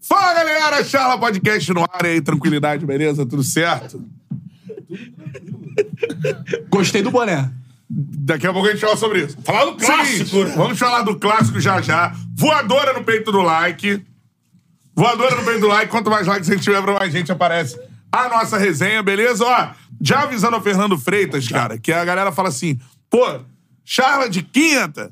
Fala, galera! Charla Podcast no ar e aí. Tranquilidade, beleza? Tudo certo? Gostei do boné. Daqui a pouco a gente fala sobre isso. Falar do clássico, Seguinte, né? Vamos falar do clássico já já. Voadora no peito do like. Voadora no peito do like. Quanto mais likes a gente tiver, pra mais gente aparece a nossa resenha, beleza? Ó, já avisando ao Fernando Tá. Freitas, cara, que a galera fala assim, pô, charla de quinta,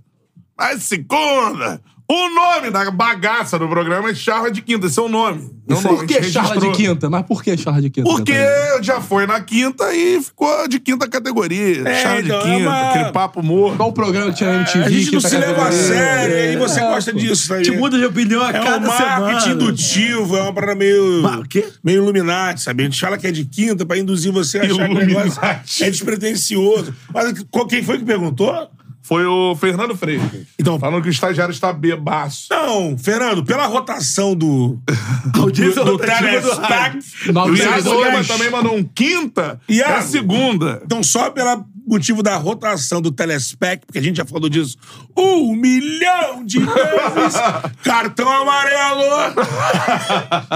mas segunda. O nome da bagaça do programa é charla de quinta, esse é o nome. Não, não, a por gente que é charla de registrou. quinta? Mas por que charla de quinta? Porque Natália? já foi na quinta e ficou de quinta categoria. É, charla então, de é quinta, uma- aquele papo morto. Então, Qual o programa que tá tinha na MTV? É, A gente não quinta se leva a categoria? sério, e você gosta pô. disso, tá É. Te ligado? muda de opinião a É um cada marketing semana. indutivo, é uma parada meio. Ma- o quê? Meio Illuminati, sabe? A gente fala que é de quinta pra induzir você a achar que o negócio Illuminati. é despretensioso. Mas qual- quem foi que perguntou? Foi o Fernando Freitas. Então- falando que o estagiário está bebaço. Não, Fernando, pela rotação do. Audiência do rotativa do rádio. Telestax. Não, O Não, Iago Iago Lima Lima. também mandou um quinta e Iago. a segunda. Então, só pelo motivo da rotação do Telespec, porque a gente já falou disso um milhão de vezes, cartão amarelo.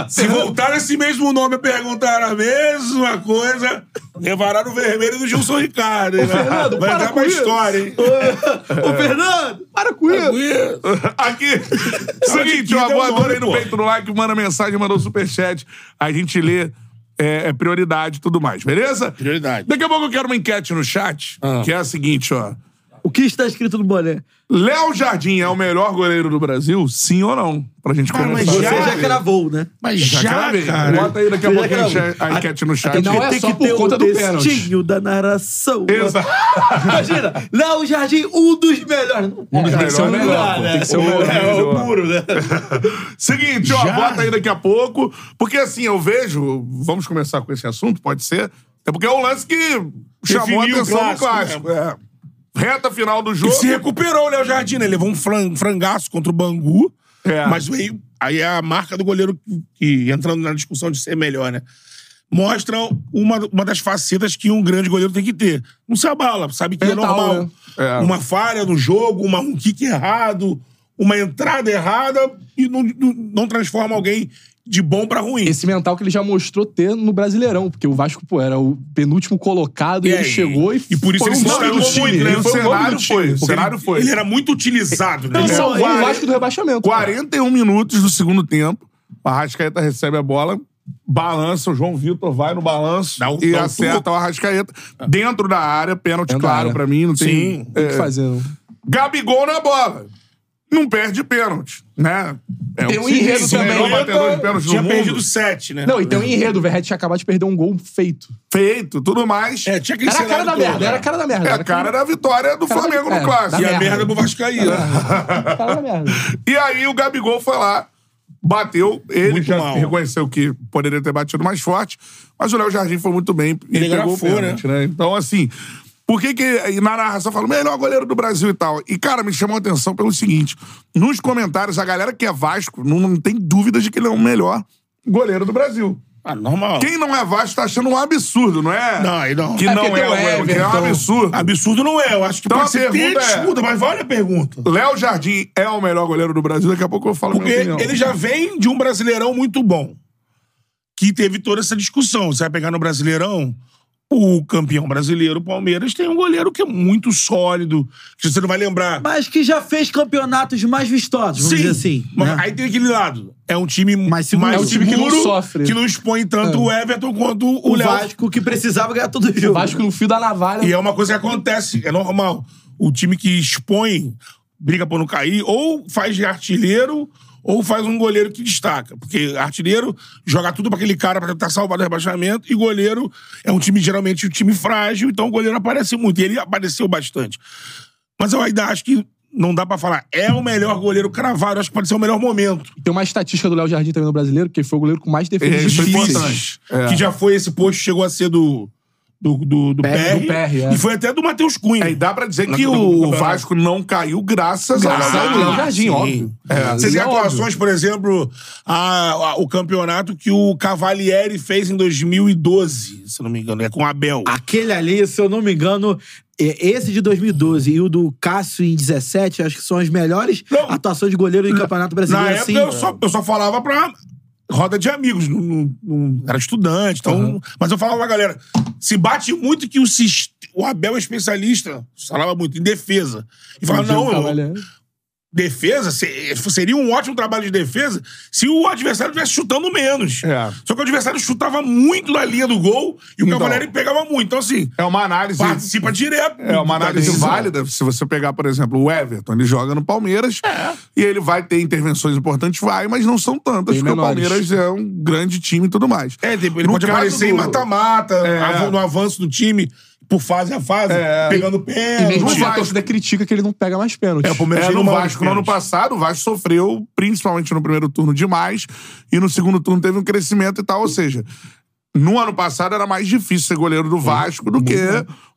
Se voltar esse mesmo nome e perguntar a mesma coisa, levará no vermelho do Gilson Ricardo. hein, né? Fernando, Vai para dar com uma isso. história, hein? Ô, Fernando, para com isso. Aqui. Seguinte, ó, quinta é o boa nome, dor aí no pô. peito do like, manda mensagem, mandou superchat. A gente lê. É, é prioridade e tudo mais, beleza? Prioridade. Ah. Daqui a pouco eu quero uma enquete no chat, que é a seguinte, ó. O que está escrito no boné? Léo Jardim é o melhor goleiro do Brasil? Sim ou não? Pra gente Cara, Ah, mas começar. Você Já, já, velho. cravou, né? Mas Já gravei. Bota aí daqui a Você pouco já a, gravou. enche- a enquete no chat. E não é Tem só que ter por o conta do textinho. textinho da narração. Exato. Imagina, Léo Jardim, um dos melhores. Um dos melhores, não dá, né? Tem que ser o melhor. É, É o o muro, né? Seguinte, ó, Já? bota aí daqui a pouco. Porque assim, eu vejo. Vamos começar com esse assunto, pode ser. É porque é um lance que chamou a Definiu o atenção no clássico, né? clássico. É. Reta final do E jogo. se recuperou o Léo Jardim, né? Levou um fran- frangaço contra o Bangu. É. Mas veio. Aí a marca do goleiro, que- que, entrando na discussão de ser melhor, né? Mostra uma, uma das facetas que um grande goleiro tem que ter. Não se abala, sabe que Mental, é normal. né? É. Uma falha no jogo, uma, um kick errado, uma entrada errada e não, não, não transforma alguém de bom pra ruim. esse mental que ele já mostrou ter no Brasileirão, porque o Vasco, pô, era o penúltimo colocado e, É, ele chegou e e por isso foi ele um se nome do destacou time. muito, né? Ele Foi foi o um nome cenário do do time. time. O cenário ele, foi. ele era muito utilizado, né? Ele Ele era um salvou o vário- Vasco do rebaixamento. cara. 41 minutos do segundo tempo. A Arrascaeta recebe a bola, balança, o João Vitor vai no balanço Dá um- e dá um É. acerta o Arrascaeta. Dentro da área, pênalti Dentro da claro área. pra mim, não tem... é, Sim. Tem que fazer. né? Gabigol na bola. Não perde pênalti, né? É Tem um seguinte, enredo o também. melhor batedor de pênalti do Tinha mundo. perdido sete, né? Não, e tem um enredo. O Verret tinha acabado de perder um gol feito. Feito, tudo mais. É, tinha aquele Era a cara cenário da todo, merda, né? era a cara da merda. É era a cara da vitória do Cara da Flamengo no vitória. Clássico. E a merda. merda pro Vascaíno. da, cara da merda. E aí o Gabigol foi lá, bateu. Ele Muito já mal. reconheceu que poderia ter batido mais forte, mas o Léo Jardim foi muito bem e Ele pegou o grafou, pênalti, né? Então, assim, por que que e na narração fala melhor goleiro do Brasil e tal? E, cara, me chamou a atenção pelo seguinte, nos comentários, a galera que é Vasco não, não tem dúvidas de que ele é o melhor goleiro do Brasil. Ah, normal. Quem não é Vasco tá achando um absurdo, não é? Não, aí não. Que É não porque é, tem então. o o que é um Everton. absurdo. Absurdo não é, eu acho que Então pode a ser pergunta pergunta é- disputa, mas vale a pergunta. Léo Jardim é o melhor goleiro do Brasil, daqui a pouco eu falo Porque minha opinião. ele já vem de um brasileirão muito bom. Que teve toda essa discussão. Você vai pegar no Brasileirão, O campeão brasileiro, o Palmeiras, tem um goleiro que é muito sólido, que você não vai lembrar. Mas que já fez campeonatos mais vistosos, vamos dizer assim. mas né? aí tem aquele lado. É um time Mais mais, seguro. mais É um time que não seguro, sofre. que não expõe tanto o Everton quanto o, o Léo. Vasco que precisava ganhar todo jogo. O Vasco no fio da navalha. E é uma coisa que acontece, é normal. O time que expõe, briga por não cair, ou faz de artilheiro, ou faz um goleiro que destaca. Porque artilheiro joga tudo pra aquele cara pra tentar salvar do rebaixamento, e goleiro é um time, geralmente, um time frágil, então o goleiro aparece muito. E ele apareceu bastante. Mas eu ainda acho que não dá pra falar, é o melhor goleiro cravado, acho que pode ser o melhor momento. Tem uma estatística do Léo Jardim também no brasileiro, que foi o goleiro com mais defesas É, isso é importante. difíceis. Que já foi esse posto, chegou a ser do. Do, do, do PR, do PR, é. E foi até do Matheus Cunha. É, e dá pra dizer Na que Copa do o Campeonato. Vasco não caiu graças, Graças a a Deus, Jardim, óbvio. É. Você tem É óbvio. atuações, por exemplo, a- a- o campeonato que o Cavalieri fez em 2012, se não me engano, é com o Abel. Ah, Aquele ali, se eu não me engano, é- esse de 2012 e o do Cássio em 17, acho que são as melhores Não. atuações de goleiro do Campeonato Na Brasileiro. época assim, né? eu, só, eu só falava pra roda de amigos, não, não- não- era estudante, então. Mas eu falava pra galera: se bate muito que o, sis- o Abel é especialista, falava muito, em defesa. E falava, não, eu, defesa, se- seria um ótimo trabalho de defesa se o adversário estivesse chutando menos. É. Só que o adversário chutava muito na linha do gol e o Então. Cavalieri pegava muito. Então, assim, É uma análise. participa direto. É uma da análise decisão. válida. Se você pegar, por exemplo, o Everton, ele joga no Palmeiras É. e ele vai ter intervenções importantes, vai, mas não são tantas, Bem porque o menores. Palmeiras é um grande time e tudo mais. É, tipo, ele No pode caso aparecer em do- mata-mata, É. av- no avanço do time, por fase a fase, É. pegando E pé. mesmo no assim, a Vasco. torcida critica que ele não pega mais pênalti. É, o Palmeiras É, chega no mal nos Vasco, no ano pênaltis. passado, o Vasco sofreu, principalmente no primeiro turno, demais. E no segundo turno teve um crescimento e tal. Ou seja, no ano passado era mais difícil ser goleiro do Vasco do que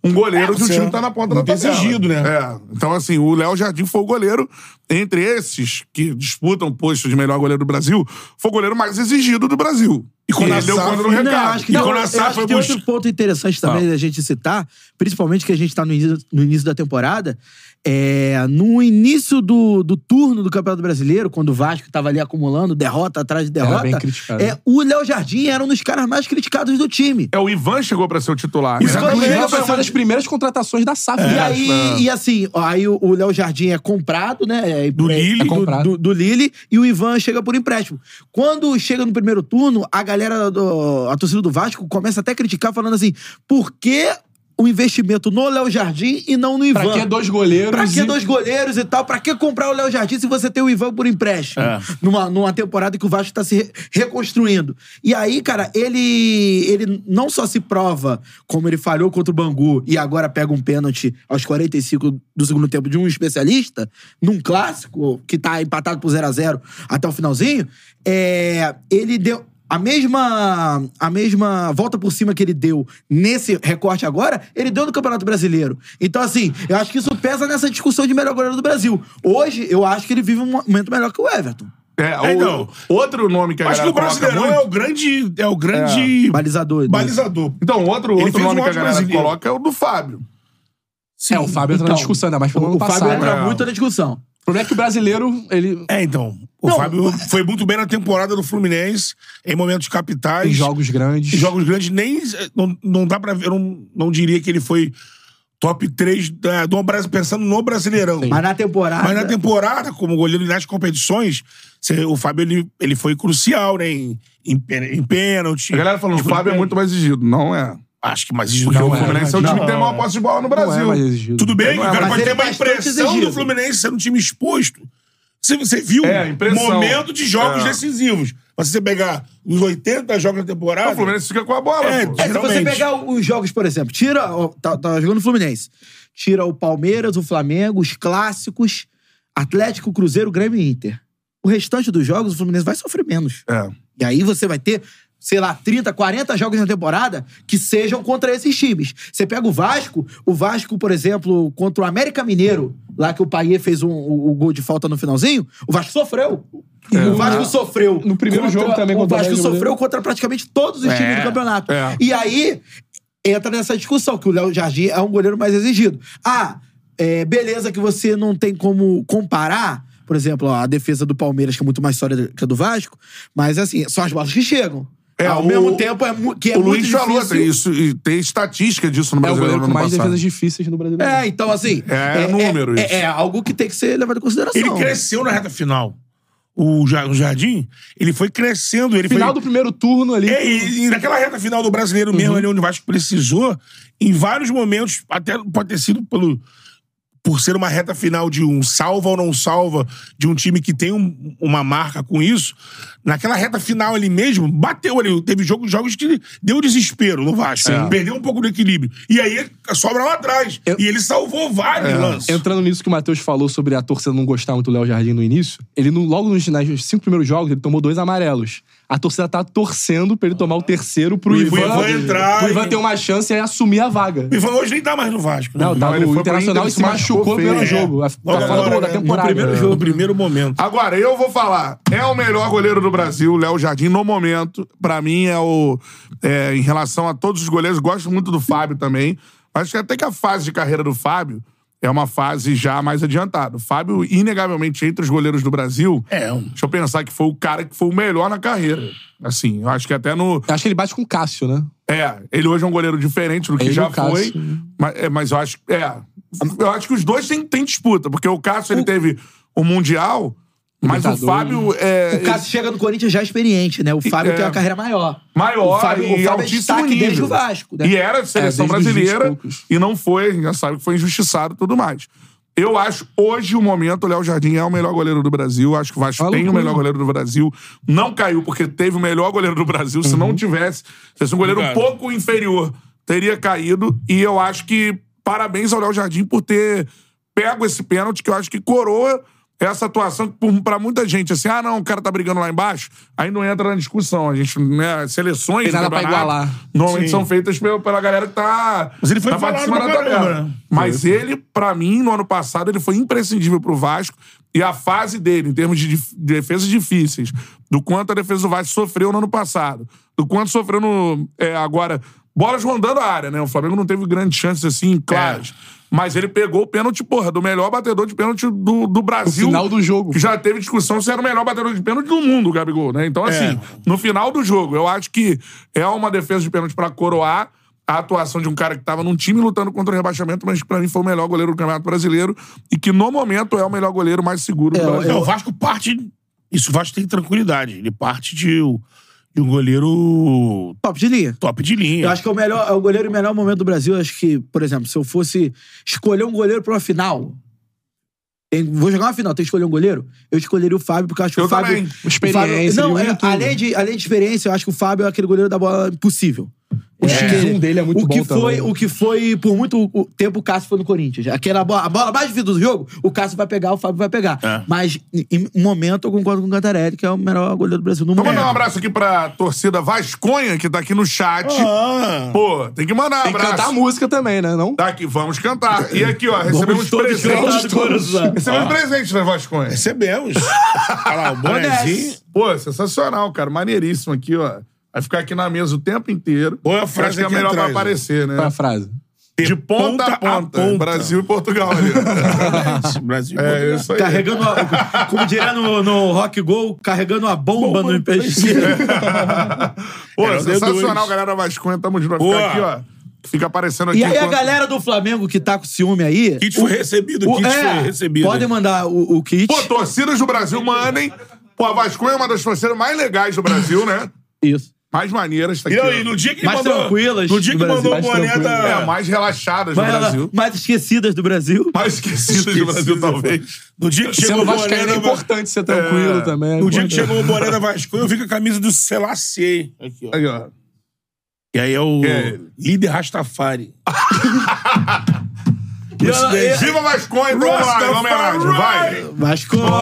um goleiro É, de um você time que tá na ponta da muito tabela. exigido, né? É. Então, assim, o Léo Jardim foi o goleiro, entre esses que disputam o posto de melhor goleiro do Brasil, foi o goleiro mais exigido do Brasil. E quando a ele deu SAF- conta do Não, recado. eu acho que, E não, quando a eu SAF acho que foi tem buscar- outro ponto interessante também da gente citar, principalmente que a gente está no início, no início da temporada. É, no início do, do turno do Campeonato Brasileiro, quando o Vasco estava ali acumulando derrota atrás de derrota, bem criticado. é, o Léo Jardim era um dos caras mais criticados do time. É, o Ivan chegou pra ser o titular. Isso né? quando Inclusive, ele- foi uma das primeiras contratações da É, SAF. né? E aí, e assim, ó, aí o o Léo Jardim é comprado, né? É, Do é, Lille. do- É comprado. do, do Lille, e o Ivan chega por empréstimo. Quando chega no primeiro turno, a galera, do, a torcida do Vasco começa até a criticar, falando assim, por que o investimento no Léo Jardim e não no Ivan? Pra que dois goleiros? Pra que e- dois goleiros e tal? Pra que comprar o Léo Jardim se você tem o Ivan por empréstimo? É. Numa, numa temporada que o Vasco tá se re- reconstruindo. E aí, cara, ele, ele não só se prova como ele falhou contra o Bangu e agora pega um pênalti aos 45 do segundo tempo de um especialista, num clássico, que tá empatado por 0 a 0 até o finalzinho, é, ele deu. A mesma, a mesma volta por cima que ele deu nesse recorte agora, ele deu no Campeonato Brasileiro. Então, assim, eu acho que isso pesa nessa discussão de melhor goleiro do Brasil. Hoje, eu acho que ele vive um momento melhor que o Everton. É, o- É, então. outro nome que a Acho que galera o Brasileirão coloca é muito... É. o grande. É o grande Balizador. né? balizador. Então, outro, Ele outro fez nome que um a ótimo galera brasileiro. coloca é o do Fábio. É, o Fábio entra na Então, discussão, ainda mais pelo O, ano o Fábio passado. entra né? muito na discussão. O problema é que o brasileiro, ele. É, então. O Não, Fábio foi muito bem na temporada do Fluminense, em momentos capitais. Em jogos grandes. Em jogos grandes, nem. Não, não dá pra ver. Eu não, não diria que ele foi top 3 da, do Brasil, pensando no Brasileirão. Mas na temporada. Mas na temporada, como goleiro nas competições, cê- o Fábio ele, ele foi crucial, né? Em, em, pê- em pênalti. Tipo, A galera falando, o Fábio é muito mais exigido. Não é. Acho que mais isso Não o é, Fluminense Fluminense é o time que tem a maior posse de bola no não é Brasil. mais exigido. Tudo bem, o cara mas pode ele ter uma é bastante impressão exigido. do Fluminense sendo um time exposto. Você, você viu um É, impressão. momento de jogos É. decisivos. Mas se você pegar os 80 jogos da temporada. É, o Fluminense fica com a bola. É, pô. É, se você Geralmente. pegar os jogos, por exemplo, tira. ó, Tá, tá jogando o Fluminense. Tira o Palmeiras, o Flamengo, os clássicos, Atlético, Cruzeiro, Grêmio e Inter. O restante dos jogos, o Fluminense vai sofrer menos. É. E aí você vai ter, sei lá, 30, 40 jogos na temporada que sejam contra esses times. Você pega o Vasco, o Vasco, por exemplo, contra o América Mineiro, lá que o Paier fez um- o, o gol de falta no finalzinho, o Vasco sofreu. O Vasco sofreu. É. no primeiro contra- jogo também O contra o Vasco América sofreu Mineiro. contra praticamente todos os times do campeonato. é. E aí entra nessa discussão que o Léo Jardim é um goleiro mais exigido. Ah, é, beleza que você não tem como comparar, por exemplo, ó, a defesa do Palmeiras que é muito mais sólida que a do Vasco, mas assim, são as bolas que chegam. É, Ao o- mesmo tempo, é mu- que é o muito Luiz falou, difícil. tem isso, e tem estatística disso no É o Brasileirão goleiro no com ano mais passado. defesas difíceis no Brasileirão. É, então assim. É número é, isso. É, é algo que tem que ser levado em consideração. né? Ele cresceu na reta final. O Ja- o Jardim, ele foi crescendo. Ele Final foi... do Uhum. primeiro turno ali. É, e, e naquela reta final do brasileiro mesmo, ali onde o Vasco precisou, em vários momentos, até pode ter sido pelo. Por ser uma reta final de um salva ou não salva de um time que tem um- uma marca com isso, naquela reta final ali mesmo, bateu ali. Teve jogo, jogos que deu desespero no Vasco. É. Perdeu um pouco do equilíbrio. E aí sobra lá atrás. E ele salvou É. vários lances. Entrando nisso que o Matheus falou sobre a torcida não gostar muito do Léo Jardim no início, ele no- logo nos, nos cinco primeiros jogos, ele tomou dois amarelos. A torcida tá torcendo pra ele tomar o terceiro pro Pro Ivan. Ivan entrar Pro Ivan e- ter uma chance e aí assumir a vaga. O Ivan hoje nem tá mais no Vasco. né? Não, tá Não, ele no foi pro Internacional Inter, e se machucou, no feio. primeiro É. jogo. Tá Logo fora agora, da né? temporada. No primeiro, jogo, no primeiro momento. Agora, eu vou falar. É o melhor goleiro do Brasil, Léo Jardim, no momento. Pra mim, é o. é, em relação a todos os goleiros, gosto muito do Fábio também. Mas acho que até que a fase de carreira do Fábio é uma fase já mais adiantada. O Fábio, inegavelmente, entre os goleiros do Brasil. É, um- Deixa eu pensar que foi o cara que foi o melhor na carreira. Assim, eu acho que até no. Acho que ele bate com o Cássio, né? É, ele hoje é um goleiro diferente do que Ele e já o Cássio, foi. né? Mas, é, mas eu acho. É. Eu acho que os dois têm, têm disputa, porque o Cássio ele teve o Mundial, mas o Libertadores. Fábio é. O Cássio chega no Corinthians já experiente, né? O Fábio é. tem uma carreira maior. Maior O Fábio, e o Fábio é altíssimo destaque nível. desde o Vasco, né? E era de seleção É, desde os vinte e brasileira poucos. e não foi, já sabe que foi injustiçado e tudo mais. Eu acho, hoje, o momento, o Léo Jardim é o melhor goleiro do Brasil. Acho que o Vasco Uma tem o loucura. melhor goleiro do Brasil. Não caiu porque teve o melhor goleiro do Brasil. Se Uhum. não tivesse, se fosse um goleiro um Obrigado. pouco inferior, teria caído. E eu acho que parabéns ao Léo Jardim por ter pego esse pênalti, que eu acho que coroa essa atuação que por- pra muita gente, assim, ah, não, o cara tá brigando lá embaixo, aí não entra na discussão. A gente, né, as seleções Tem nada do pra campeonato igualar. normalmente Sim. são feitas pela, pela galera que tá. Mas ele foi tá mais falado de cima pra da tabela. caramba, né? Mas ele, pra mim, no ano passado, ele foi imprescindível pro Vasco. E a fase dele, em termos de dif- defesas difíceis, do quanto a defesa do Vasco sofreu no ano passado, do quanto sofreu no, é, agora. Bolas rondando a área, né? O Flamengo não teve grandes chances assim, claras. É. Mas ele pegou o pênalti, porra, do melhor batedor de pênalti do, do Brasil. final do jogo. Que já teve discussão se era o melhor batedor de pênalti do mundo, o Gabigol, né? Então, assim, no final do jogo, eu acho que é uma defesa de pênalti pra coroar a atuação de um cara que tava num time lutando contra o rebaixamento, mas que pra mim foi o melhor goleiro do Campeonato Brasileiro e que no momento é o melhor goleiro mais seguro do Ah, Brasil. Não, o Vasco parte. Isso o Vasco tem tranquilidade. Ele parte de, um- de um goleiro Top de linha. top de linha. Eu acho que é o melhor, é o goleiro em melhor momento do Brasil. Acho que, por exemplo, se eu fosse escolher um goleiro pra uma final. tem- vou jogar uma final, tem que escolher um goleiro? Eu escolheria o Fábio, porque eu acho que Eu o Fábio. também. o Experiência, Fábio- não, ele é, une tudo. além, de, além de experiência, eu acho que o Fábio é aquele goleiro da bola impossível. O X1 dele é muito o que bom foi, também. O que foi, por muito o- tempo, o Cássio foi no Corinthians. Aquela bola, a bola mais difícil do jogo, o Cássio vai pegar, o Fábio vai pegar. É. Mas, em- em um momento, eu concordo com o Cantarelli, que é o melhor goleiro do Brasil no Então, mundo. mandar um abraço aqui pra torcida Vasconha, que tá aqui no chat. Ah, Pô, tem que mandar um Tem que abraço. cantar a música também, né? Não? Tá aqui, vamos cantar. E aqui, ó, recebemos todos cantar presentes. do coração. Recebemos presentes da Vasconha. recebemos. Olha lá, o bonezinho. Pô, sensacional, cara. Maneiríssimo aqui, ó. Vai ficar aqui na mesa o tempo inteiro. Boa frase Acho que é aqui melhor pra atrás, ó. Tá aparecer, né? Pra é frase. De ponta a é ponta a ponta. ponta. Brasil e Portugal ali. ó. Esse Brasil. é isso aí. Carregando a, como diria no, no Rock Go, carregando a bomba, Bomba no no empecilho. Pô, É, eu dei sensacional, dois. galera Vasconha. Tamo junto. Vai Boa. ficar aqui, ó. Fica aparecendo aqui. E aí a enquanto- galera do Flamengo que tá com ciúme aí. Kit foi recebido, o o- kit é, foi recebido. Podem mandar o, o kit. Pô, torcidas do Brasil, mandem. Pô, a Vasconha é uma das torcidas mais legais do Brasil, né? Isso. Mais maneiras. Tá E aqui, aí, ó. no dia que ele Mais mandou. tranquilas No dia que do Brasil, mandou o mais boné da. É, mais relaxadas do Mas ela- Brasil. mais esquecidas do Brasil. Mais esquecidas do Brasil, talvez. No dia que Sendo chegou o boné vascaíno é da. importante ser tranquilo É. também. né, No dia que importante. chegou o boné da Vasco, eu vi com a camisa do Selassier. Aqui, ó. Aí, ó. E aí é o É. líder Rastafari. E ela- e- Viva Vasconha, então vamos lá, em homenagem. Vai. Vasco.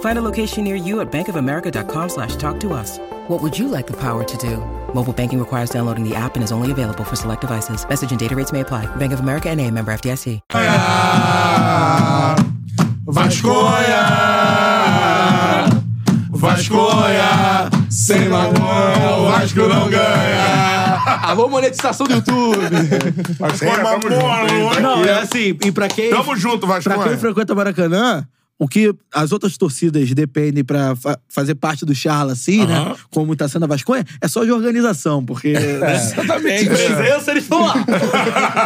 Find a location near you at bankofamerica.com slash talk to us. What would you like the power to do? Mobile banking requires downloading the app and is only available for select devices. Message and data rates may apply. Bank of America and a member FDIC. Vasconha! Vasconha! Sem maconha, o Vasco não ganha! Alô, monetização do YouTube! Vasconha, Sem tamo maconha, junto, hein? Não, é assim, e pra quem. Tamo junto, Vasconha. Pra quem frequenta Maracanã, o que as outras torcidas dependem pra fa- fazer parte do charla assim, né? Como tá sendo a Vasconha, é só de organização, porque. né? Exatamente. Presença, é eles estão lá.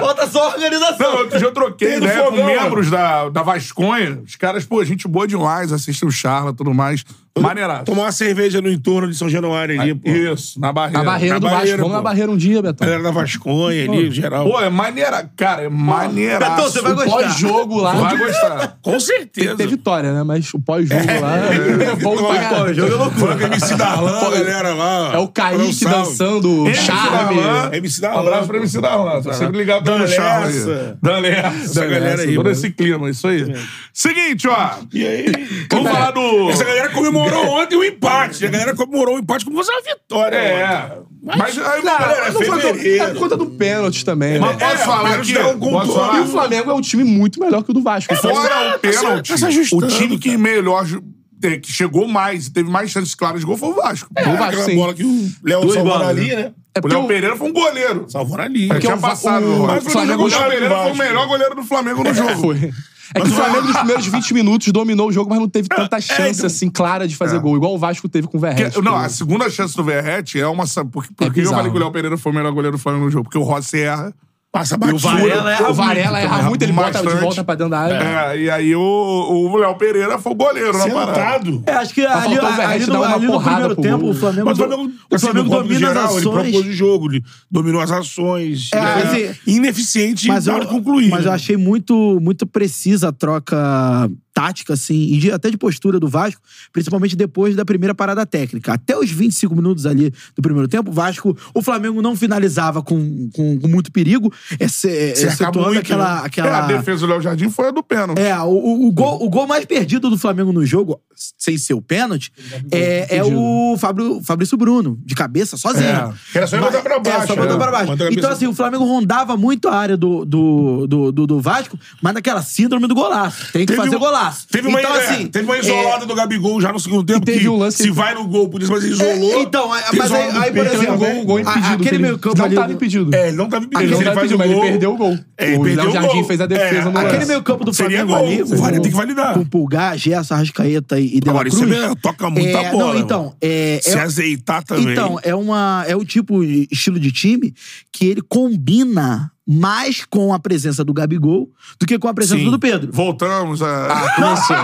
Falta só organização. Não, outro dia eu troquei Tem do ideia com fogão, membros da, da Vasconha. Os caras, pô, gente boa demais, assistem o Charla e tudo mais. Maneirado. Tomar uma cerveja no entorno de São Januário ali, pô. Isso, na barreira. A barreira do Vasco. Vamos na barreira um dia, Betão. Galera da Vasconha ali, geral. Pô, é maneira, cara, é maneira. Betão, você vai O gostar. pós-jogo lá. Vai gostar. Com Tem que ter certeza. vitória, né? Mas o pós-jogo lá é bom pra caralho. jogo é loucura. MC Darlan, a galera lá. É o Kaique Salve. dançando, MC charme. Darlan. MC Darlan. Um abraço pra MC Darlan. Tô sempre ligado Dan pelo Charla. Lessa. Dale essa. Dan galera aí, Todo mano. esse clima, isso aí. Seguinte, ó. E aí? Vamos falar do... Essa é galera comemorou ontem o empate. A galera comemorou o empate como se fosse uma vitória. mano. É. Mas aí, galera, é Não foi foi- por- fevereiro. é por conta do pênalti também. Mas Né? posso É, falar mas aqui? dá um gol Posso todo. falar? É E o Flamengo é um time muito melhor que o do Vasco. Então, Fora o pênalti, tá se ajustando, o time que cara. melhor ju- é, que chegou mais e teve mais chances claras de gol foi o Vasco. o Pô, Vasco, Aquela sim. bola que o Léo Duas salvou bolas, ali, né? né? É o porque Léo o- Pereira foi um goleiro. Salvou ali. Ele tinha o- passado. né? o- O, o Flamengo Flamengo Léo jogou Pereira foi o embaixo. melhor goleiro do Flamengo no jogo. Foi. É que o Flamengo, nos primeiros 20 minutos, dominou o jogo, mas não É, teve tanta chance, assim, clara de fazer gol. Igual o Vasco teve com o Verret. então. Que- não, a segunda chance do Verrete é uma. sa- Porque, por que eu bizarro. falei que o Léo Pereira foi o melhor goleiro do Flamengo no jogo? Porque o Rossi erra. Passa batido. Varela erra o Varela muito, erra erra muito, ele bota de bastante. volta pra dentro da área. É, e aí o, o Léo Pereira foi o goleiro na parada. Sentado. É, acho que ali, faltando o ali Verratti no, dar uma ali no porrada primeiro pro tempo gol. o Flamengo, Mas o Flamengo, o assim, Flamengo no modo domina geral, as Ele ações. propôs o jogo, ele dominou as ações. É, ele mas era e- ineficiente mas na eu, hora de concluir. mas eu né? achei muito, muito precisa a troca tática, assim, e de- até de postura do Vasco, principalmente depois da primeira parada técnica. Até os 25 minutos ali do primeiro tempo, o Vasco, o Flamengo não finalizava com, com, com muito perigo, exce- excetuando muito, É, aquela. a aquela... defesa do Léo Jardim foi a do pênalti. É, o, o- o gol, o gol mais perdido do Flamengo no jogo, sem ser o pênalti, tá é, é o Fabio- Fabrício Bruno, de cabeça, sozinho. É, que era só ele Mas- botar pra baixo, É, só botar né? pra baixo. Botar a cabeça- Então, assim, o Flamengo rondava muito a área do, do, do, do- do Vasco, mas naquela síndrome do golaço. Tem que Teve fazer um- golaço. Teve uma, então, é, assim, teve uma é, isolada do Gabigol já no segundo tempo. teve que um lance- Se vai no gol, por isso, mas ele isolou. É, então, é, Teve mas aí- isolado aí, do por Pedro, exemplo, também. Um gol impedido. aquele que ele- meio-campo Não ali tava do- impedido. É, ele não tava impedido. Ele não ele tava faz impedido, o mas ele gol. perdeu o gol. É, ele O perdeu Léo o Jardim gol. fez a defesa É, no Aquele lance. meio campo do Seria Flamengo gol. ali. O VAR com- tem que validar. Com Pulgar, Gerson, Arrascaeta e, e De La Agora, isso Cruz. é- toca muita É, bola, Não, então, mano. é, Se é- azeitar também. Então, é, uma, é o tipo de estilo de time que ele combina mais com a presença do Gabigol do que com a presença Sim. do Pedro. Voltamos a. Começou.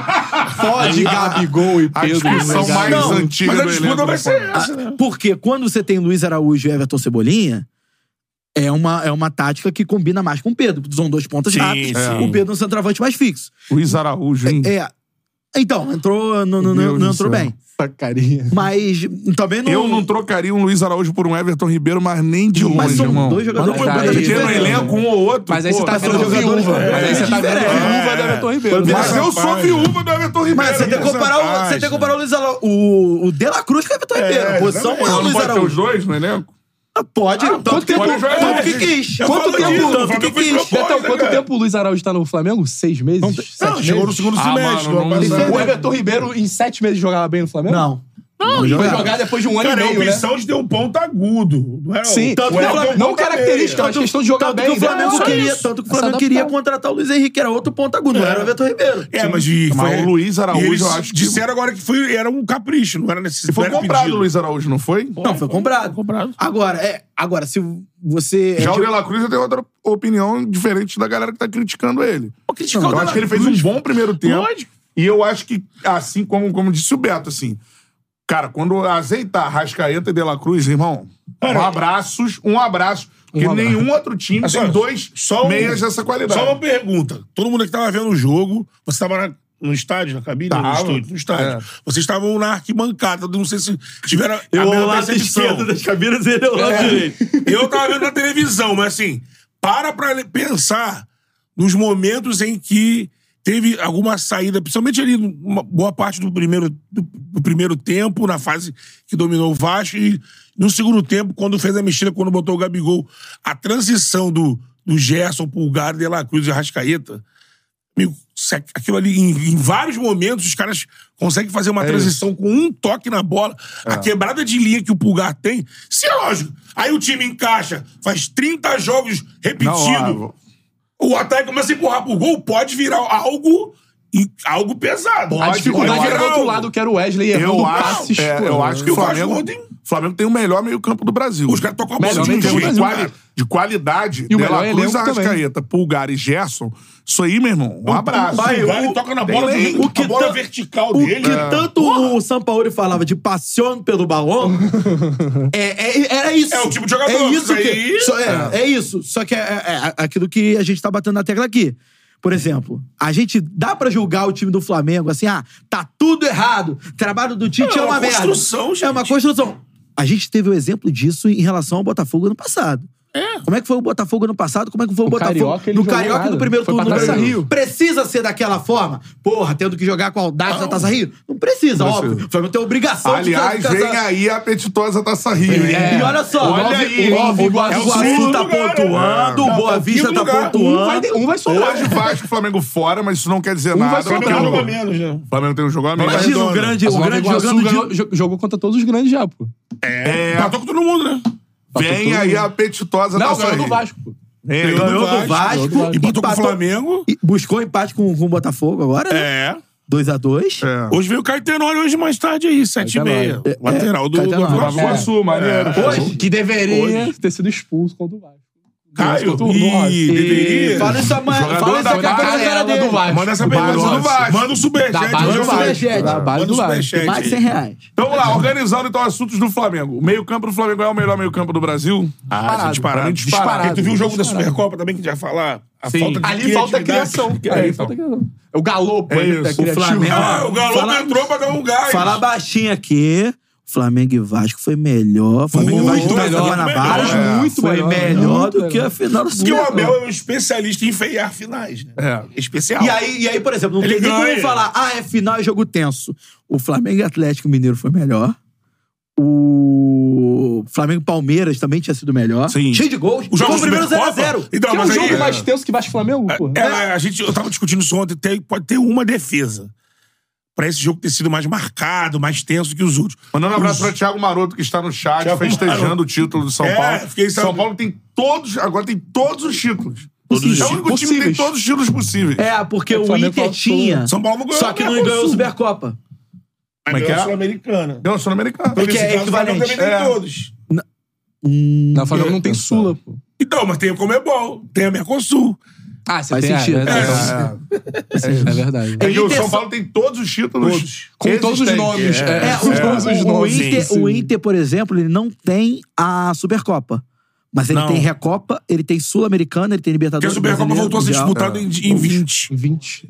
Fode Gabigol e a Pedro. né, discussão Zé mais Gabriel. Não, antiga mas a do disputa elenco vai do ser Flamengo. essa, né? Porque quando você tem Luiz Araújo e Everton Cebolinha, é uma, é uma tática que combina mais com o Pedro. São dois pontas Sim, rápidos, sim. o Pedro é um centroavante mais fixo. Luiz Araújo, hein? É. Então, entrou, não, Meu não- não- Deus não do entrou céu. bem. Essa carinha. Mas também não. Eu não trocaria um Luiz Araújo por um Everton Ribeiro, mas nem de longe, Mas são irmão. dois jogadores Mas aí- completamente Tem no Diferente. diferentes. elenco um ou outro. Mas aí pô. você tá mas são vendo a jogadores viúva. completamente Mas aí você tá vendo a diferentes. viúva É. do Everton Ribeiro. Mas Mas eu rapaz. sou viúva do Everton Ribeiro. Mas você tem que comparar o, você tem que comparar o Luiz Araújo. O, o De La Cruz com o Everton Ribeiro. A posição é o Não Luiz pode ter os Araújo. dois no elenco? Pode, tanto, que, pode jogar tanto que junto. quis. Eu Quanto falo tempo, disso, tanto que Flamengo fez quis. meu Betão, Pois é, quanto cara. tempo o Luiz Araújo tá no Flamengo? Seis meses? Sete Não, chegou no meses? segundo Ah, semestre. assim. mano, do ano não- passado. O Everton Ribeiro em sete meses jogava bem no Flamengo? Não. Não, ele foi jogar depois de um ano Cara, e é meio, né? opção de ter um ponto agudo. Não é Sim, o- o tanto que o Everton Flamengo- é um não ponta característica, meia. mas questão de jogar Tanto bem. que o Flamengo, Só queria, isso. tanto que o Essa Flamengo queria adaptação. contratar o Luiz Henrique, era outro ponto agudo, não era o Everton Ribeiro. É, mas, de, Mas foi- o Luiz Araújo, e eles eu acho que- Disseram agora que foi, era um capricho, não era necessário. E foi comprado o Luiz Araújo, não foi? Não, foi comprado. comprado. Agora, é, agora, se você. Já é o de- De La Cruz eu tenho outra opinião diferente da galera que tá criticando ele. criticar o eu De acho La que ele fez um Cruz. bom primeiro tempo. Lógico. E eu acho que, assim como, como disse o Beto, assim, cara, quando azeitar Rascaeta e De La Cruz, irmão, um abraços, um abraço. Porque abraço. nenhum outro time Assim, tem ó, dois só um- meias dessa qualidade. Só uma pergunta. Todo mundo que tava vendo o jogo, você tava na- no estádio, na cabine? Tava. No estúdio, no estádio. É. Vocês estavam na arquibancada, não sei se tiveram a Eu o mesma lado esquerdo percepção. das cabinas e ele é o lado direito. Eu tava vendo na televisão, mas assim, para pra le- pensar nos momentos em que teve alguma saída, principalmente ali uma boa parte do primeiro, do, do primeiro tempo, na fase que dominou o Vasco, e no segundo tempo, quando fez a mexida, quando botou o Gabigol, a transição do, do Gerson, Pulgar, De La Cruz e Arrascaeta, amigo, se aqu- aquilo ali, em, em vários momentos, os caras conseguem fazer É uma transição com um toque na bola. A quebrada de linha que o Pulgar tem, se é lógico. Aí o time encaixa, faz 30 jogos repetidos. Não, ah, o ataque começa a empurrar pro gol, pode virar algo, e- algo pesado. A Pode dificuldade virar era do outro algo. lado, que era o Wesley errando eu acho, passes. é, pô. eu acho que E o o Vasco Flamengo, ontem- o Flamengo tem o melhor meio-campo do Brasil. Os caras tocam a bola Melhor de um meio de, campo do jeito. Brasil, quali- cara. de qualidade, E o De La melhor Cruz, elenco também. Arrascaeta, Pulgar e Gerson, isso aí, meu irmão, um abraço. Vai, O- vai, Assim, toca na tem bola, lei. do, O que a bola tan- vertical O dele. é. que É. tanto o Sampaoli falava de passion pelo balão, É, é, era isso. É o tipo de jogador, É isso mas que, aí- só- é, é isso. Só que é, é- é aquilo que a gente tá batendo na tecla aqui. Por exemplo, a gente dá pra julgar o time do Flamengo assim, ah, tá tudo errado. Trabalho do Tite É é, uma uma merda. construção, gente. É uma construção. A gente teve o exemplo disso em relação ao Botafogo ano passado. É. Como é que foi o Botafogo ano passado? Como é que foi o, O Botafogo Carioca, ele no jogou Carioca nada. no primeiro Foi turno pra do Taça Brasil? Rio. Precisa ser daquela forma? Porra, tendo que jogar com a audácia da Taça Rio? Não precisa, óbvio. O Flamengo tem obrigação de Aliás, fazer- É. vem aí a apetitosa Taça Rio, hein? E olha só, Olha Nova- aí, o Nova hein? Iguaçu, É o Iguaçu segundo tá lugar, pontuando, é. Boa Tá, Vista quinto tá lugar. Um vai, pontuando. de- um vai sobrar. Hoje Vasco e Flamengo fora, mas isso não quer dizer Um vai nada. sobrar. O Flamengo Um jogou joga menos. menos, né? O Flamengo tem um jogo a menos. Imagina o Redondo. grande, Mas o grande Iguaçu jogando de... ganhou- jo- jogou contra todos os grandes já, pô. É, Tá com todo mundo, né? vem todo aí mundo. a apetitosa Não, Taça ganhou Rio. do Vasco, pô. Vem aí. Ganhou Ganhou do Vasco, Ganhou do E botou com o empatou- Flamengo. e Buscou empate com, com o Botafogo agora, né? É. 2x2. É. Hoje veio o Caio Tenório, hoje mais tarde aí, 7h30. É, Lateral do, Caio do Tenório. Vasco. É. Iguaçu, maneiro. Hoje, que deveria... Poderia ter sido expulso contra o Vasco. Caio, Escutou? e Nossa. deveria. Fala isso amanhã, Jogador fala isso da aqui agora na cara Amarela dele. do Vasco. Manda essa Base pergunta. do Vasco. Manda um Da superchat. base manda do um Vasco. superchat. Da base Manda do um Vasco. superchat Mais aí. 100 reais. Então vamos lá, organizando então assuntos do Flamengo. O meio-campo do Flamengo é o melhor meio-campo do Brasil? Ah, isso é Pra mim, disparado. disparado. disparado. Porque tu viu o jogo da Supercopa também, que já falar a Sim. falta de Ali falta criatividade. criação. Que Aí é, falta criação. É o Galo, pô. É ele isso, o criativo. Flamengo- Ah, o Galo Fala- entrou pra dar um gás. Falar baixinho aqui. Flamengo e Vasco foi melhor. Flamengo e Muito Vasco tá da melhor, Guanabara muito melhor. Muito foi melhor, melhor, muito do melhor. que a final do Porque o Sul. Abel é um especialista em feiar finais, né? É. Especial. E aí, e aí, por exemplo, não Ele tem nem ganha. como falar, ah, é final, é jogo tenso. O Flamengo e Atlético Mineiro foi melhor. O Flamengo e Palmeiras também tinha sido melhor. Sim. Cheio de gols. O jogo Foi o primeiro Supercopa? 0x0. Então, Que é um mas aí- jogo mais tenso que Vasco e Flamengo, pô. É, a gente, eu tava discutindo isso ontem. Tem, pode ter uma defesa. Pra esse jogo ter sido mais marcado, mais tenso que os outros. Mandando um abraço pra Thiago Maroto, que está no chat, Thiago festejando Maroto. o título do São É, Paulo. fiquei sabendo. São Paulo tem todos, agora tem todos os títulos. Todos os é o títulos único time que tem possíveis. todos os títulos possíveis. É, porque É, o o Flamengo Inter faltou. tinha. São Paulo não ganhou Só que a não Copa do ganhou a Sul. Supercopa. Mas é é que é? Sul-Americana. Deu Sul-Americano. que é Nesse caso, o Flamengo equivalente. também É. tem todos. Na Flamengo não tem Sula, pô. Então, mas tem o Comebol, tem a Mercosul. Ah, você Faz tem. sentido. É, verdade. É verdade. É que o Inter São só- Paulo tem todos os títulos. Com todos os existentes. nomes. É, É, com o, todos os o- o nomes. Inter, sim, o sim. Inter, por exemplo, ele não tem a Supercopa. Mas ele Não. tem Recopa, ele tem Sul-Americana, ele tem Porque a Libertadores. Supercopa Brasileiro, voltou a ser Mundial. disputada em, em 20. 20.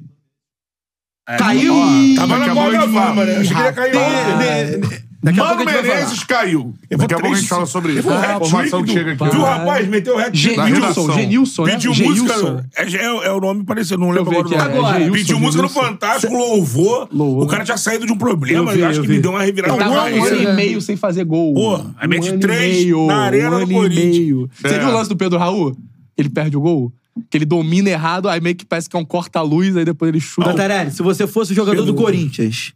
Caiu! Tava na bola da fama, né? Eu achei que ele ia cair ontem. De- de- de- Daqui a pouco Mano a gente vai falar. Menezes caiu. Eu vou Daqui a pouco a gente três- fala sobre Eu isso. vou A informação que hat-trick, chega aqui. do- Viu o Caralho. rapaz? Meteu o hat Na Genilson, redação. Genilson, né? Pediu música. É, é- é o nome parecido, não lembro ver agora o que nome. é, é Geilson, Pediu música no Geilson. Fantástico, louvor. Louvor. O cara tinha saído de um problema, Eu vi, eu acho eu que vi. me deu uma revirada. Ele tava na um ano cabeça. e meio sem fazer gol. Porra, aí um mete ano e três meio, na arena um do ano e Corinthians. meio. Você É. viu o lance do Pedro Raul? Ele perde o gol? Que ele domina errado, aí meio que parece que é um corta-luz, aí depois ele chuta. Cantarelli, se você fosse o jogador do Corinthians,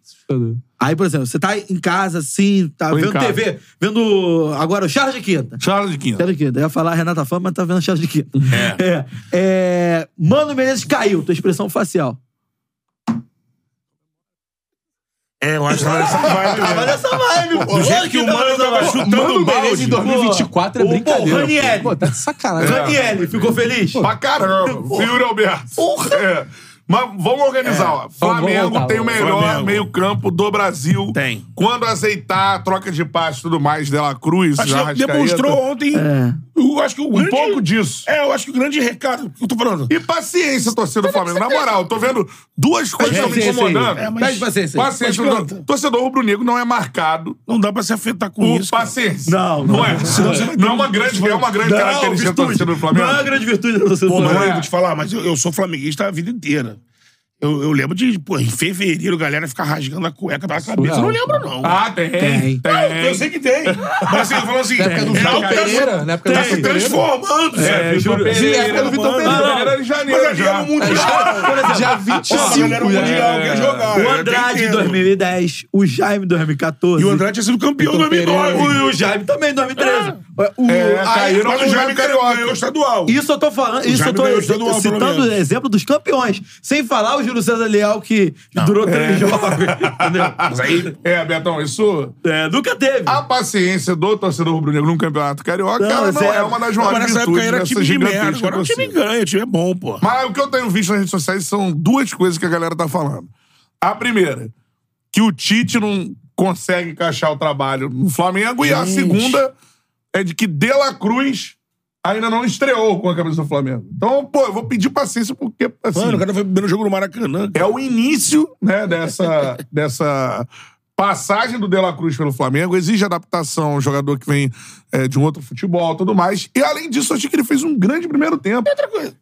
aí, por exemplo, você tá em casa, assim, tá Tô em vendo casa. TV, vendo agora o Charles de Quinta. Charles de Quinta. Charles de Quinta. Eu ia falar Renata Fama, mas tá vendo Charles de Quinta. É. É, Mano Menezes caiu, tua expressão facial. É, eu acho que tava nessa vibe mesmo. Tava Ah, nessa vibe, pô. Do jeito Lógico que o tava Mano nessa tava vibe. chutando Mano, o o Menezes em balde. 2024 Pô, é pô, brincadeira. Ranieri. Pô, tá de sacanagem. Ranieri, ficou feliz? Pra caramba. Fiore Alberto. É. Mas vamos organizar. ó. Vamos Flamengo voltar, tem o vamos. melhor Flamengo. meio-campo do Brasil. Tem. Quando azeitar, troca de passe e tudo mais, Dela Cruz, Acho que Arrascaeta. demonstrou ontem É. Eu acho que o grande- Um pouco disso. É, eu acho que o grande recado que eu tô falando. E paciência, torcedor do Flamengo. Na moral, eu tô vendo duas coisas que estão me paciência aí. incomodando. É, mas- Pede paciência. Paciência, Mas torcedor- canta. torcedor rubro-negro não é marcado Não dá pra se afetar com por isso. cara. paciência. Não, não é. é. Não, é. um uma grande, é uma grande Não, característica do virtude. torcedor do Flamengo. Não é uma grande virtude da torcida do Pô, mas Flamengo. eu é. vou te falar, mas eu, eu sou flamenguista a vida inteira. Eu, eu lembro de, pô, em fevereiro, a galera ficar rasgando a cueca pela cabeça. Eu não lembro, não. Ah, tem. É. Tem. Não, eu sei que tem. Mas assim, eu falo assim, época do é Vitor algo que tá Pereira, na época do tá Vitor se Pereira. É, transformando. É, sabe? Vitor Pereira. Sim, é época do Vitor mano. Pereira. Pereira era em janeiro Mas ali já. Ah, era o Mundial. Já Porra, a 25, galera, o Mundial né? quer jogar. é. O eu Andrade em entendo. 2010, o Jaime em 2014. E o Andrade é um. tinha sido campeão em Vitor Pereira. né? 2009. E o Jaime também em 2013. O, É, aí- caíram Mas no o Jaime Jaime Carioca. ganhou o estadual. Isso eu tô falando, isso Jaime eu tô ganhou o estadual, pelo citando o menos. exemplo dos campeões. Sem falar o Júlio César Leal, que durou três jogos. Entendeu? É. Mas aí, Ah, É, Betão, isso. É, nunca teve. A paciência do torcedor rubro-negro num campeonato carioca Não, ela não zero. é uma das não, mas maiores nessa época virtudes era dessa time de né? gigantesca merda. Agora o time torcida. ganha, o time é bom, pô. Mas o que eu tenho visto nas redes sociais são duas coisas que a galera tá falando. A primeira, que o Tite não consegue encaixar o trabalho no Flamengo. E a segunda é de que De La Cruz ainda não estreou com a camisa do Flamengo. Então, pô, eu vou pedir paciência porque, assim, Mano, o cara foi pro primeiro jogo no Maracanã. é o início né, dessa, dessa passagem do De La Cruz pelo Flamengo. Exige adaptação, um jogador que vem é, de um outro futebol tudo mais. E além disso, eu achei que ele fez um grande primeiro tempo.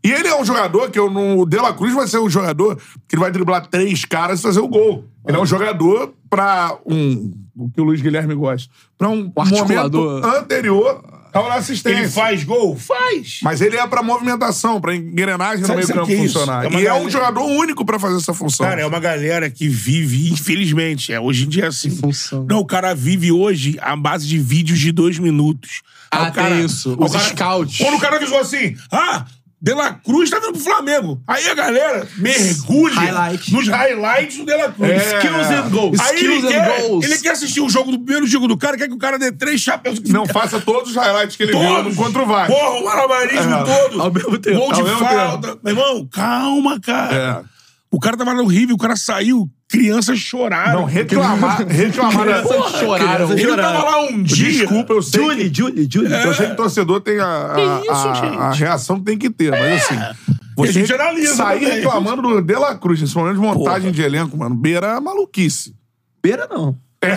E ele é um jogador que eu não. O De La Cruz vai ser um jogador que ele vai driblar três caras e fazer o gol. Ele é um jogador pra um. O que o Luiz Guilherme gosta. Pra um articulador. momento anterior ao assistência. Ele faz gol? Faz. Mas ele é pra movimentação, pra engrenagem Sabe- no sabe meio o que campo é isso? funcionar. É uma e é um galera- jogador único pra fazer essa função. Cara, é uma galera que vive, infelizmente, é, hoje em dia é assim. função. Não, o cara vive hoje à base de vídeos de dois minutos. Ah, Aí o cara- tem isso. o Os scouts. Quando o cara que falou assim, ah, De La Cruz tá vindo pro Flamengo. Aí a galera mergulha Highlight. nos highlights do De La Cruz. Skills and goals. Aí Skills ele, and quer, goals. ele quer assistir o jogo do primeiro jogo do cara, quer que o cara dê três chapéus. Não faça todos os highlights que ele viu Todos. contra o VAR. Porra, o malabarismo todo. Ao mesmo tempo. Gol Ao de mesmo falta. Meu irmão, calma, cara. É. O cara tava no Rio, o cara saiu, crianças choraram. Não, reclamar, reclamar da... Crianças choraram. Ele tava lá um dia. Desculpa, eu sei Julie, Julie, Julie. que... Eu sei que o torcedor tem a, a, a- a reação que tem que ter, mas assim... É. E a Você gente analisa sair também. reclamando do De La Cruz, nesse momento de montagem de elenco, mano, beira a maluquice. Beira não. É,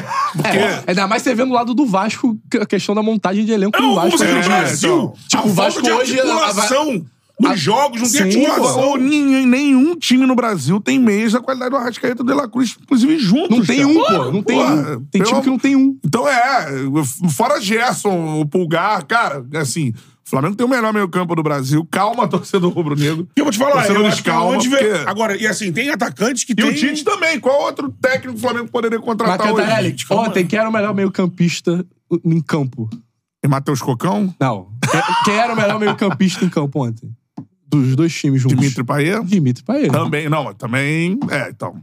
ainda mais você vendo o lado do Vasco que- a questão da montagem de elenco do Não, Vasco. você né? no é, Brasil. então. Tipo, o o Vasco Vasco de hoje, articulação a- nos jogos, não tem Sim, articulação. Ou nin- nenhum time no Brasil tem meias da qualidade do Arrascaeta e do De La Cruz, inclusive juntos. Não tem cara. um, pô. Não tem Porra, um. Tem pelo time que não tem um. Então é, fora Gerson, o Pulgar, cara, assim, o Flamengo tem o melhor meio-campo do Brasil. Calma, torcedor rubro-negro. E eu vou te falar, Torcedor eu dos acho que é calma, onde vem- porque- Agora, e assim, tem atacantes que E tem... o Tite tá também. Qual outro técnico do Flamengo poderia Mas é, contratar Cantarelli, hoje? ontem, quem era o melhor meio-campista em campo? E Matheus Cocão? Não. Que- Quem era o melhor meio-campista em campo ontem? Dos dois times juntos. Dimitri Payet? Dimitri Paê. Também, não, mas também... É, então...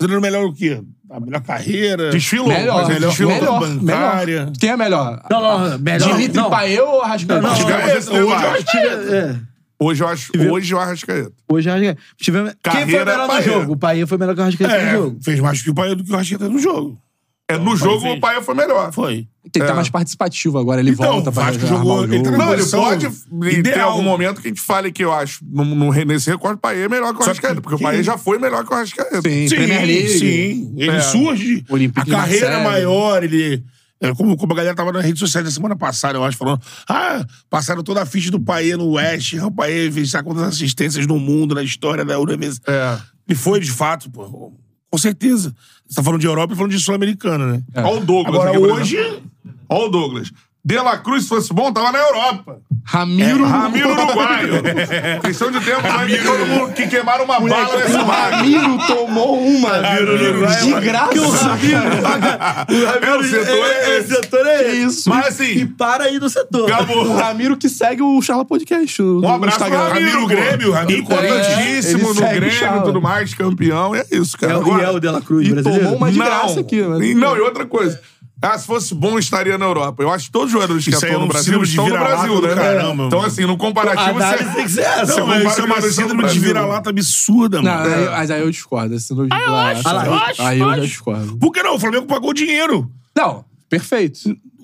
Fazendo melhor o quê? A melhor carreira. Desfilou, Melhor, mas ele melhor, desfilou. melhor, bancária. Quem é melhor? Não, não, melhor. Dimitri não. Paê ou Arrascaeta? Não, não, Tivemos não, esse hoje eu debate. acho É, Hoje eu acho... é Hoje eu Arrascaeta. hoje acho que- é. tivemos... Quem foi Carreira o melhor no Paê. jogo? O Paê foi o melhor que o Arrascaeta É, no jogo. fez mais que o Paia do que o Arrascaeta no jogo. É, no jogo o Payet foi melhor. Foi. Tem que estar mais participativo agora. Ele Então, volta o pra Vasco armar jogou- o jogo. ele um- tá na Não, ele Posição pode ter ideal. algum momento que a gente fale que eu acho, no, no- nesse recorte, o Paê é melhor que o Só Arrascaeta, que- porque o Paê já foi melhor que o Arrascaeta. Sim, Sim, Premier League. sim. Ele É. surge, Olympique a carreira é Marseille. maior, ele... é, como, como a galera tava nas redes sociais na semana passada, eu acho, falando... Ah, passaram toda a ficha do Paê no West, Ham, o Paê fez sabe quantas assistências no mundo, na história da Uruguai. É. Ele foi, de fato, pô. Com certeza. Você tá falando de Europa e falando de Sul-Americana, né? É. Olha o Douglas. Agora, aqui, por hoje- exemplo. Olha o Douglas. De La Cruz, se fosse bom, tava na Europa. É, Ramiro. Ramiro Uruguaio. Questão de tempo, vai ter todo mundo que queimaram uma bala nesse O mar. Ramiro tomou uma é de graça. É, o setor é É, esse. setor é esse. Mas E assim, para aí no setor. O acabou. Ramiro que segue o Charla Podcast. No Um abraço pro Instagram. Ramiro, Grêmio, Ramiro Grêmio, Ramiro Ramiro ele Correntíssimo no segue o Grêmio e Charla. tudo mais, campeão. É isso, É cara. o- é Agora- e é o De La Cruz E brasileiro. tomou uma de Não. graça aqui. E, mas- não, e outra coisa. Ah, se fosse bom, estaria na Europa. Eu acho que todos os jogadores que Isso aí atuam no é um Brasil síndrome de estão no vira-lata Brasil, do né? caramba, Então, mano. assim, no A comparativo, análise tem que você... ser essa. Não, compara isso é o Brasil uma com síndrome o de Brasil. vira-lata absurda, Não, mano. aí, mas aí eu discordo. Assim, não, aí, Ah, eu acho, aí, eu acho, aí eu já acho. discordo. Por que não? O Flamengo pagou dinheiro. Não, perfeito.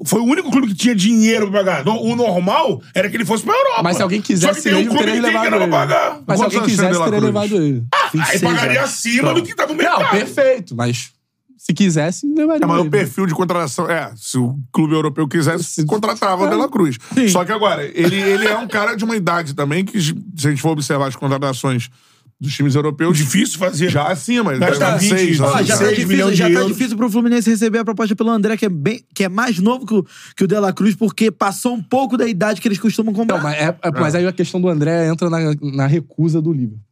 Foi o único clube que tinha dinheiro pra pagar. No- O normal era que ele fosse pra Europa. Mas se alguém Só quisesse que tem um mesmo, clube teria que tem levado grana ele. pra pagar. Mas Quantos se alguém anos tem quisesse, De La teria Cruz? né? Então. levado ele. Ah, Aí 26 pagaria anos. acima do que tá no mercado. Não, perfeito, mas se quisesse, levaria É, mas o ele. perfil de contratação. É, se o clube europeu quisesse, É. contratava o Dela Cruz. Só que agora, ele, ele é um cara de uma idade também que, se a gente for observar as contratações dos times europeus, Difícil fazer. já acima. ele Gasta deve ter 20, seis, ó, Ah, né? Ó, já tá, 6 milhões difícil, de já tá euros. difícil pro Fluminense receber a proposta pelo André, que é, bem, que é mais novo que o, que o De La Cruz, porque passou um pouco da idade que eles costumam comprar. Não, mas, é- é- Ah. mas aí a questão do André entra na, na recusa do Liverpool.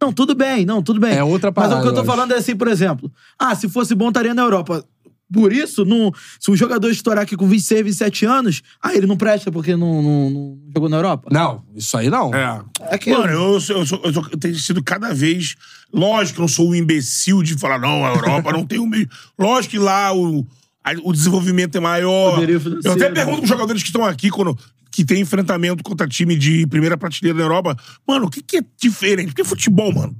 Não, tudo bem, não, tudo bem. É outra Mas o parada, que eu tô eu falando é assim, por exemplo. Ah, se fosse bom, estaria na Europa. Por isso, não, se um jogador estourar aqui com 26, 27 anos, ah, ele não presta porque não, não- não jogou na Europa. Não, isso aí não. É. É que Mano, eu, sou- eu, sou- eu sou- eu tenho sido cada vez. Lógico que eu não sou um imbecil de falar, não, a Europa não tem o mesmo. Lógico que lá o, a- o desenvolvimento é maior. Poderio financeiro. Eu até né? pergunto pros jogadores que estão aqui, quando, que tem enfrentamento contra time de primeira prateleira na Europa, mano, o que, que é diferente? Porque futebol, mano.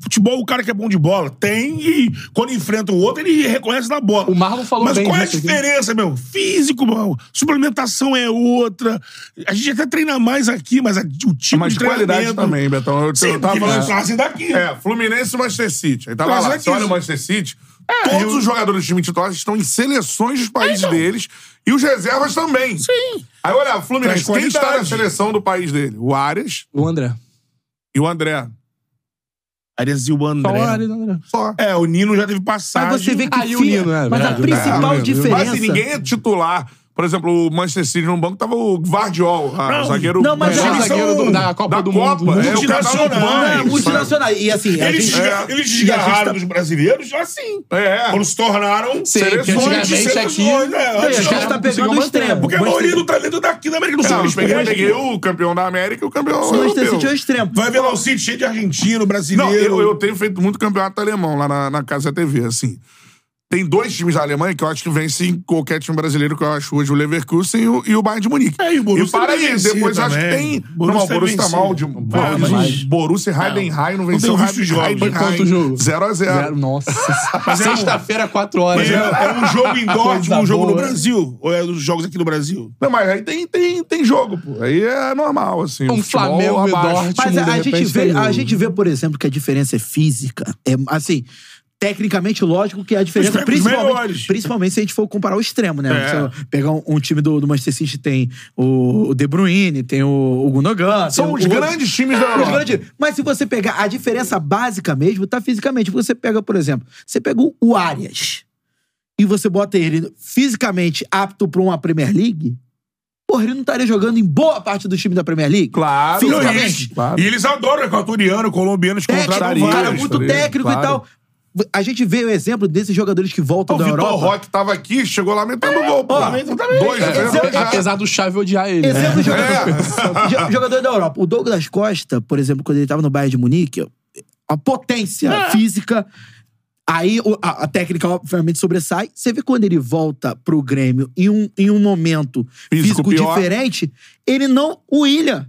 Futebol, o cara que é bom de bola tem e quando enfrenta o outro, ele reconhece na bola. O Marlon falou Mas bem qual é a disso aqui. diferença, meu? Físico, meu. Suplementação é outra. A gente até treina mais aqui, mas a- o time Mas de É qualidade treinamento... também, Betão. Eu, Tipo, Sim, eu tava porque falando eles nascem daqui. É, Fluminense e Manchester City. Aí tava Mas lá, é você que- É, olha o Manchester City, todos os jogadores do time titular estão em seleções dos países deles e os reservas também. Então. Sim. Aí olha, o Fluminense, Traz quem está na qualidade. seleção do país dele? O Arias O André. e o André. Arias e o Só o André. Arias, o André. Só. É, o Nino já teve passagem. mas você vê que Aí o fica- Nino, é Mas a verdade. principal É, o Nino. Mas diferença. assim, ninguém é titular. Por exemplo, o Manchester City no banco tava o Guardiol, ah, Não, zagueiro. não, mas o Melhor eles são zagueiro do- da Copa da do Copa, é, Mundo. o cara tá no Multinacionais. É, banco, sabe? multinacional. E assim, a Eles, gente- desga- eles E a gente desgarraram tá- dos brasileiros já sim. É. Quando se tornaram Sim, porque seleções de antigamente aqui- seleções, né? a Antes Os caras não- gente tá não pegando conseguiam o manter. extremo. É, Porque a maioria do talento é daqui da América do É, Não, é Sul. eu Eles peguei, pegaram peguei aqui. o campeão da América e o campeão um O Manchester europeu. City é o extremo. Vai ver lá o City cheio de argentino, brasileiro. Não, eu, eu tenho feito muito campeonato alemão lá na, na Casa TV, assim. Tem dois times da Alemanha que eu acho que vencem qualquer time brasileiro, que eu acho hoje o Leverkusen e o, e o Bayern de Munique. É, e o Borussia para deve aí, vencer depois eu acho que também. tem... Borussia não, o deve Borussia tá vencer. mal de... Ah, mas mas- o Borussia e Heidenheim não venceu o Não tenho visto os jogos. Heidenheim. Foi quanto o jogo? 0x0. Zero, nossa. Mas é um- Sexta-feira, 4 horas. né? Mas é, é um jogo em tipo Coisa Dortmund, um jogo no boa. Brasil. Ou é dos jogos aqui no Brasil? Não, mas aí tem, tem, tem jogo, pô. Aí é normal, assim. o Um futebol Flamengo e o abaixo. Dortmund. Mas de a, a gente repente, vê, tem a jogo. gente vê, por exemplo, que a diferença é física. É, assim, tecnicamente, lógico que a diferença. Os melhores. Principalmente, principalmente se a gente for comparar o extremo, né? É. Se eu pegar um, um time do, do Manchester City, tem o, o De Bruyne, tem o, o Gundogan. São tem os o- grandes times da Os Europa. grandes- Mas se você pegar a diferença básica mesmo, tá fisicamente. Você pega, por exemplo, você pega o Arias e você bota ele fisicamente apto pra uma Premier League, porra, ele não estaria jogando em boa parte do time da Premier League? Claro. Fisicamente. Claro. é E eles adoram equatoriano, colombiano, os técnico, contrataram um cara vários. muito estaria, técnico claro. Ah, e tal. A gente vê o exemplo desses jogadores que voltam O da Vitor Europa. Roque tava aqui, chegou lá metendo gol, pô. Dois, É, né? exemplo- Já- Apesar do Chave odiar ele. né? Exemplo de jogador, É. jo- jogador da Europa. O Douglas Costa, por exemplo, quando ele tava no Bayern de Munique, a potência física. Aí o- a, a técnica, obviamente, sobressai. Você vê quando ele volta pro Grêmio em um, em um momento Físico físico, pior. diferente, ele não. O William.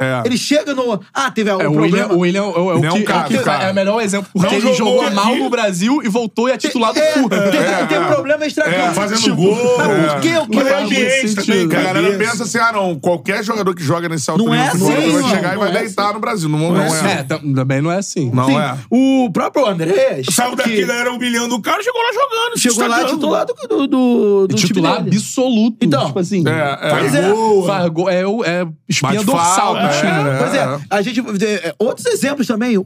É. Ele chega no. Ah, teve algum É, o William, problema. o William é o- é o Não é um que- é o cara, que- cara. é o melhor exemplo, porque Não ele jogou jogou mal aqui. no Brasil e voltou e é titular do É, Furra. tem, É. tem problema extracampo. É, fazendo Tipo, gol. mas por que o que Mas é faz ambiente sentido. também, Que a cara. galera pensa assim, ah, não, qualquer jogador que joga nesse alto Não nível é de futebol, assim, ele vai não, chegar e vai não é deitar no Brasil. Não, não, é. É, tam- também não é assim. Não Sim, é. O próprio Andrés. Saiu daqui, que a galera humilhando o cara, chegou lá jogando. se Chegou lá destacando. titular do, do, do, do Titular time dele. absoluto. Então, tipo assim, É, é. Pois é. Gol, faz gol, é, o- é espinha Bate dorsal falta, do time. né? é. Pois é, a gente. é, Outros exemplos também. O,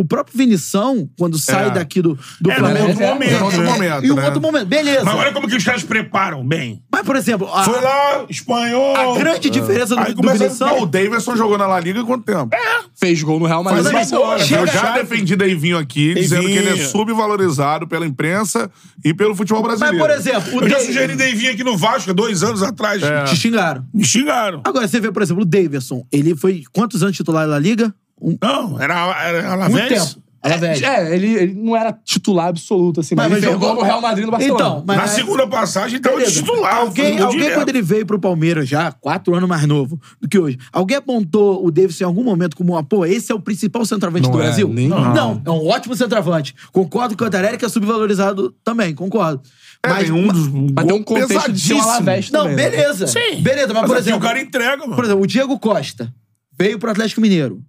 o próprio Vinição, quando sai É. daqui do, do É, Flamengo. num outro É, é, momento. é, outro É, momento, E um né? outro momento. Beleza. Mas Mas, olha como que os caras preparam bem. por exemplo, a, Foi lá, espanhol. Ah. a grande diferença Aí do, do começa- Pô, o Vinição. Davidson jogou na La Liga há quanto tempo? Fez gol no Real Madrid. Faz mas- aí, bora. Eu Chega, já chega. defendi Davinho aqui, dizendo que ele é Davinho. subvalorizado pela imprensa e pelo futebol Mas, brasileiro. por exemplo, o Eu já Dave- sugeri Deivinho aqui no Vasco há dois anos atrás. Te xingaram. Me xingaram. Agora, você vê, por exemplo, o Davidson. Ele foi quantos anos titular da Liga? Um, Não, era, era Alavés. muito tempo. Alavés. É, ele, ele não era titular absoluto, assim, mas, ele fez gol no Real Madrid e no Barcelona. Então, mas Na segunda passagem, então, ele tava Beleza. titular. né? Alguém, fazendo gol alguém direto. quando ele veio pro Palmeiras já, quatro anos mais novo do que hoje, alguém apontou o Davidson em algum momento como, ah, pô, esse é o principal centroavante Não do é, Brasil? nem- não, é um ótimo centroavante. Concordo com o Cantarelli que é subvalorizado também, concordo. É, mas, tem um dos Mas tem um gol contexto de ser pesadíssimo. uma Alavés Não, também, né? beleza. Sim. Beleza, mas, Mas por aqui exemplo. o cara entrega, mano. Por exemplo, o Diego Costa veio pro Atlético Mineiro.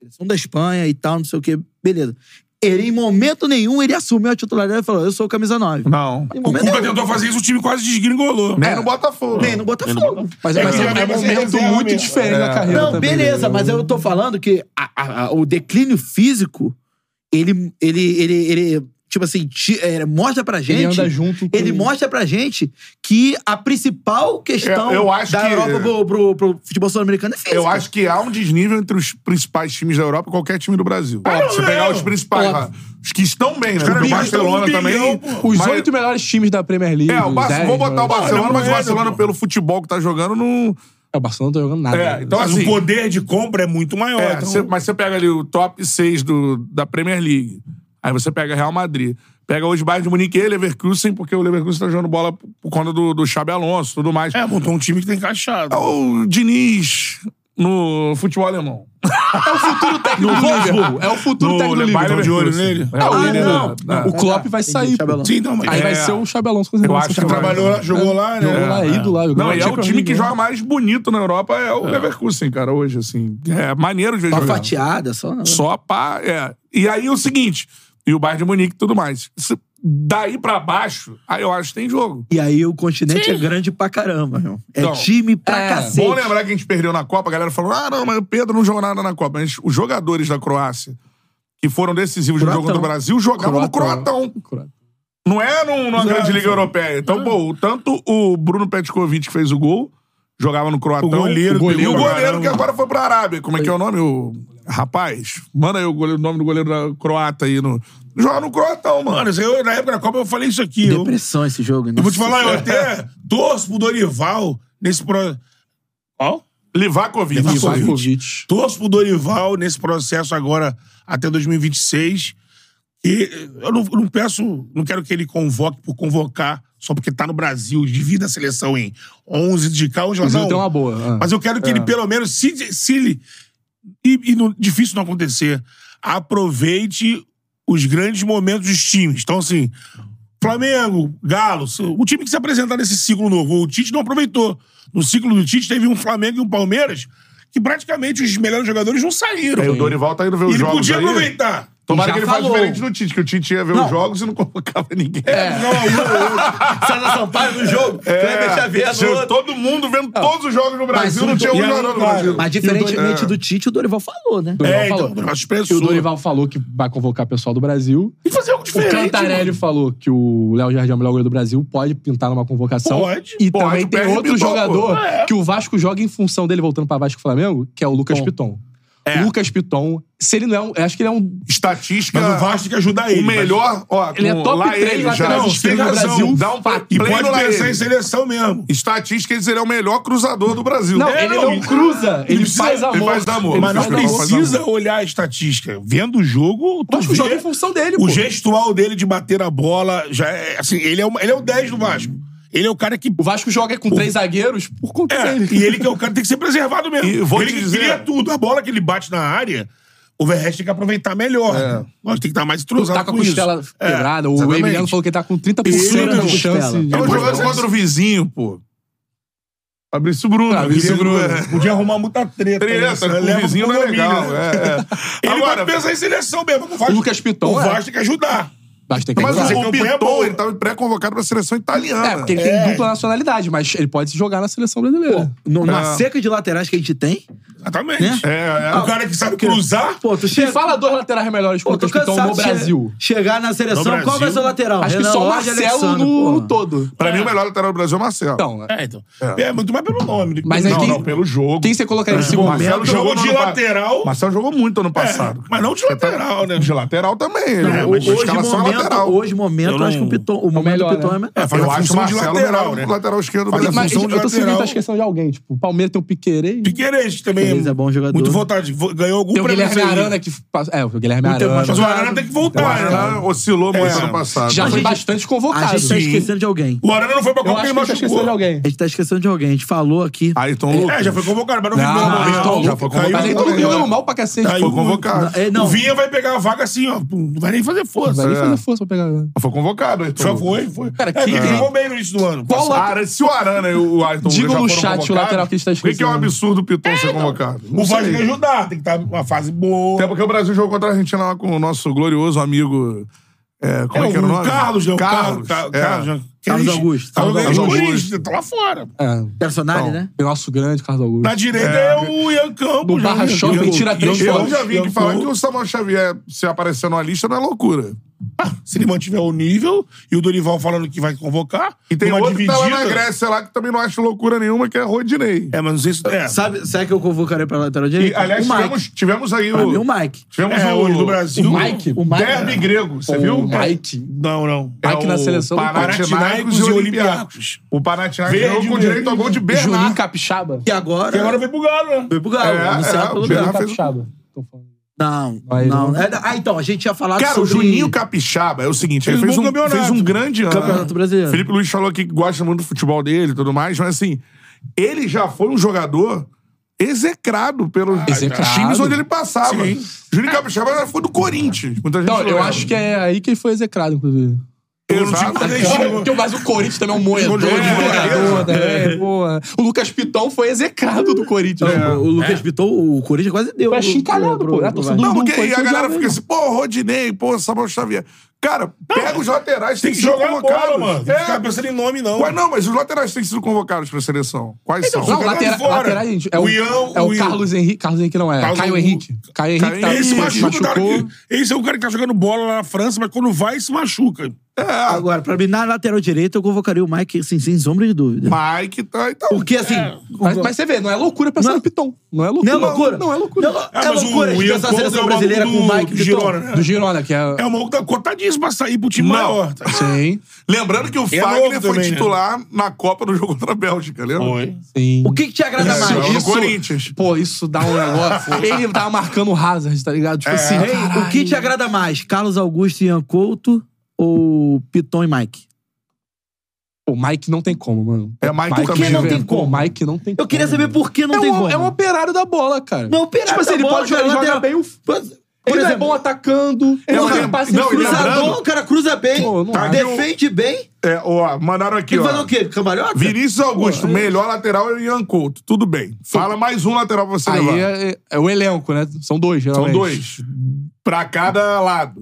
Seleção da Espanha e tal, não sei o quê. Beleza. Ele, em momento nenhum, ele assumiu a titularidade e falou: Eu sou o camisa 9. Não. é- Né? Em O momento Cuca nenhum. tentou fazer isso, o time quase desgringolou. Nem é no Botafogo. Nem no Botafogo. Mas, É assim. mas que é, ele um vai ser momento reserva muito mesmo. É. diferente da carreira Não, também. beleza, mas eu tô falando que a- a- a- o declínio físico, ele, ele, ele, ele, tipo assim, ti- é, mostra pra gente. Ele anda junto com- ele mostra pra gente que a principal questão Eu- eu acho da que- Europa pro, pro- pro futebol sul-americano é física. Eu acho que há um desnível entre os principais times da Europa e qualquer time do Brasil. Óbvio, se pegar os principais, lá, os que estão bem, né? Porque O bilhão, Barcelona bilhão, também. pô. um Os mas- oito melhores times da Premier League. É, o Barça- dez, vou botar o mas- Barcelona, não mas o é, Barcelona, pô. pelo futebol que tá jogando, não. É, o Barcelona não tá jogando nada. É, então Mas assim- o poder de compra é muito maior. É, então- cê- mas você pega ali o top 6 do, da Premier League. Aí você pega Real Madrid. Pega hoje Bayern de Munique e Leverkusen, porque o Leverkusen tá jogando bola por conta do, do Xabi Alonso e tudo mais. É, montou um time que tá encaixado. É o Diniz no futebol alemão. no Liverpool. É o futuro No tá técnico do Le- Bayern Liverpool. de olho assim. nele. É, Ah, o, Liverpool. não. Não. o Klopp vai sair. pô. Sim, não, mas... Aí vai É. ser o Xabi Alonso Eu acho que trabalhou lá, jogou lá, né? Jogou lá, É. ido lá. jogou Não, na e é o Champions time League, que né? joga mais bonito na Europa é o Leverkusen, cara, hoje, assim. É maneiro de ver Só jogar. fatiada, só. Só pá, é. E aí o seguinte, e o Bayern de Munique e tudo mais. Se- daí pra baixo, aí eu acho que tem jogo. E aí o continente é grande pra caramba, irmão. É Então, time pra é, cacete. Bom lembrar que a gente perdeu na Copa, a galera falou, ah, não, mas o Pedro não jogou nada na Copa. Mas os jogadores da Croácia, que foram decisivos no jogo Croatão. do Brasil, jogavam no Croatão. Croatão. Não é num- numa grande liga europeia. Então, pô, tanto o Bruno Petkovic que fez o gol, jogava no Croatão. O goleiro, o goleiro, pegou o goleiro caramba. que agora foi pra Arábia. Como é que é o nome? O... Rapaz, manda aí o, goleiro- o nome do goleiro da croata aí. No... Joga no Croatão, mano. Mano, isso aí eu- na época da Copa eu falei isso aqui. Eu, Depressão esse jogo. eu vou te falar, eu até torço pro Dorival nesse pro... Qual? Livakovic. Livakovic. Livakovic. Torço pro Dorival nesse processo agora até 2026. E eu não, não peço, não quero que ele convoque por convocar, só porque tá no Brasil, divida a seleção em 11 de cá, 11 lá. Inclusive, não. tem uma boa, é. um. Mas eu quero que ele, pelo menos, se, se ele. E, e não- difícil não acontecer. Aproveite os grandes momentos dos times. Então, assim, Flamengo, Galo, o time que se apresentar nesse ciclo novo, o Tite não aproveitou. No ciclo do Tite teve um Flamengo e um Palmeiras que praticamente os melhores jogadores não saíram. Aí o Dorival tá indo ver E os ele jogos podia aí. aproveitar. Tomara Já que ele faça falou. diferente do Tite, que o Tite ia ver os jogos e não convocava ninguém. É, César Sampaio no jogo. É. Kleber Xavier no Tinha outro. Todo mundo vendo todos os jogos no Brasil, Mas não o tinha um Dorival- jogador no Brasil. Mas diferentemente do Tite, o Dorival falou, né? É, Dorival então, um falou. o Dorival E expressou. o Dorival falou que vai convocar pessoal do Brasil. Tem que fazer algo O diferente. Cantarelli falou que o Léo Jardim é o melhor goleiro do Brasil, pode pintar numa convocação. Pode. E Pode, também o tem PR outro pintou, jogador pô. É. que o Vasco joga em função dele, voltando pra Vasco e Flamengo, que é o Lucas Piton. Lucas Piton, se ele não é um. eu Acho que ele é um. Estatística. Mas o Vasco tem que ajudar ele. O melhor, ó, Ele é com- top lá três ele já. laterais Não, tem esquerdo do razão. Brasil. Dá um E play pode no pensar em Laerte. seleção mesmo. Estatística, ele seria o melhor cruzador do Brasil. Não, É, ele não cruza, ele, precisa- faz amor. Ele faz amor. Mas não faz amor, faz precisa amor. olhar a estatística. Vendo o jogo, tu O Vasco vê joga em função dele, pô. o gestual dele de bater a bola. Já é, assim, ele, é o, ele é o 10 do Vasco. Ele é o cara que. O Vasco joga com três zagueiros por conta É, dele. e ele que é o cara que tem que ser preservado mesmo. E eu vou ele te que dizer- cria tudo. A bola que ele bate na área, o Verrest tem que aproveitar melhor. Nós tem que estar mais entrosado É. tá com a com isso. costela É, quebrada. O exatamente. Emiliano falou que ele tá com Ele 30% não de chance. costela. de- É um Depois jogando dessa- contra o vizinho, pô. Fabrício Bruno. Fabrício querido, Bruno. é. Podia arrumar muita treta. né? Treta, Leva com o pro vizinho não é condomínio, legal. né? é, é. Ele Agora, pode pensar em seleção mesmo. O O Vasco, Lucas Piton. o é. Vasco tem que ajudar. Vasco tem que mas ajudar. você- o campanha é Piton, boa. ele tava pré-convocado pra seleção É, italiana. porque ele tem dupla nacionalidade, mas ele pode se jogar na seleção brasileira. No- Na É. seca de laterais que a gente tem. Exatamente. É, é. O cara que sabe cruzar. Pô, tu Me chega. fala dois laterais melhores Pô, contra tô o Piton cansado no de che- Brasil. chegar na seleção. No Qual Brasil? vai ser o lateral? Acho que Renan só o Lodge, Marcelo Alexandre, no, pô. no todo. Pra mim, o melhor lateral do Brasil é o Marcelo. Então, É, então. É. muito mais pelo nome. do que Mas pelo não, aí quem- não, pelo jogo. quem você colocaria em segundo? Marcelo Jogou jogou no de ano pa- lateral. Marcelo jogou muito ano passado. tá- mas não de lateral, né? De lateral também. Não, né? hoje, Escalação é momento, lateral. hoje, Eu momento, não- acho que o Piton, o momento melhor, do Piton né? é melhor. É, faz Eu a acho o função de Marcelo lateral, melhor né? lateral esquerdo. Faz a Mas, Mas tipo, função eu de tô sentindo que é lateral. tá esquecendo de alguém. Tipo, o Palmeiras tem o Piquerez. Piqueires também Reis é bom jogador. Muito vontade. Vo- Ganhou algum Tem o prêmio. Guilherme isso aí. Arana que... passa- É, o Guilherme Não tem Arana. mais Mas o Arana tem que O voltar, Arana né? oscilou muito É. ano passado. Já Mas foi gente- bastante A convocado. gente tá Eu esquecendo de alguém. O Arana não foi pra acho Copa e que a gente tá esquecendo de machucou. alguém. A gente tá esquecendo de alguém. A gente falou aqui. Ayrton Lucas. É, já foi convocado, mas não então, Não, não, ficou mal. Ayrton Ah, então, já foi Lucas. convocado. Mas aí todo mundo jogou mal pra cacete. né? Caiu pô. Foi muito. convocado. É, não. O Vinha vai pegar a vaga assim, ó. Não vai nem fazer Não força. vai nem é. fazer força pra pegar. Foi convocado, Ayrton Só Lucas. foi, foi. Cara, é, que- ele jogou bem no início do ano. Qual Passado. Cara, se o Arana e o Ayrton Diga Lucas já no foram chat o convocados, lateral que a gente tá Por que que é um esquecendo? absurdo o Piton ser convocado? O Não Vasco tem que sei. ajudar, tem que estar numa fase boa. Até porque o Brasil jogou contra a Argentina lá com o nosso glorioso amigo. É, como é, que era o nome? Carlos, né? O Carlos. Ca- é. Carlos, né? Carlos Aqueles- Augusto. Carlos Carlos Augusto. Augusto. Tá lá fora. É, Personagem, né? o nosso grande Carlos Augusto. Na direita é, o Ian No Campos. né? Barra Ian Shopping, Campos. tira três Ian Eu fotos. Campos. já vim Ian que falar que Campos. o Samuel Xavier se aparecer numa lista não é loucura. Ah, Se ele mantiver o nível e o Dorival falando que vai convocar. E tem uma outro que tá lá na dividida. Grécia lá que também não acho loucura nenhuma, que é Rodinei. É, mas não sei se. É. Sabe, sabe que eu convocarei pra lateral E, direito? aliás, o Mike. tivemos, tivemos aí Pra mim, o. o Mike. Tivemos É, o, hoje do Brasil. O Mike? O Mike. Derby grego, você Pô, viu? o Mike. Não, não. É Mike na o seleção do Panathinaikos e Olympiacos. O Panathinaikos Verde, ganhou com verde. direito ao gol de Juninho Bernard. Capixaba. E agora... E agora vem pro Galo, né? Foi pro Galo. É, anunciado é, pelo o Galo. Galo. Juninho fez- Capixaba. Tô falando. Não, Aí, não. não. É, ah, então, a gente tinha falado Cara, o sobre... Juninho Capixaba é o seguinte, ele Fez fez bom um, campeonato. fez um grande ano. Campeonato Brasileiro. Felipe Luiz falou aqui que gosta muito do futebol dele e tudo mais, mas assim, ele já foi um jogador execrado pelos Ah, Execrado. times onde ele passava. Sim. Juninho Capixaba foi do Corinthians. Muita gente Então, eu lembra. acho que é aí que ele foi execrado, inclusive. Eu não Exato. tive poder Porque o- Mas o Corinthians também é um moedor de É, jogador, né? Porra. O Lucas Pitão foi execrado do Corinthians. O, o Lucas É. Pitou, o Corinthians quase deu. É. Foi pro- achincalhado, pro- pô. tá pro- A torcida pro- Não, do porque aí Corinthians a galera já fica vem. assim, pô, Rodinei, pô, Samuel Xavier. Cara, pega os laterais, Tem que sido jogar a bola, convocados. mano. Tem que ficar É. pensando em nome, não. Ué, não, mas os laterais têm sido convocados pra seleção. Quais são? Então, Não, jogador de lateral, fora. lateral, gente. É O o, Ian, é o o Ian. Carlos Henrique. Carlos Henrique não é. Carlos Caio Henrique. Henrique. Caio Henrique Caio tá Henrique Esse Ih, machuca, o cara machucou. que- Esse é o cara que tá jogando bola lá na França, mas quando vai, se machuca. É, É, Agora, pra mim, na lateral direita, eu convocaria o Mike, assim, sem sombra de dúvida. Mike, tá, então. Porque, assim... Mas, mas você vê, não é loucura pensar Não. no Pitão. Não é Não loucura. é loucura? Não é loucura. Não, Ah, é mas o loucura a gente Ian pensar a Campos é seleção o brasileira maluco com o do Mike Piton. Girona, né? Do Girona, que é... É o maluco que tá cotadíssimo pra sair pro time Não. maior. Tá? Sim, Lembrando que o É Fagner novo foi também, né? titular na Copa do jogo contra a Bélgica, lembra? sim. O que, que te agrada Isso, mais? isso. No Corinthians. Pô, É, isso dá um negócio. ele tava marcando o Hazard, tá ligado? É. Tipo assim, Ei, o que te agrada mais? Carlos Augusto e Ian Couto ou Piton e Mike? O Mike não tem como, mano. É, Mike Mike também não velho, tem pô, como. Mike não tem Eu queria como, saber mano. por que não é tem um, como. É um operário da bola, cara. Não, operário Tipo assim, da ele bola, pode jogar, cara, ele joga lateral. bem o... Por Ele é exemplo, bom atacando. Ele Não, não, ele- tem passe não, ele é cruzado. cruzador, o cara cruza bem, Pô, não tá, é. defende bem. É, ó, mandaram aqui, Tem que ó. fazer o quê? Cambalhota? Vinícius Augusto, melhor lateral é o Ian Couto. Tudo bem. Fala mais um lateral pra você levar. Aí é, é- é o elenco, né? São dois, São geralmente. dois. Pra cada lado.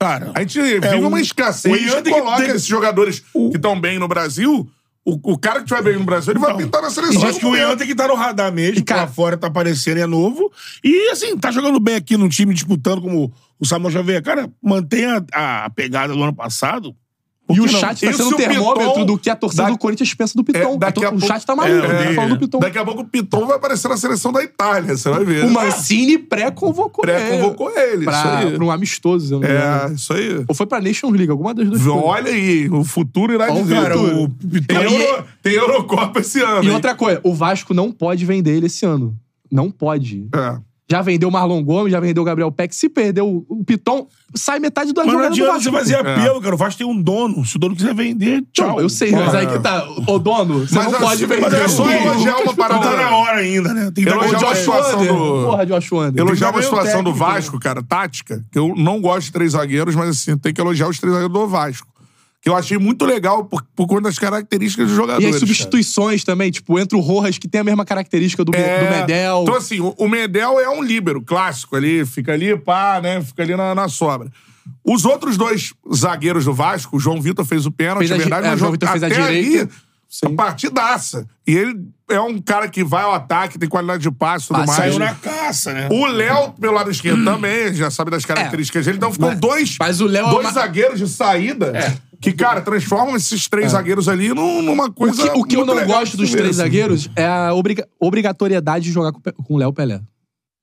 Cara, é A gente vive o- uma o escassez Ian que tem que- coloca tem- esses jogadores que estão bem no Brasil. O, o cara que estiver bem no Brasil, ele vai pintar na seleção. eu acho que o Ian tem que estar no radar mesmo. cara- Cara, lá fora tá aparecendo, é novo. E, assim, tá jogando bem aqui no time, disputando como o Samuel Xavier. Cara, mantém a, a pegada do ano passado. Por E o que não? chat está E se sendo o o termômetro Piton- do que a torcida da- do Corinthians pensa do É, Pitão. A daqui tor- a o pouco- chat tá maluco, É, né? odeia. falando do Pitão. Daqui a pouco o Piton vai aparecer na seleção da Itália, você vai ver. né? O Mancini pré-convocou Pré-convocou ele, isso Pra, aí. pra um amistoso, se eu não me É, engano. isso aí. Ou foi pra Nations League, alguma das duas coisas. Olha aí, o futuro irá Olha o dizer. Cara, futuro. o- tem, Não, e- Euro- tem Eurocopa esse ano. E hein? outra coisa, o Vasco não pode vender ele esse ano. Não pode. É. Já vendeu o Marlon Gomes, já vendeu o Gabriel Peck. Se perder o, o Pitão, sai metade da Mas não jogada do adianta Vasco. você fazer É. apelo, cara. O Vasco tem um dono. Se o dono quiser vender, tchau. Não, eu sei, mas aí que tá. Ô, dono, você Mas não eu- pode mas vender. eu só o- elogiar o uma Lucas parada. Não Pitão. tá na hora ainda, né? Tem que dar Eu O já- uma Josh Josh Wander. Wander. é um Porra, Josh Wander. Elogiar uma é também o situação do técnico, né? Vasco, cara, tática, que eu não gosto de três zagueiros, mas assim, tem que elogiar os três zagueiros do Vasco. Que eu achei muito legal por, por conta das características dos E jogadores. as substituições também, tipo, entra o Rojas, que tem a mesma característica do, Me- cara. do Medel. Então, assim, o, o Medel é um líbero clássico ali, fica ali, pá, né? Fica ali na, na sobra. Os outros dois zagueiros do Vasco, o João Vitor fez o pênalti, Fez a é di- verdade, é, mas o João Vitor fez a até direita. ali, a partidaça. E ele é um cara que vai ao ataque, tem qualidade de passe e tudo mais. Saiu na caça, né? O Léo, pelo lado esquerdo, também já sabe das características dele. Então ficam dois, É. mas o Léo é dois uma- É. zagueiros de saída que, cara, transformam esses três zagueiros ali num- numa O coisa. que, o que eu Tá muito não legal gosto de dos ver, três assim. zagueiros é a obriga- obrigatoriedade de jogar com, o Pe- com o Léo Pelé.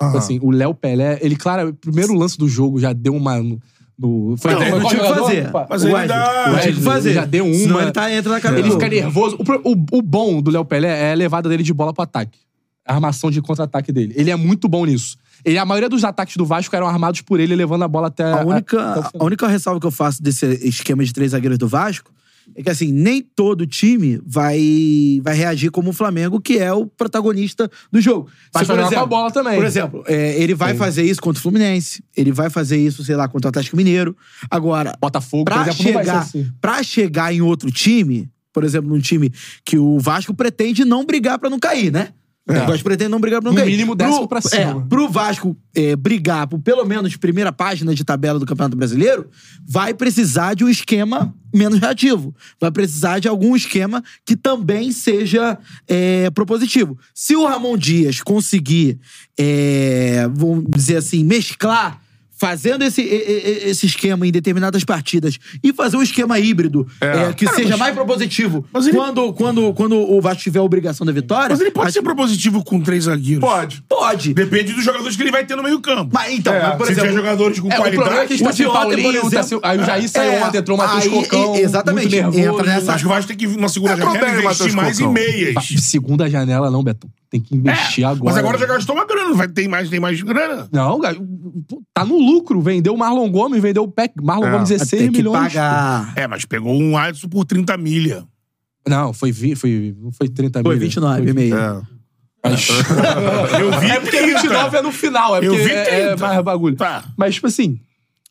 Tipo assim, o Léo Pelé, ele, claro, o primeiro lance do jogo já deu uma. No, no- foi Não, qual não tinha o que jogador? fazer. Pá. Mas ele Wesley. dá- Não tinha o que Wesley, fazer. ele já deu uma. Senão ele tá, entra na cara Ele do fica gol. nervoso. O, pro- o- o bom do Léo Pelé é a levada dele de bola pro ataque. a armação de contra-ataque dele. Ele é muito bom nisso. Ele, a maioria dos ataques do Vasco eram armados por ele, levando a bola até A até o única, final. a única ressalva que eu faço desse esquema de três zagueiros do Vasco é que, assim, nem todo time vai, vai reagir como o Flamengo, que é o protagonista do jogo. Mas vai jogar com a bola também. Por exemplo, é, ele vai fazer isso contra o Fluminense, ele vai fazer isso, sei lá, contra o Atlético Mineiro. Agora, Botafogo, pra por exemplo, não vai chegar, ser assim. pra chegar em outro time, por exemplo, num time que o Vasco pretende não brigar pra não cair, né? O Vasco pretende não brigar pra não É. No cair. mínimo, décimo pra cima. É, pro Vasco é, brigar por pelo menos primeira página de tabela do Campeonato Brasileiro, vai precisar de um esquema menos reativo. Vai precisar de algum esquema que também seja é, propositivo. Se o Ramon Dias conseguir, é, vamos dizer assim, mesclar fazendo esse, e- e- e- esse esquema em determinadas partidas e fazer um esquema híbrido é, que seja mais propositivo quando, quando, quando o Vasco tiver a obrigação da vitória. Mas ele pode ser propositivo com três zagueiros. Pode. Pode. Depende dos jogadores que ele vai ter no meio campo. Mas então, mas, por É, se exemplo, tiver jogadores com é, o problema é que qualidade... a gente O tá de Tio ontem, por Paulinho, o exemplo, Tassi- aí o É, Jair saiu ontem, entrou o Matheus aí, Cocão, e- Exatamente. muito nervoso. entra nessa. Acho que o Vasco tem que, na segunda É janela, problema, investir Matheus mais em Falcão. Pa- meias. Tá, Segunda janela, não, Betão. Tem que Tá investir agora. É, Mas agora já gastou uma grana, vai ter mais, tem É mais grana. Não, cara, pô, tá no lucro. Vendeu o Marlon Gomes, vendeu o Peck. Marlon Gomes, Tem 16 É, que milhões. pagar. É, mas pegou um Adson por 30 milha. Não, foi, vi- foi, não foi 30 mil. Foi 29 é e meio. Eu vi É porque 29 é no final, é Eu porque vi é, é 30. mais bagulho. Tá. Mas, tipo assim, o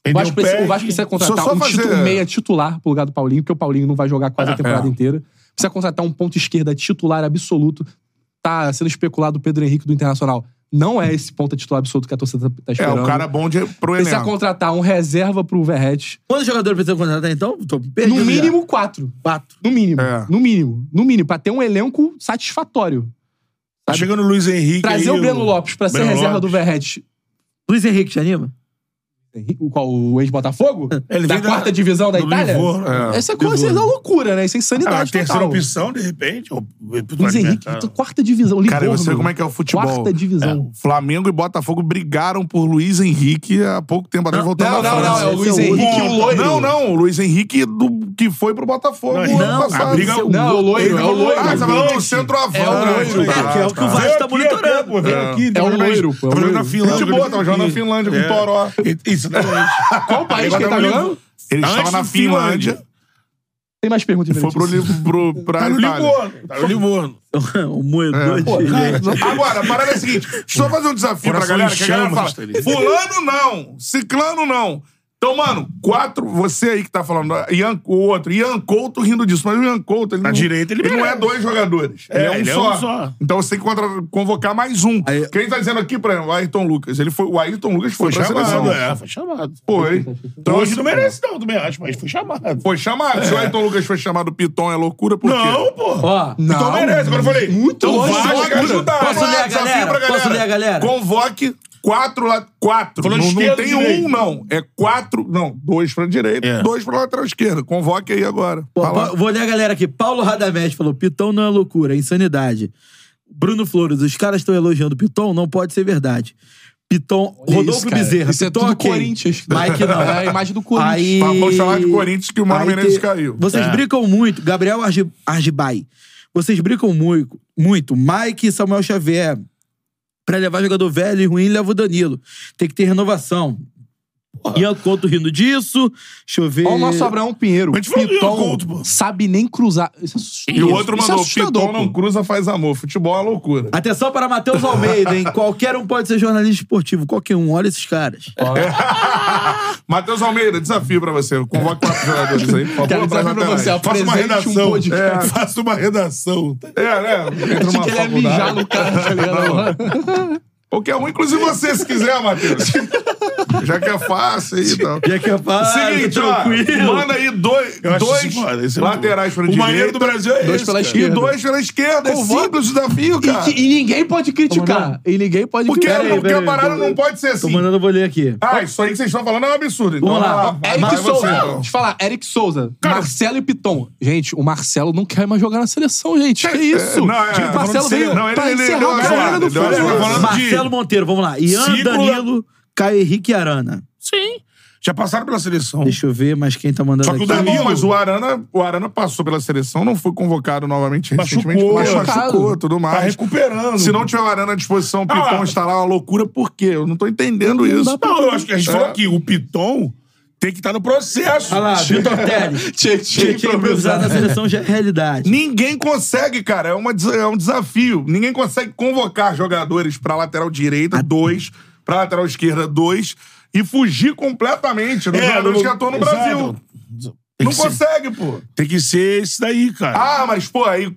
Vendeu Vasco, precisa, Peck. o Vasco precisa contratar Só- só um fazer- título meia titular pro lugar do Paulinho, porque o Paulinho não vai jogar quase a temporada é. inteira. Precisa contratar um ponto esquerda titular absoluto. Tá sendo especulado o Pedro Henrique do Internacional. Não é esse ponta titular absoluto que a torcida tá- É, tá esperando. o cara é bom de, pro Precisa elenco. contratar um reserva pro Verret. Quantos jogadores precisam contratar, então? Tô perdido No já. mínimo, quatro. quatro. No mínimo. É. No mínimo. No mínimo. Pra ter um elenco satisfatório. Tá chegando o Luiz Henrique. Trazer aí, o Breno Lopes pra ser Breno reserva do Lopes. Verret. Luiz Henrique te anima? O qual? O ex-Botafogo? Ele da veio da- quarta divisão da do Itália? Livorno, é. Essa coisa é uma loucura, né? Isso é Ah, insanidade mas terceira total. opção, de repente. ou- Luiz Henrique, então, Ah. quarta divisão. Livorno. é. Cara, eu sei como é que é o futebol. Quarta divisão. Flamengo e Botafogo brigaram por Luiz Henrique há pouco tempo atrás, voltando Não, da não, não. França. É o Luiz Esse é o Henrique e outro. o loiro. Não, não. O Luiz Henrique do, que foi pro Botafogo. Não, ano não, passado. a briga- Seu- Não, é o loiro. Ah, É o loiro. você tá falando do centroavante. Ah, É o loiro. Tá, É, que é o que o tá. Vasco tá monitorando. pô, vem É. aqui. É o loiro, pô, é o Tava jogando na loiro. Finlândia. De boa, tava jogando na Finlândia É. com o Toró. E- Isso, exatamente. Qual país que ele tá jogando? Ele Antes estava na do Finlândia Tem mais perguntas. e foi pro, Vinícius? li- pro, pra Tá no Itália. Livorno. Tá no Livorno. É. o moedor de... Agora, a parada é a seguinte: deixa eu fazer um desafio pra Coração galera, em que a galera fala: chamas, tá ligado? Fulano não, Ciclano não. Então, mano, quatro, você aí que tá falando, Ian, o outro, Ian Couto rindo disso, mas o Ian Couto, ele, Na não, direita, ele não é merece. dois jogadores. É, ele é um, só. Então você tem que contra- convocar mais um. Quem tá dizendo aqui, por exemplo, o Ayrton Lucas. Ele foi, o Ayrton Lucas foi, Foi pra chamado, seleção. né? é. Foi chamado. Foi. Então, Então, hoje não merece, não, também acho, mas foi chamado. Foi chamado. Se o Ayrton Lucas foi chamado Piton, é loucura, por quê? Não, pô. Ó, Não. Então merece. Agora eu falei. Muito então longe, vai, longe. cara. ajudar. Posso Vamos ler lá, a desafio galera? pra Posso ler a galera? Convoque quatro lá. Quatro. Falando Não, não esquerda, tem direita. um, não. É quatro. Não, dois pra direita, É. dois pra lateral esquerda. Convoque aí agora. Tá Pô, Fala. pa- vou ler a galera aqui. Paulo Radamés falou: Pitão não é loucura, é insanidade. Bruno Flores, os caras estão elogiando Piton, não pode ser verdade. Piton, Olha Rodolfo isso, cara. Bezerra, Isso é Piton tudo ok. Corinthians. Mike não. É a imagem do Corinthians. Aí- Mas Tá, vamos chamar de Corinthians que o Mano aí Menezes te- caiu. É. Vocês brincam muito, Gabriel Argi- Argibai. Vocês brincam muito, muito. Mike e Samuel Xavier. Pra levar jogador velho e ruim, leva o Danilo. Tem que ter renovação. Ian Couto rindo disso. Deixa eu ver. Olha o nosso Abraão Pinheiro. Mas a gente falou do Ian Piton Couto, pô. sabe nem cruzar. Isso é assust- E o outro isso é mandou: assustador, Piton não pô. cruza, faz amor. Futebol é uma loucura. Atenção para Matheus Almeida, hein? Qualquer um pode ser jornalista esportivo. Qualquer um. Olha esses caras. Matheus Almeida, desafio pra você. Convoque quatro jogadores aí, por favor. Cara, desafio pra laterais. Faça você. uma Apresente um redação. podcast. Faça uma redação. É, é, né? Entra Achei numa que ele ia faculdade. mijar no cara, tá ligado? Qualquer um, inclusive você, se quiser, Matheus. Já que é fácil aí e tal. Já que é fácil, Seguinte, ó, manda aí dois, Eu acho dois isso foda, isso é muito laterais pra bom. O direita. maneiro do Brasil é Dois esse, pela cara. E esquerda. dois pela esquerda. É Convoca. simples o desafio, E, cara. que- e ninguém pode criticar. E ninguém pode Porque, criticar. porque a peraí, parada peraí. é não pode ser Tô assim. mandando, eu vou ler aqui. Ah, isso aí que vocês estão falando é um absurdo. Então, Vamos lá. vai vai Eric você, Souza. então. Deixa eu falar. Eric Souza, Cara- Marcelo e Piton. Gente, o Marcelo não quer mais jogar na seleção, gente. Que isso? não, é, tá o falando Marcelo sério. veio Não, ele- pra ele- encerrar ele- a carreira ele- ele- do ele- Flamengo. falando de- Marcelo Monteiro, vamos lá. Ian Ciclo- Danilo, Caio Henrique e Arana. Sim. Já passaram pela seleção. Deixa eu ver, mas quem tá mandando Só que o aqui? Tá bom, Danilo- mas o Arana, o Arana passou pela seleção, não foi convocado novamente Machucou, recentemente. mas machucado. machucou, tudo mais. Tá recuperando. Se não tiver o Arana à disposição, o Piton lá. está lá, uma loucura, por quê? Eu não tô entendendo isso. É. Não, eu acho que a gente falou aqui, o Piton tem que estar no processo. Olha lá, Vitor Teles. Tietchan improvisado na seleção já é realidade. Ninguém consegue, cara. É, uma des- é um desafio. Ninguém consegue convocar jogadores pra lateral direita, dois, pra lateral esquerda, dois, e fugir completamente É, dos jogadores que atuam no É, Exato. Brasil. Tem Não que, ser, consegue, pô. tem que ser esse daí, cara. Ah, mas, pô, aí. o-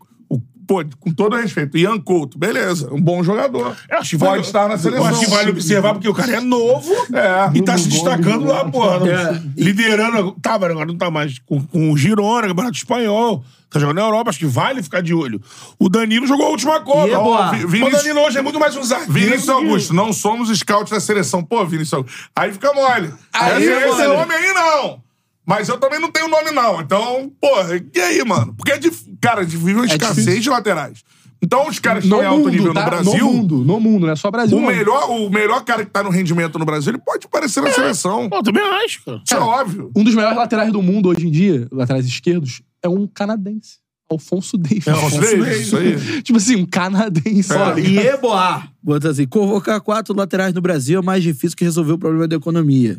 Pô, com todo respeito, Ian Couto, beleza, um bom jogador. Eu acho que Pode vale- estar na seleção. É, Eu acho que vale observar, porque o cara é novo É. e tá se destacando lá, porra. É. Liderando. Tava, agora não tá mais com, com o Girona, Campeonato Espanhol. Tá jogando na Europa, acho que vale ficar de olho. O Danilo jogou a última Copa. Eboa. Ó, Vi- Vinícius- O Danilo hoje é muito mais um zagueiro. Vinícius do que- Augusto, não somos scouts da seleção. Pô, Vinícius Augusto. Aí fica mole. é Aí esse, fica esse mole. nome aí não. Mas eu também não tenho nome, não. Então, porra, e aí, mano? Porque, é dif... cara, vive uma escassez de laterais. Então, os caras que estão No em alto nível mundo, no tá? No Brasil. mundo, no mundo, não é só Brasil. o, não. melhor, o melhor cara que tá no rendimento no Brasil, ele pode parecer na seleção. Pô, também acho, cara. Isso é óbvio. Um dos melhores laterais do mundo hoje em dia, laterais esquerdos, é um canadense. Alfonso Davis. É Alfonso Davis, isso aí. tipo assim, um canadense. tá É. ligado? E Eboá. Bota assim, convocar quatro laterais no Brasil é mais difícil que resolver o problema da economia.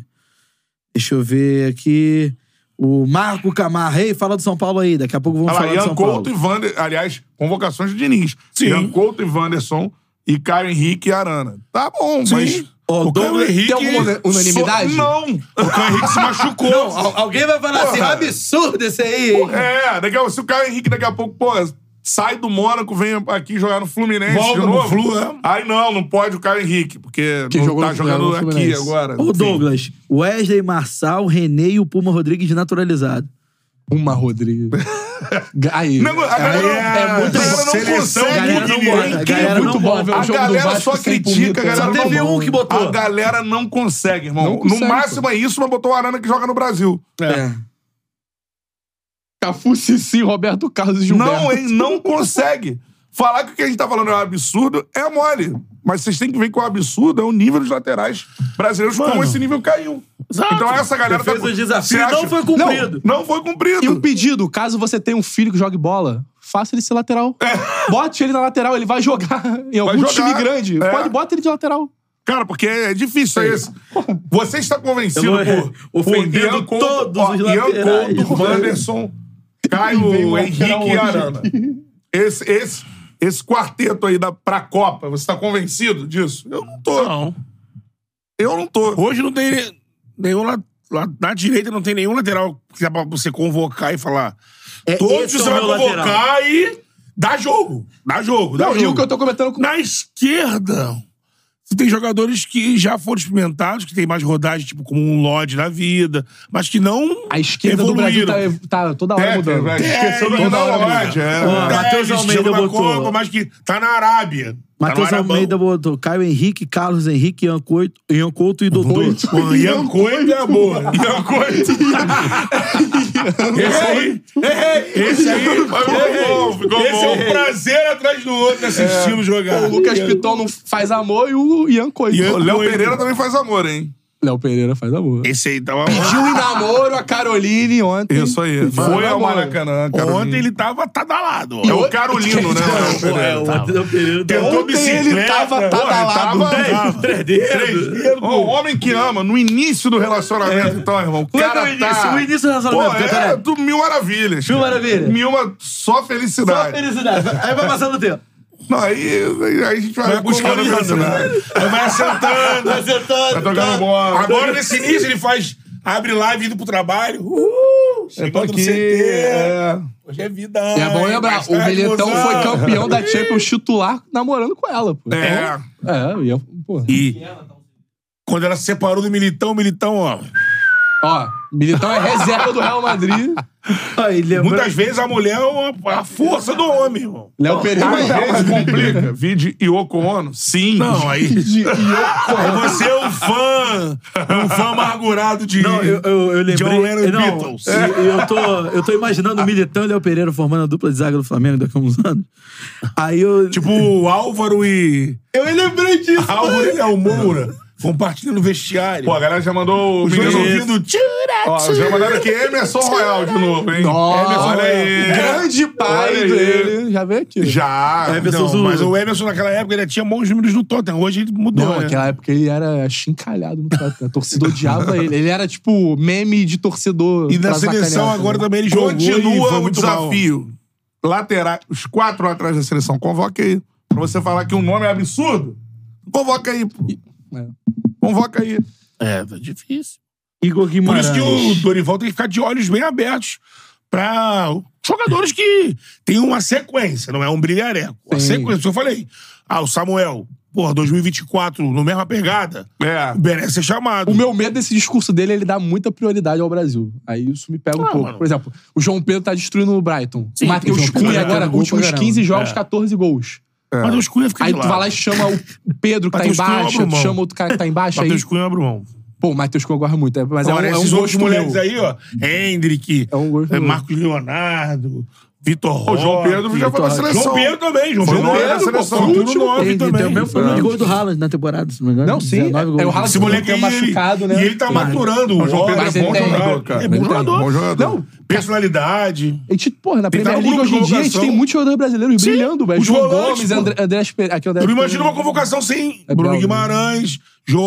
Deixa eu ver aqui. O Marco Camargo. Ei, fala do São Paulo aí. Daqui a pouco vamos Olha lá, falar Ian do São Couto e Paulo. Vander. Aliás, convocações de Diniz. Ian Couto e Wanderson e Caio Henrique e Arana. Tá bom, mas. Ó, O Caio Douglas- Henrique. Tem alguma una- unanimidade? So- Não! O Caio Henrique se machucou. Não, al- alguém vai falar assim, Porra. absurdo esse aí. hein? É, daqui a, se o Caio Henrique daqui a pouco, pô, sai do Mônaco, vem aqui jogar no Fluminense Volta de no novo. Flu, é. Aí não, não pode o Caio Henrique, porque Que não jogou tá no Fluminense, jogando no aqui Fluminense. agora. O Enfim. Douglas, Wesley, Marçal, René e o Puma Rodrigues naturalizado. Uma Rodrigo. Aí. Não, a galera, é, é muito a galera não Seleção, consegue, galera não Guilherme. bota, É a incrível. galera muito não bom bota. ver A o jogo do galera Vasco só sem critica, a punheta. galera Só não teve um que botou. A galera não consegue, irmão. Não consegue, no máximo é isso, mas botou o Arana que joga no Brasil. Cafu, Cici, Roberto Carlos e Gilberto. Não, ele não consegue. Falar que o que a gente tá falando é um absurdo é mole. Mas vocês têm que ver que o absurdo é o nível dos laterais brasileiros, como esse nível caiu. Exato. Então essa galera Defesa tá... do desafio Você não foi cumprido. Não, não foi cumprido. E um pedido, caso você tenha um filho que jogue bola, faça ele ser lateral. É. Bote ele na lateral, ele É. vai jogar em algum jogar. time grande. É. Pode, bota ele de lateral. Cara, porque é difícil é isso. Você está convencido Eu não- por, por ofendendo Ian Couto, todos ó, os Ian laterais. Couto, Wanderson, Vem Caio o lateral Henrique e hoje. Arana. Esse, esse, esse quarteto aí da, pra Copa, você está convencido disso? Eu não tô. Não. Eu não tô. Hoje não tem ne- nenhum la- la- na direita não tem nenhum lateral que dá pra você convocar e falar. É, Todos esse é você o vai meu convocar lateral. e dá jogo. Dá jogo, dá Não, e jogo. o que eu tô comentando com. Na esquerda, você tem jogadores que já foram experimentados, que tem mais rodagem, tipo, como um Lodge na vida, mas que não A esquerda do evoluíram. É, Brasil tá, tá toda hora mudando. Técnico, né? Esqueceu do Toda Ronaldo hora muda. Lodge, é. Ó, Matheus Tevez, Almeida chegou na botou. Copa, mas que tá na Arábia. Matheus tá no Arabão. Almeida botou Caio Henrique, Carlos Henrique, Ian Couto, Ian Couto e Dodô. Pô, é Ian Coito é boa. Ian Coito. Esse aí. Esse aí. Mas ficou bom, ficou Esse é um bom. prazer atrás do outro assistindo jogar. O Lucas Piton não faz amor e o Ian Coito. Ian- O Léo Coito. Pereira também faz amor, hein? Léo Pereira faz amor. Esse aí tá tava. Pediu em namoro a Caroline ontem. Isso aí. Faz Foi ao amor. Maracanã, cara. Ontem ele tava tadalado. É o Carolino, né? Léo Pereira? É, Tá o Atlético Pereira deu Tentou Ontem ele tava Pô, tadalado. ele tava- três dedos. É. Ó, O homem que ama, no início do relacionamento, então, irmão. O Quando cara o início- tá... o início do relacionamento, Pô, é Cantarelli? do mil maravilhas. Mil cara. maravilhas. Mil uma só Só felicidade. felicidade. Aí vai passando o tempo. Não, aí, aí a gente vai, né? Vai buscando a colorindo, felicidade. Vai assentando. Tá sentado, Tá jogando tá- bola. Agora, nesse início, ele faz. Abre live indo pro trabalho. Uh! Eu tô Chegando no aqui. CT. é. Hoje é vida. E é bom hein? lembrar, Mais o tarde, bilhetão mozão. foi campeão da Champions titular namorando com ela, pô. É. Então, É, o Ian, pô. E quando ela se separou do Militão, o Militão, ó. Ó, Militão é reserva do Real Madrid. Aí, lembra- Muitas vezes a mulher é uma- a força do homem, irmão. Léo Pereira. Às vezes complica. Vide Yoko Ono? Sim. Não, aí. de Ian aí você é um fã. Um fã amargurado de. Não, eu, eu, eu lembrei. John Lennon e não, Beatles. eu, eu tô, eu tô imaginando o Militão e Léo Pereira formando a dupla de zaga do Flamengo daqui a uns anos. Aí eu. Tipo o Álvaro e. eu lembrei disso. né? Álvaro e Léo Moura. Compartilha no vestiário. Pô, a galera já mandou o menino dois ouvindo. Ó, já mandaram aqui Emerson Royal de novo, hein? Emerson, olha aí. grande pai Olha aí. dele. Já veio aqui. Já. Emerson Não, Zulu. mas mas eu- o Emerson naquela época ele tinha bons números no Tottenham. Hoje ele mudou, Não, né? naquela época ele era chincalhado no Tottenham. A torcida odiava ele. Ele era tipo meme de torcedor. E na pra seleção sacanear, agora né? também ele jogou e foi Continua o muito mal. desafio. Laterais, os quatro atrás da seleção. Convoca aí. Pra você falar que um nome é absurdo, convoca aí, pô. É. Convoca aí. É, tá difícil. Igor Por Guimarães. isso que o Dorival tem que ficar de olhos bem abertos pra jogadores que têm uma sequência, não é um brilhareco. Uma Sim. sequência, eu falei. Ah, o Samuel, porra, 2024, no mesma pegada, É. merece ser chamado. O meu medo desse discurso dele é ele dar muita prioridade ao Brasil. Aí isso me pega um pouco. Por exemplo, o João Pedro tá destruindo o Brighton. Ah, Sim, o o Matheus João Pedro Cunha tá agora, jogando gol últimos pra caramba. 15 jogos, É. 14 gols. Mas o Cunha fica Aí de tu lado. vai lá e chama o Pedro que tá Matheus Cunha, eu embaixo, abro tu mão. chama outro cara que tá embaixo. Aí, Matheus Cunha é abre mão. pô, o Matheus Cunha eu gosto muito. é- Mas é um, Agora, é um esses outros gosto moleques meu. aí, ó. Hendrick, É um gosto meu. Marcos Leonardo, Vitor O Roque. João Pedro já foi da seleção. João Pedro também, João Foi Pedro. o nome da Pedro, seleção. pô, futuro Último nove Ele tem também. o mesmo É. problema de gol do Haaland na temporada, se não me engano. Não, sim, 19 é- gols. é o Haaland- Esse moleque Tem aí, machucado, né? E ele tá maturando. O João Pedro óculos, é bom tem- jogador, cara. É bom Ele tem. jogador. Bom jogador. Não, personalidade. A gente, porra, na Tem que Premier estar no League hoje em grupo de dia, a gente tem convocação. muitos jogadores brasileiros tá Sim, brilhando, velho. os João volantes, Gomes, pô. André, Andrés Pereira. Aqui é o Andrés Eu não imagino uma Pereira. convocação sem É Bruno Belga. Guimarães,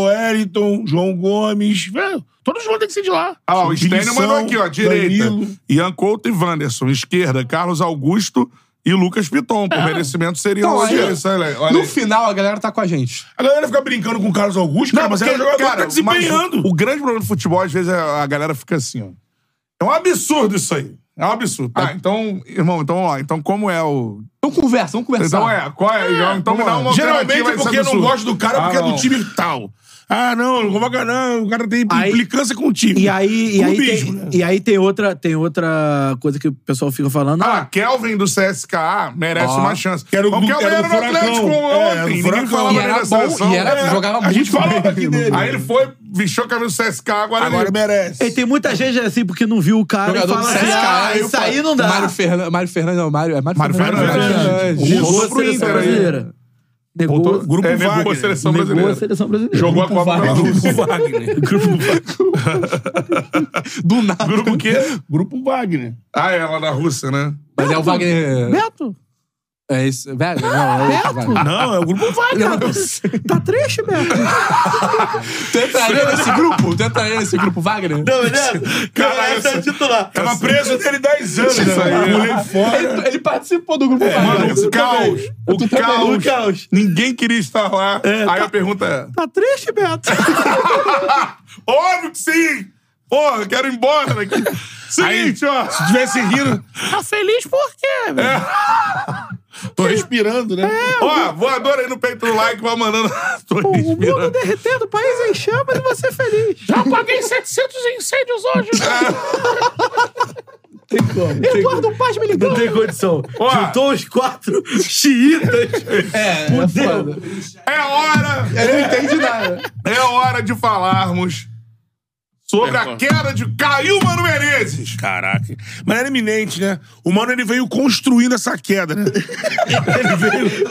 Joeliton, João Gomes. Velho, todos vão ter que ser de lá. Ah, ó, o Stênio Wilson, mandou aqui, ó. Direita. Danilo. Ian Couto e Wanderson. Esquerda, Carlos Augusto e Lucas Piton. É. Por merecimento seria Então, o olha- Dias, olha, olha No aí. final, a galera tá com a gente. A galera fica brincando com o Carlos Augusto, cara, mas é um jogador que tá mas desempenhando. O grande problema do futebol, às vezes, é a galera fica assim, ó. É um absurdo isso aí. É um absurdo. Tá, então, irmão, então, ó, então como é o. Então conversa, vamos conversar. Então é, qual é? então me dá uma Geralmente alternativa a é esse porque eu não absurdo. gosto do cara, Ah, porque é do não. time tal. Ah, não, não convoca não, o cara tem implicância com o time. E aí, e aí, Clubismo, tem, né? e aí tem, outra, tem outra coisa que o pessoal fica falando. Ah, Kelvin do CSKA merece Ó. uma chance. Que era o Mas do- Kelvin era do era no Furacão. Atlético É, era do ontem. Ninguém Furacão. falava E dele era na bom, seleção. e era- É. jogava a muito gente falou bem. aqui dele. Aí ele foi, vestiu a camisa do CSK, agora, Agora ele... merece. E tem muita gente assim, porque não viu o cara e Jogador do fala assim, ah, CSKA. eu isso falo- aí não dá. Mário Fernandes. Mário Fernandes, não. Mário, é Mário, Mário Fernandes. Fernandes. né, Fernandes. Voltou Negou a pro seleção Inter aí. brasileira. Negou, Voltou- Grupo é, negou Wagner. a seleção negou brasileira. a seleção brasileira. Jogou a Grupo Copa pela Wagner. Rússia. Wagner. Do nada. Grupo o quê? Grupo Wagner. Ah, é lá na Rússia, né? Mas é o Wagner. Beto, É isso. Velho, não, é o Wagner. Não, é o Grupo Wagner. tá triste, Beto? Tu entraria nesse grupo? Tu entraria nesse grupo, Wagner? Cara, essa é titular. Tava preso dele 10 anos. Assim. Isso aí. né? Pulei fora. tá Ele, ele participou do É, grupo Mano, Wagner. o caos. O caos. Ninguém queria estar lá. Aí a pergunta é: Tá triste, Beto? óbvio que sim! Porra, eu quero ir embora daqui. Seguinte, ó. Se tivesse rindo. Tá é feliz por quê, velho? Tô respirando, né? Ó, voador aí no peito do like, vai mandando. Tô respirando. derretendo, o país é em chamas e você feliz. Já paguei 700 incêndios hoje. né? Eduardo Paz me ligou. Não tem condição. Ó. Juntou os quatro xiitas. É, é foda. É hora! Ele não entende nada. É hora de falarmos sobre a queda de Caiu Mano Menezes. Caraca. Mas era iminente, né? O Mano ele veio construindo essa queda, né? ele veio.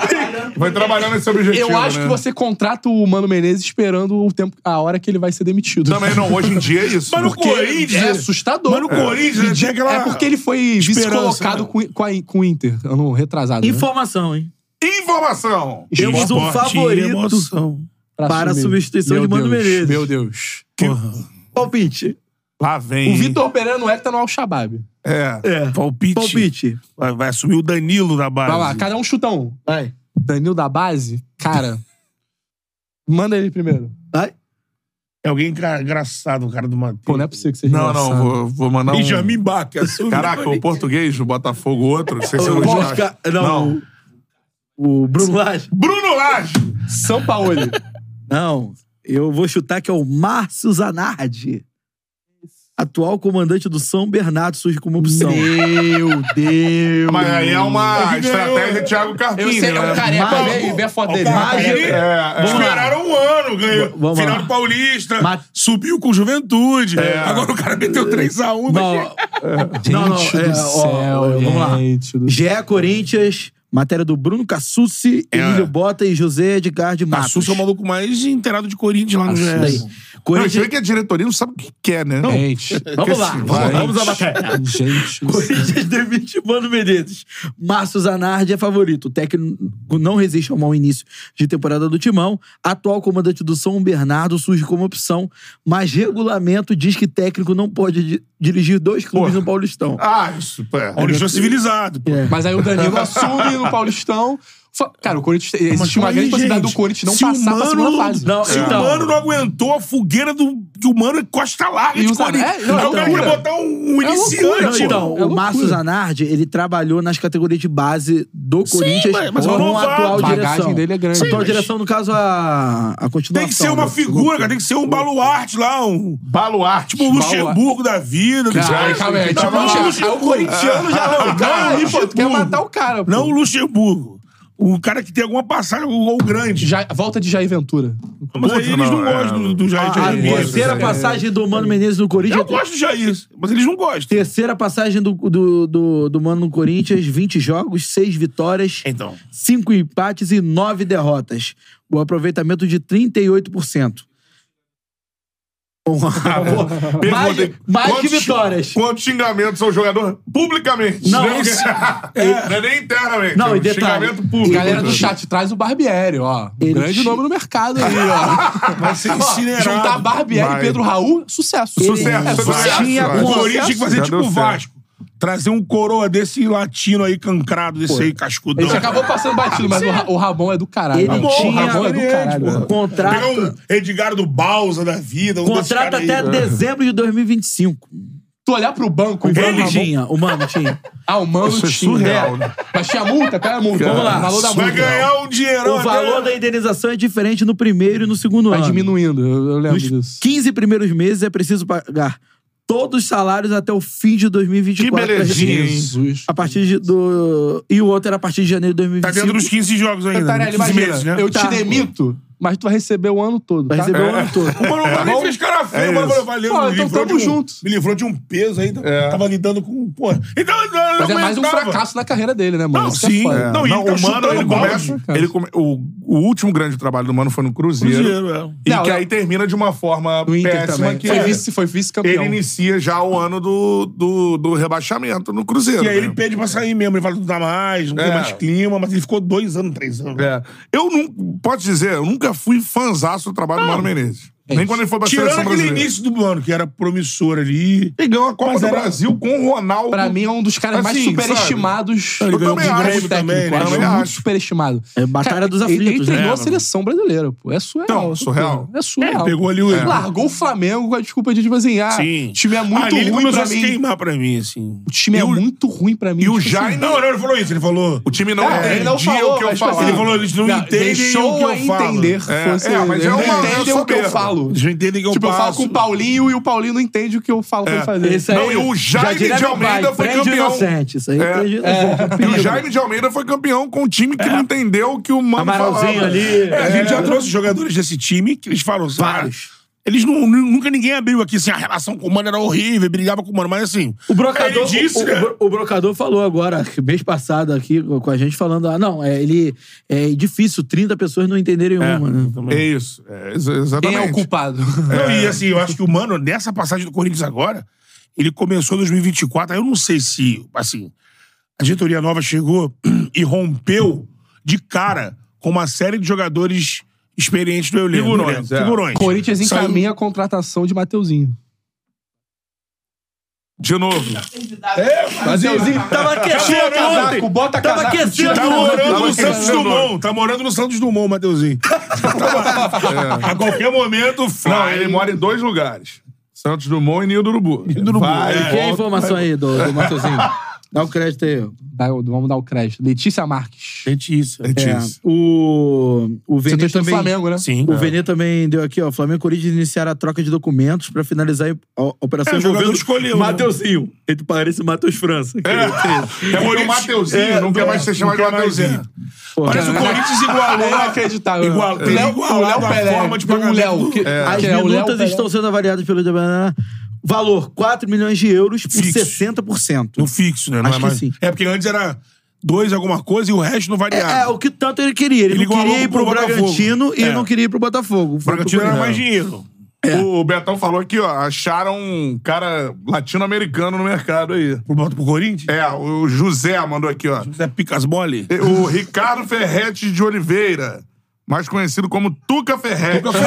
Vai trabalhando nesse objetivo. Eu acho né? que você contrata o Mano Menezes esperando o tempo, a hora que ele vai ser demitido. Também não, hoje em dia é isso. Mas no Porque- Corinthians. É assustador. Mas no Corinthians, né, tinha aquela. É porque ele foi Esperança, vice-colocado né? com, com, a- com o Inter, ano retrasado. né? Informação, hein? Informação. Temos um Esporte e favorito emoção. para a assumir. substituição Meu de Mano Deus, Menezes. Meu Deus. Palpite. Lá vem. O Vitor Pereira não é que tá no Al-Shabaab. É. É. Palpite. Palpite. Vai, vai assumir o Danilo da base. Vai lá, cada um chuta um. Vai. Danilo da base, cara. manda ele primeiro. Vai. É alguém engra- engraçado, o cara do Matheus. Pô, não é possível que seja Não, engraçado. não, vou, vou mandar um... Benjamin Bach, é assume. Caraca, o português, o Botafogo, outro. Não sei se eu O vou Oscar, não, O Bruno Lage. Bruno Lage. São Paulo. Não, eu vou chutar que é o Márcio Zanardi. Atual comandante do São Bernardo surge como opção. Meu Deus. Mas aí é uma Ele ganhou. estratégia de Thiago Carpini, Eu sei, é um né? careca. Mas- Vê aí, vê a foto Ó, dele. cara, Mas- ele- É, é. Vamos lá. Esperaram um ano, ganhou. V- vamos Final lá. do Paulista. Mas- Subiu com o Juventude. É. Agora o cara meteu 3x1. Não, Gente não, do é, ó, céu, ó, vamos lá. gente do- GE Corinthians, Matéria do Bruno Cassucci, É. Emílio Bota e José Edgar de Matos. Cassus é o maluco mais inteirado de Corinthians lá no Daí. GS. Não, a gente Corinthians- vê que a diretoria não sabe o que quer, né? Não. Gente. Vamos lá, vamos, vamos à matéria. Gente. do céu. Corinthians demite Mano Menezes. Márcio Zanardi é favorito. O técnico não resiste ao mau início de temporada do Timão. Atual comandante do São Bernardo surge como opção, mas regulamento diz que técnico não pode di- dirigir dois clubes no Paulistão. Ah, isso. É. Paulistão civilizado. pô. Mas aí o Danilo assume no Paulistão. Fa- Cara, o Corinthians. Existe uma aí, grande possibilidade gente, do Corinthians não se o passar pra segunda Mano- fase. Não, Se é. então, o Mano não um aguentou a fogueira do, que o Mano é costa larga E de o Zanetti- Corinthians. não, Aí é o cara quer loucura. botar um, um É loucura, Não, iniciante. então, É o Márcio loucura. Zanardi, ele trabalhou nas categorias de base do Corinthians mas- mas é um com a novato. atual A bagagem direção. dele é grande. A atual Sim, mas- direção, no caso, a, a continuação. Tem que ser uma né? figura, cara. Tem que ser um baluarte lá, um. Baluarte. Tipo o Luxemburgo da vida. tem que ser- Cara, calma aí. Não, tipo, não, já- Luxemburgo. aí o corintiano já não. Cara, aí, pô, tu quer matar o cara, pô. Não o Luxemburgo. O cara que tem alguma passagem, o gol grande. Ja- volta de Jair Ventura. Mas aí Puta, não, eles não é. gostam do, do Ah, Jair. A Jair Miller. é. terceira passagem do Mano Menezes no Corinthians. Eu gosto do Jair, mas eles não gostam. Terceira passagem do, do, do, do Mano no Corinthians, 20 jogos, 6 vitórias, Então. 5 empates e 9 derrotas. O aproveitamento de 38%. mais Perguntei, mais que quantos- vitórias. Quantos xingamentos ao jogador publicamente? Não, nem, isso- não é nem internamente. Não, é um e detalhe, xingamento E público. galera do chat traz o Barbieri, ó. Um Ele grande chi- nome no mercado aí, ó. Vai ser Ó, incinerado. Juntar Barbieri e Vai. Pedro Raul, sucesso. Sucesso, É, sucesso. tinha vai. O com- Corinthians tinha que fazer Já tipo deu o certo. Vasco. Trazer um coroa desse latino aí, cancrado, desse aí, A cascudão. gente acabou passando batido, mas o Ra- o Rabon é do caralho. Ele né? o tinha Rabon é do caralho. porra, Pegar contrato, um Edgar do Balsa da vida. Um desses contrato caras aí. até dezembro de 2025. Tu olhar pro banco e ver o Ele Rabon- tinha, o Mano tinha. Ah, o Mano Isso é tinha. surreal, né? Mas tinha multa? Qual é a multa? Vamos lá. O valor da multa. Vai ganhar um dinheirão. O valor até- da indenização é diferente no primeiro e no segundo Vai ano. diminuindo, eu, eu lembro Nos disso. 15 primeiros meses é preciso pagar todos os salários até o fim de 2024. Que belezinha, hein? Jesus. A partir de- do. E o outro era a partir de janeiro de Tá 2025. dentro dos 15 jogos ainda. Cantarelli, 15 imagina, meses, né? eu te Tá. demito, mas tu vai receber o ano todo, Vai tá? receber né, o ano todo. O Mano Brown tá nem fez cara feia, É o Mano Brown isso. valeu. Pô, me então tamo livrou de um- junto. Me livrou de um peso ainda. Tava lidando com. Pô. Então, não, não, Mas é mais um aguentava. fracasso na carreira dele, né, mano? Não, Isso que sim. É foda. É. Não, Não, e ele o tá Mano, chutando ele balde, começa. cara. Ele come- o, o último grande trabalho do Mano foi no Cruzeiro. Cruzeiro, é. E Não, que não. aí termina de uma forma No Inter péssima também. que Foi é, vice- Foi ele vice-campeão. inicia já o ano do, do, do rebaixamento no Cruzeiro. E aí né? ele pede pra sair mesmo. Ele fala, não dá mais, não É. tem mais clima. Mas ele ficou dois anos, três anos. É. Eu não posso dizer, eu nunca fui fanzaço do trabalho do Mano Menezes. É Nem quando ele foi pra Tirando seleção aquele brasileira. início do ano, que era promissor ali. Ele ganhou a Copa Mas do era- Brasil com o Ronaldo. Pra mim é um dos caras mais Assim, superestimados. Eu como também acho técnico, também, né? eu acho Também muito acho. superestimado. É batalha dos aflitos, Ele, ele treinou né, a seleção brasileira, pô. É surreal. Então, essa surreal. porra. É surreal. Pegou ali o. Largou o Flamengo com a desculpa de, tipo assim, ah, o time é muito Ali ele ruim começou pra a se mim. queimar pra mim, assim. O time é muito ruim pra mim. E o Tipo assim, Jair não. Não, não, ele falou isso. Ele falou. O time não É, ele não entendia falou, o que eu mas, tipo falava. assim, Ele falou, eles não, não, entendem deixou o que eu a falo. entender. É, fosse, é, mas é eles uma- não entendem é o que eu soberba. falo. Eles não entendem o que eu Tipo, eu falo passo. com o Paulinho e o Paulinho não entende o que eu falo pra ele fazer. é Esse é aí- Não, e o é Jaime diria de meu Almeida pai, foi prende campeão. inocente. Isso aí É. prende inocente. E o Jaime de Almeida foi campeão com um time que não entendeu o que o Mano Amaralzinho falava. né? ali. É, a gente já trouxe jogadores desse time que eles falam assim, Vários. ah, Eles não, nu- nunca ninguém abriu aqui, assim, a relação com o mano era horrível, brigava com o mano, mas assim. O brocador, Ele disse, o, né? o- o brocador falou agora, mês passado aqui com a gente, falando: ah, não, é, ele é difícil 30 pessoas não entenderem uma. Né? É isso. É, ex- Quem exatamente. É. é o culpado? Não, e assim, eu acho que o mano, nessa passagem do Corinthians agora, ele começou em 2024, aí eu não sei se, assim, a diretoria nova chegou e rompeu de cara com uma série de jogadores experientes do elenco. Figurões, do elenco, é. figurões. Corinthians Saiu- encaminha a contratação de Mateuzinho. De novo. Mateuzinho tava Tira casaco, bota Tava casaco. aquecendo. Tá morando no Santos Não, não. Dumont. Tá morando no Santos Dumont, Mateuzinho. Tá- A qualquer momento, É. Não, fly. ele mora em dois lugares. Santos Dumont e Ninho do Urubu. Ninho do Urubu, Vai, é. E a volta. informação aí do, do Matosinho? Dá o crédito aí. ó. Dá- Vamos dar o crédito. Letícia Marques. Gente, isso. É, o o Vene Setorista do também. Flamengo, né? Sim. O Vene também deu aqui, ó. Flamengo e Corinthians iniciaram a troca de documentos pra finalizar a operação É, o jogador envolvendo escolheu, né? Mateuzinho. Entre parênteses, Matheus França. É porque o Mateuzinho não quer mais ser chamado de não quer mais, Mateuzinho. Mas o Corinthians igualou. É inacreditável. Igual, O Léo, o Léo igualado a Pelé. forma de Tem um pagamento Léo. do- Que, As que é o Léo minutas Pelé. estão sendo avaliadas pelo... né, Valor, 4 milhões de euros por Fixo. 60%. No fixo, né? Não Acho é que mais- sim. É porque antes era dois alguma coisa e o resto não variava. É, é, o que tanto ele queria. Ele, Ele não igualou queria com ir o pro Botafogo. Bragantino e É. não queria ir pro Botafogo. O Bragantino era mais dinheiro. O Betão falou aqui, ó, acharam um cara latino-americano no mercado aí. Pro, Bota- pro Corinthians? É, o José mandou aqui, ó. É. Picas mole? O Ricardo Ferretti de Oliveira, mais conhecido como Tuca Ferretti. Tuca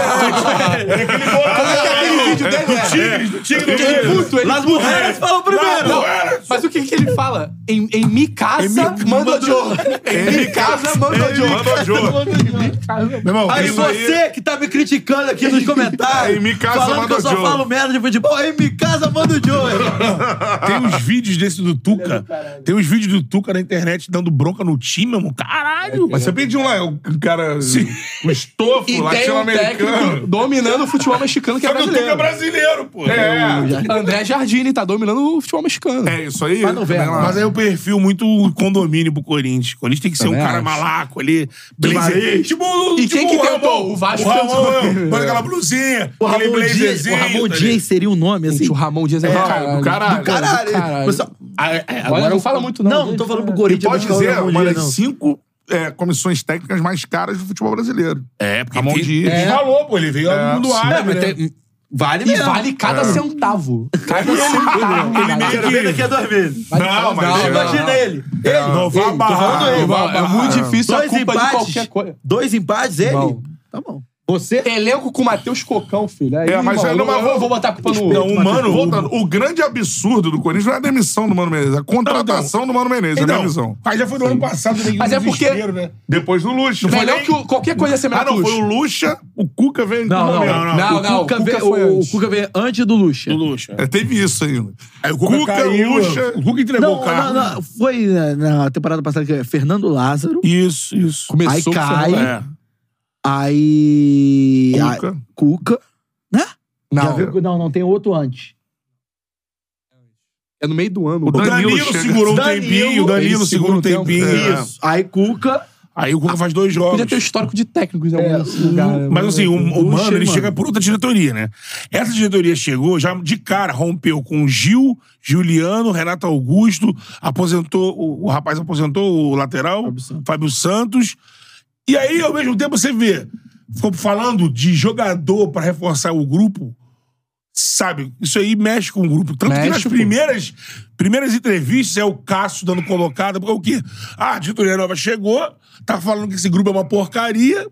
aquele vídeo dele, né? Do Tigres, do Tigres. do Ele Tigres. puto, ele Las puto. mulheres falam primeiro! Não, mas o que, que ele fala? Em, em mi casa, manda Joe. Em mi casa, manda Joe. Mandou Jô. Meu irmão, um- Aí isso você que tá me criticando aqui nos comentários, Em mi casa falando que manda eu o só Joe. falo merda de futebol, em mi casa manda o Joe. Tem uns vídeos desse do é Tuca. Tem uns vídeos do Tuca na internet dando bronca no time, meu irmão. Caralho! Mas você pediu um lá, o cara. O E estofo tem um técnico latino-americano. dominando o futebol mexicano que é Só que o Tuca é brasileiro. brasileiro, pô. É. André Jardini tá dominando o futebol mexicano. É isso aí? Mas não vem Também lá. agora. Mas aí o perfil muito condomínio pro Corinthians. O Corinthians tem que ser um Também cara acho. malaco ali, blazer. Vasco. Tipo, E tipo quem que o tem o Ramon. gol? O Vasco O é. tem o Ramon, gol. põe aquela blusinha, O aquele Ramon Dias, o blazerzinho. Ramon tá Dias seria um nome, assim. Gente, o Ramon Dias é, do caralho. do caralho. Do Caralho, caralho. você- Olha, não fala muito não. Não, não tô falando pro Corinthians. Pode mas não dizer, falo uma Ramon das Dias, não. cinco é, comissões técnicas mais caras do futebol brasileiro. É, porque Ramon tem- Dias. ele falou, pô, ele veio lá do sim. árabe, É, mas né? tem- Vale E mesmo. vale cada É. centavo. Cada centavo. é Ele meio Quero que- ver daqui a dois meses. Não, mas não, Imagina ele. Não, vá Ah, barrar, irmão, vá é barrar. muito difícil a Dois culpa de qualquer empates. coisa. Dois empates, ele? Bom. Tá bom. Você? Elenco com o Matheus Cocão, filho. Aí, É, mas irmão, eu não- um eu, eu vou botar a culpa no... Não, o Mano... Voltando, o grande absurdo do Corinthians não é a demissão do Mano Menezes, é a contratação do Mano Menezes, é a minha visão. Não, mas já foi no ano passado. né, Mas no é porque- desespero, Né? Depois do Luxo. Melhor que o- qualquer coisa ia ser Ah, melhor não, que o foi o Luxo. Luxa, o Cuca veio em Não, todo não, momento. não, não. Não, não, o Cuca, o Cuca veio- foi o- antes. o Cuca veio antes do Lucha. Do Lucha. É, teve isso ainda. Aí o Cuca, Cuca, caiu, Lucha. O Cuca entregou Não, o carro. não, não, foi na, na temporada passada que é Fernando Lázaro. Isso, isso. Aí Começou cai. com o É. Aí. Cuca. aí- Cuca. Né? Já Fernando- Não, viu- não, não, tem outro antes. é no meio do ano. O mano. O Danilo Danilo chega- segurou um Danilo- tempinho, o Danilo Ele segura um segura um tempinho. tempo. é. Isso. Aí Cuca. Aí o Cuca faz dois jogos. Podia ter o histórico de técnicos em algum lugar. né, Mas mano? assim, o, o Lucha, Mano, ele mano. chega por outra diretoria, né? Essa diretoria chegou, já de cara, rompeu com Gil, Juliano, Renato Augusto, aposentou, o, o rapaz aposentou o lateral, Fábio Santos. E aí, ao mesmo tempo, você vê, ficou falando de jogador pra reforçar o grupo, sabe? Isso aí mexe com o grupo. Tanto que Mexe, nas pô. primeiras, primeiras entrevistas é o Cássio dando colocada, porque o quê? Ah, a diretoria nova chegou, tá falando que esse grupo é uma porcaria,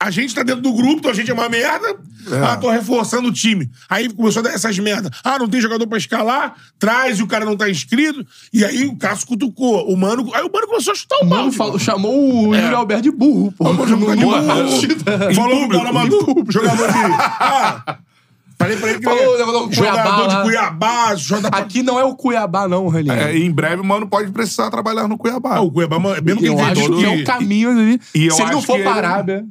a gente tá dentro do grupo, então a gente é uma merda. Ah, tô reforçando o time. Aí começou a dar essas merdas. Ah, não tem jogador pra escalar, traz e o cara não tá inscrito. E aí o Cássio cutucou. O Mano. Aí o Mano começou a chutar o O mal. Mano falou- chamou o É. Yuri Alberto de burro, pô. Pô, jogador de No- barra. Falou o cara maluco, jogador de. Ah, falei pra ele que Falou, jogador ele é jogador do Cuiabá de lá. Cuiabá, jogador Aqui não é o Cuiabá, não, Raninho. É, e em breve o Mano pode precisar trabalhar no Cuiabá. Ah, o Cuiabá, mano, mesmo que eu ele acho todo- que é um caminho ali. E eu Se ele não acho for que pra ele- Arábia...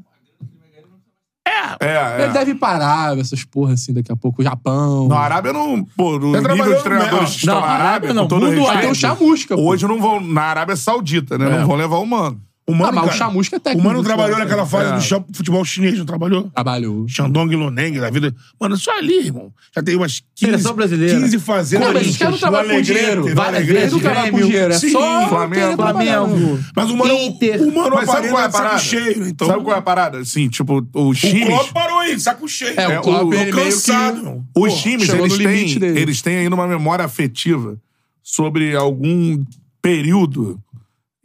É, é. tá- Ele deve parar essas porra assim daqui a pouco. O Japão. Não, a Arábia não. Pô, no nível Tá trabalhando de treinadores não, que estão não, na Arábia, não, com todo mundo Vai ter o respeito, Chamusca. pô. hoje não vão. Na Arábia Saudita, né? Não vão levar o Mano. O Mano, Ah, mas o cara, Chamusca é O técnico Mano do trabalhou Cuiabá. naquela fase É. do cham- futebol chinês, não trabalhou? Trabalhou. Xandong Loneng da vida. Mano, só ali, irmão. Já tem umas 15, Seleção brasileira. 15 fazendas. Pô, mas esses caras não trabalham com dinheiro. Várias Várias vezes. Não trabalham com dinheiro. É Sim, só. Flamengo, querer trabalhar, Flamengo. né? Mas o Mano, Inter. o mano Mas sabe aparelho qual é a de saco parada? cheio, né? então. Sabe qual é a parada? Assim, tipo, os O times. Klopp parou aí, de saco cheio. É, o É, Klopp, o- ele meio que- cansado, irmão. Os Pô, times, chegou eles no limite têm, dele. eles têm ainda uma memória afetiva sobre algum período.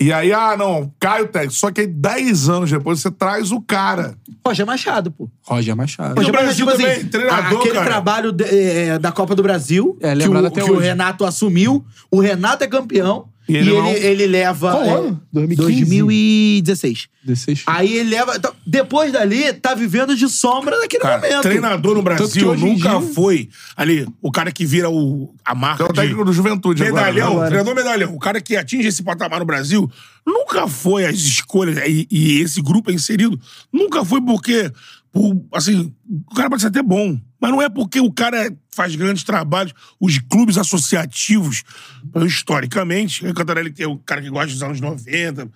E aí, ah, não, cai o técnico. Só que aí, 10 anos depois, você traz o cara. Roger é Machado, pô. Roger Machado. Roger- Roger No Brasil Machado, também, treinador, assim, aquele cara. trabalho de- é, da Copa do Brasil, É, que, lembrado o, até que o hoje. Renato assumiu. O Renato é campeão. E E ele ele, não- ele leva. Qual é, ano? 2015? 2016. 16. Ah, Aí ele leva. então, depois dali, tá vivendo de sombra naquele Cara, momento. treinador no Tanto que Brasil hoje em nunca dia- foi ali o cara que vira o, a marca É o de técnico do Juventude agora, medalhão, né? treinador medalhão. O cara que atinge esse patamar no Brasil nunca foi as escolhas e, e esse grupo é inserido nunca foi porque por, assim o cara pode ser até bom, mas não é porque o cara faz grandes trabalhos. Os clubes associativos historicamente, o Cantarelli que é o cara que gosta dos anos 90,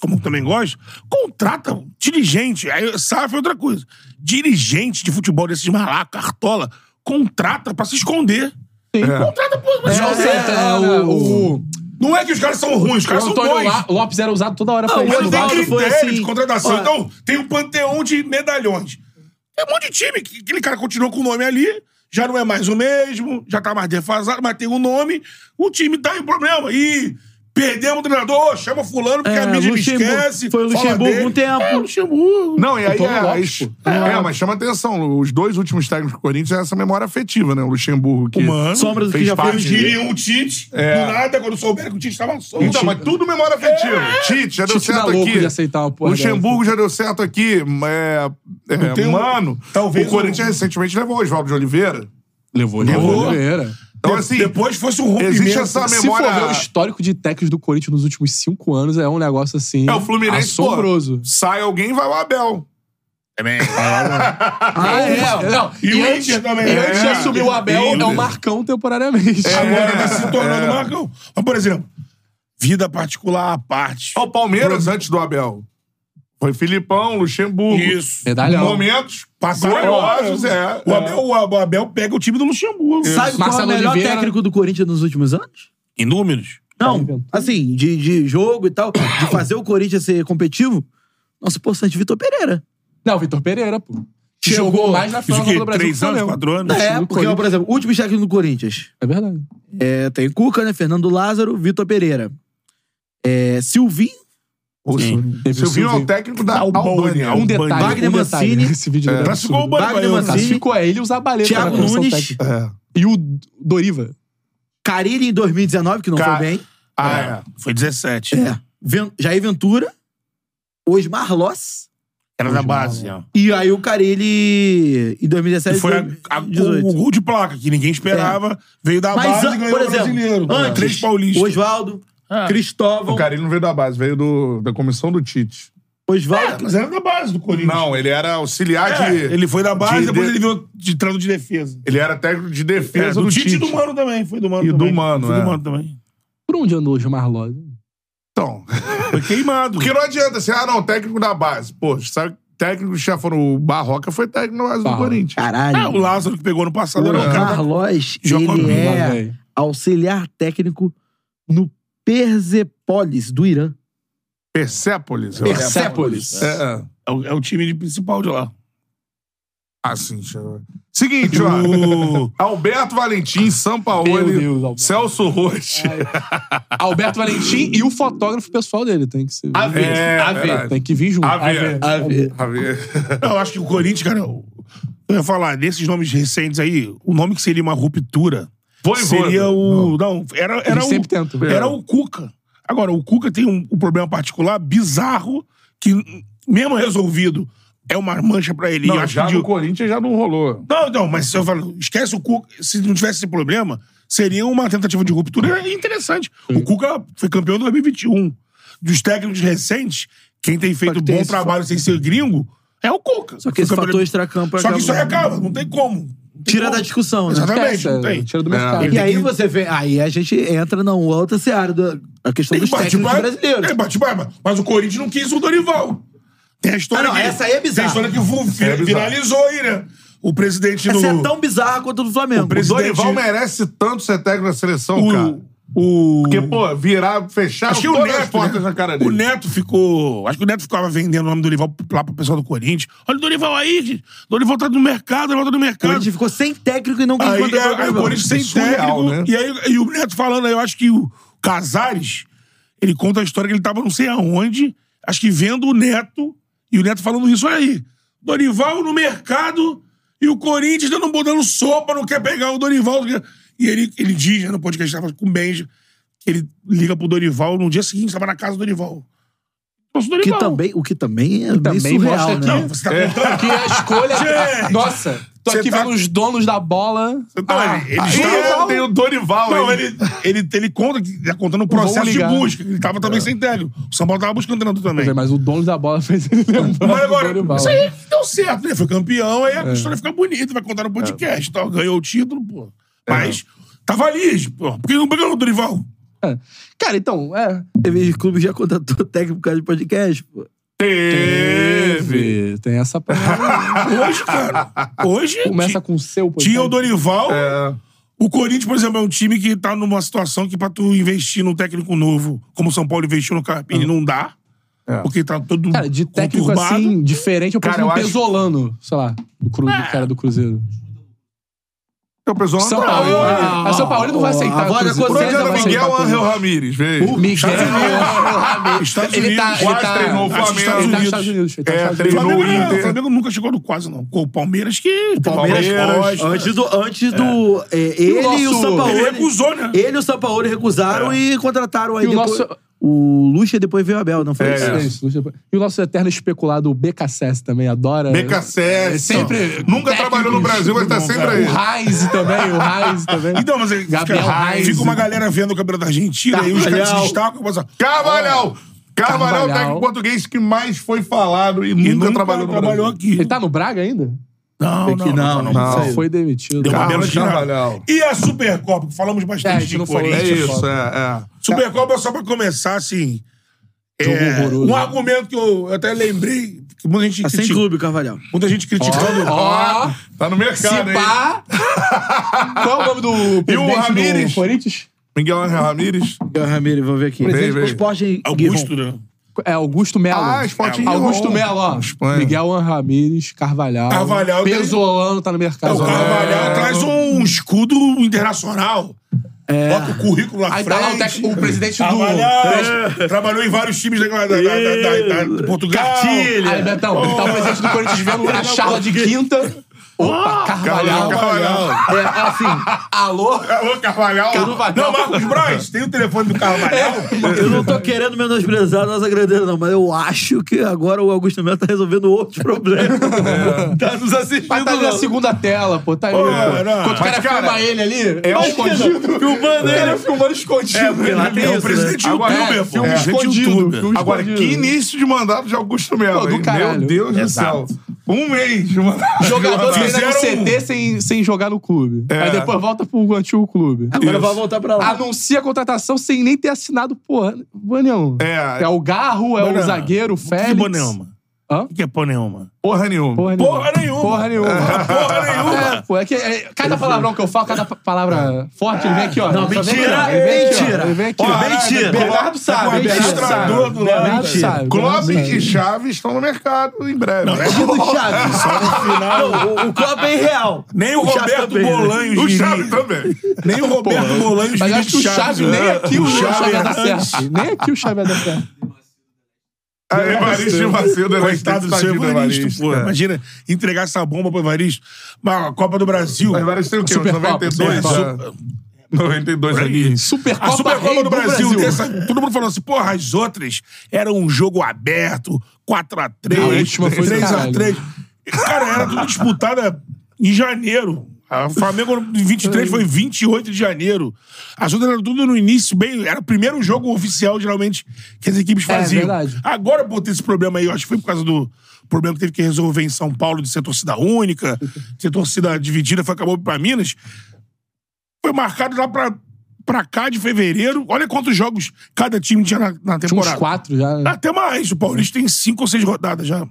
como eu também gosto, contrata dirigente. Aí SAF é outra coisa. Dirigente de futebol desses malacos, cartola, É. contrata pra se esconder. Contrata, pô, mas É, não é, sei. é, é, o- o- né? Não é que os caras são ruins, os O caras são Antônio bons. Lá- Lopes era usado toda hora pra Não, isso. Mas o tem Evaldo critério foi assim, de contratação. olha- Então, tem um panteão de medalhões. Tem um monte de time que aquele cara continuou com o nome ali, já não é mais o mesmo, já tá mais defasado, mas tem o nome, o time tá em problema. E perdemos o treinador, ô, chama fulano porque É, a mídia Luxemburgo- esquece. foi o fala Luxemburgo dele. um tempo. É, o Luxemburgo. Não, e aí Antônio é, Lopes, aí- é, mas chama atenção. Os dois últimos técnicos do Corinthians é essa memória afetiva, né? O Luxemburgo que Humano. Sombra do que fez já foi parte. Eles queriam o Tite, do nada, quando souberam que o Tite estava solto. É. É. Então, mas tudo memória afetiva. Tite, já deu Tite dá certo louco aqui. de aceitar uma porra Luxemburgo já deu certo aqui. É, é, tem um- mano, talvez o Corinthians um- recentemente levou o Oswaldo de Oliveira. Levou. Levou, levou. Oliveira. Então, assim, Depois fosse um rompimento. existe essa Se for memória... ver o histórico de técnicos do Corinthians nos últimos cinco anos, é um negócio assim. É o Fluminense, pô, Assombroso. sai alguém, vai o Abel. Também. Ah, é? Não. E o Inter também. E né? antes de assumir o Abel, é o Marcão temporariamente. Agora tá se É. tornando Marcão. Mas, por exemplo, vida particular à parte. Ó, o Palmeiras antes do Abel. Foi Filipão, Luxemburgo. Isso. Medalhão. Momentos gloriosos, Gloriosos, é. O Abel, o Ab- o Abel pega o time do Luxemburgo. Sabe qual é o Marcelo melhor Oliveira. técnico do Corinthians nos últimos anos? Em números. Tá Não, assim, de, de jogo e tal, de fazer o Corinthians ser competitivo, nosso poçante Vitor Pereira. Não, Vitor Pereira, pô. Que jogou mais na Isso final o da Copa quê? do Brasil. Três que o anos, Flamengo. quatro anos? É, É, do porque, ó, por exemplo, o último técnico do Corinthians. É verdade. É, tem Cuca, né? Fernando Lázaro, Vitor Pereira. É, Silvinho, Teve o Silvinho é o Silvinho. técnico da Albânia. é Albânia. Um detalhe, Wagner um detalhe Mancini. nesse vídeo. É. É. Classificou o Bani Wagner Baiano. Mancini. Classificou é ele e o Zabaleta Thiago na comissão Nunes. técnica. É. E o Doriva. Carilli em 2019, que não Ca- foi bem. Ah, é. Foi 17. É. Ven- Jair Ventura, Osmar Loss. Era da base. ó. E aí o Carilli em 2017 E foi a- a- o, o 2018. gol de placa, que ninguém esperava. Veio da É. Mas, base an- e ganhou por o brasileiro. exemplo, Ah, antes, Três paulistas. Oswaldo, É. Cristóvão, O cara ele não veio da base, veio do- da comissão do Tite. É, Oswaldo. mas era da base do Corinthians. Não, ele era auxiliar É, de. ele foi da base, de- depois de- ele veio de treino de defesa. Ele era técnico de É, defesa do, do, Tite e do Mano também. Foi do Mano E do também. Mano, Foi é. do Mano também. Por onde andou o Gilmar Lopes? Então. Foi queimado. Porque não adianta assim, ah, não, técnico da base. Pô, sabe, técnico já foram. O Barroca foi técnico da base do Barroca. Corinthians. Caralho. Ah, o Lázaro que pegou no passado era O o cara. da- Carlos, Joga ele bem, é velho. auxiliar técnico no Persepolis, do Irã. Persépolis. eu acho. Persépolis. É, é. É o, é o time de principal de lá. Ah, sim. deixa eu ver. Seguinte, ó. Alberto Valentim, Uh. Meu Sampaoli, Deus, Alberto. Celso Rotti. Alberto Valentim e o fotógrafo pessoal dele. Tem que ser. A ver, é, A ver. verdade. Tem que vir junto. A ver. A ver. A ver. Eu acho que o Corinthians, cara. Eu eu ia falar, desses nomes recentes aí, o nome que seria uma ruptura Voivoda. seria o. Não, era, era Eles o. sempre tentam. né? Era o Cuca. Agora, o Cuca tem um, um problema particular bizarro que, mesmo resolvido, é uma mancha pra ele. E eu Não, acho já que no de- Corinthians já não rolou. Não, não, mas eu falo, esquece o Cuca. Se não tivesse esse problema, seria uma tentativa de ruptura Era interessante. O Cuca foi campeão em 2021. Dos técnicos recentes, quem tem feito que tem bom esse trabalho sem ser gringo é o Cuca. Só que esse fator extracampo Só acaba- que isso aí acaba, não tem como. Não tem Tira como. da discussão, né? Exatamente, não Esquece, tem. é, Tira do mercado. E aí você vê. Aí a gente entra na outra seara da a questão Tem dos bate técnicos barba. brasileiros. Tem bate barba. Mas o Corinthians não quis o Dorival. Tem a história Ah, não, que- essa aí é bizarra. Tem a história que vo- vi- é bizarra. viralizou aí, né? O presidente do... Essa é tão bizarra quanto a do Flamengo. O presidente- Dorival merece tanto ser técnico da seleção, cara. o, o... Porque, pô, virar, fechar é Acho que o todas Neto, as portas né? na cara dele. O Neto ficou. Acho que o Neto ficava vendendo o nome do Dorival lá pro pessoal do Corinthians. Olha o Dorival aí, gente. Dorival tá no mercado, Dorival tá no O mercado. Corinthians ficou sem técnico e não quis Aí, aí, é contratar o o Dorival. Corinthians sem Surreal, técnico. né? E aí e o Neto falando, aí, eu acho que o Casares, ele conta a história que ele tava não sei aonde, acho que vendo o Neto, e o Neto falando isso, olha aí. Dorival no mercado e o Corinthians ainda não botando sopa, não quer pegar o Dorival. E ele, ele diz, né, no podcast, tava com o Benja, que ele liga pro Dorival no dia seguinte, tava na casa do Dorival. Trouxe o Que Dorival. também, o que também é meio também surreal, mostra né? Não, você tá É. contando. Que é a escolha. Gente! Nossa, tô Você aqui tá- vendo os donos da bola. Então, ele- ele Aí estava- tem o Dorival Não, aí. ele, ele, ele conta, que tá contando o processo Vamos de ligar. busca. Ele tava também sem técnico. O São Paulo tava buscando treinador também. é, Mas o dono da bola fez ele lembrar. Mas agora, do Dorival. isso aí deu certo, né? Foi campeão, É. aí a história fica bonita, vai contar no podcast. e Tal. Ganhou o título, pô. Mas tava ali, pô. Por que não pegou o Dorival? É. Cara, então, é. Teve clube já contratou técnico por causa de podcast, pô. Teve. Teve. Tem essa parada. Hoje, cara. Hoje. Começa ti- com o seu. Tinha podcast. o Dorival, É. o O Corinthians, por exemplo, é um time que tá numa situação que pra tu investir num técnico novo, como o São Paulo investiu no Carpini, não dá. Porque tá todo Uhum. Cara, de técnico conturbado. assim, diferente, eu penso Cara, no eu acho- Pesolano, sei lá, do, cru, do cara do Cruzeiro. É O pessoal São não, Paulo. não, né? Mas São Paulo não vai aceitar. agora Cruzeiro. Por onde Cruzeiro anda não vai Miguel aceitar Angel Cruzeiro. Ramírez? Veio. O Miguel Estados Ele tá- Unidos, ele Quase tá- treinou o acho que Flamengo. Estados Ele tá nos Unidos. Estados Unidos. ele tá nos É, Estados O Unidos. treinou Flamengo, o não, o Inter. Flamengo nunca chegou no quase, não. Com o Palmeiras que. Palmeiras, Antes do. Antes do é, ele e o nosso- Sampaoli. Ele recusou, né? Ele e o Sampaoli recusaram É. e contrataram aí. E o depois- nosso- o Lucha depois veio o Abel, não foi É, isso? É isso, Lucha- E o nosso eterno especulado, o BKSS, também adora. BKSS. Sempre. Nunca técnicos, trabalhou no Brasil, mas tá muito bom, sempre cara. aí. O Raiz também, o Raiz também. Então, mas aí fica, Gabriel Reis. fica uma galera vendo o cabelo da Argentina, aí os caras se Carvalhal. destacam e passam. Carvalhal. Carvalhal é o Carvalhal. técnico português que mais foi falado e E nunca, nunca trabalhou no trabalhou Brasil. aqui. Ele tá no Braga ainda? Não, Aqui não, não, não. tá, não. Só foi demitido. Deu uma Carlos bela tirada. Carvalhal. E a Supercopa, que falamos É, a bastante gente de não falou Corinthians. É isso, Só- é, é. Supercopa, só pra começar, assim. Jogo é, horroroso. um argumento que eu até lembrei, que muita gente Tá sem critica- clube, Carvalhal. Muita gente criticando. Ó, Tá no se mercado, hein? pá. Qual é o nome do presidente Ramírez? do Corinthians? Miguel Ángel Ramírez. Miguel Ramiro, vou ver aqui. Presidente do Esporte Augusto, né? É Augusto Melo. É, Ah, Sporting Augusto Gijón. Melo, ó. Espanha. Miguel Ramírez, Carvalhal. Carvalhal tem- Pesolano tá no mercado. O Carvalhal traz um escudo internacional. Bota o currículo lá Aí frente. tá lá o técnico- o presidente do- Carvalhal, é Trabalhou em vários times da, da, da, da- da- de Portugal. Cartilha. Aí, Betão, ele tá o presidente do Corinthians vendo a charla de quinta. Opa, Carvalhal. Carvalhal. É, assim, alô? Alô, Carvalhal. Carvalhal. É, Não, Marcos Braz, tem o telefone do Carvalhal. Eu não tô querendo menosprezar a nossa grandeira, não, mas eu acho que agora o Augusto Melo tá resolvendo outros problemas. É. Tá nos assistindo. Mas tá ali na não. segunda tela, pô. Tá aí. pô. não. Quando o cara Mas, cara, filma ele ali, é lá um- escondido. Filmando ele. O cara filmando escondido. É, lá tem o isso, presidente né? youtuber, Agora, pô. é, filme Presidente escondido, youtuber. filme Agora, que escondido. início de mandato de Augusto Pô, Melo, do hein? caralho. Meu Deus Exato. do céu. Um mês de mandato. de Jogador mandato. treina no Fizeram um- CT sem, sem jogar no clube. Aí depois volta pro antigo clube. Agora vai voltar pra lá. Anuncia a contratação sem nem ter assinado, porra. Banhão. É. o Garro, é o Banhão. zagueiro, o Félix. Que boneuma. Hã? O que é boneuma? Porra nenhuma. Porra nenhuma. Porra nenhuma. Porra nenhuma. Porra nenhuma. É, pô, é que é, cada palavrão que eu falo, cada pa- palavra forte, ele vem aqui, ó. Não, Só vem mentira, aqui, ó. Ele vem aqui, ó. mentira. Ele vem aqui, ó. Ó, é mentira. Bernardo sabe, Bernardo Administrador sabe. do lado. Bernardo sabe. Klopp Bernardo sabe. e Chaves estão no mercado em breve. né? Digo Chaves. Não, o, o Klopp é irreal. Nem o Chaves Roberto também, né? Bolanhos o diria. Chaves também. Nem o Roberto Bolanhos Mas diria acho que o Chaves, né? nem aqui o Chaves é Chaves é ia dar antes. certo. Nem aqui o Chaves ia dar certo. Aí, Evaristo de Macedo é era Coitado do seu Evaristo, É. pô. Imagina entregar essa bomba pro Evaristo. Mas a Copa do Brasil. O Evaristo tem o quê? Uns Supercopa, 92. Supercopa. né? 92 aqui. Supercopa, A Supercopa Rei do Brasil. terça- todo mundo falando assim, porra, as outras eram um jogo aberto, 4x3, A última foi do 3x3. Cara, era tudo disputada em janeiro. A Flamengo em 23 foi 28 de janeiro. As outras eram tudo no início, bem. Era o primeiro jogo oficial, geralmente, que as equipes faziam. É, verdade. Agora, pô, tem esse problema aí, eu acho que foi por causa do problema que teve que resolver em São Paulo de ser torcida única, ser torcida dividida, foi, acabou pra Minas foi marcado lá pra, pra cá de fevereiro. Olha quantos jogos cada time tinha na, na Tinha uns temporada. quatro já. né? Até mais. O Paulista tem cinco ou seis rodadas já. É.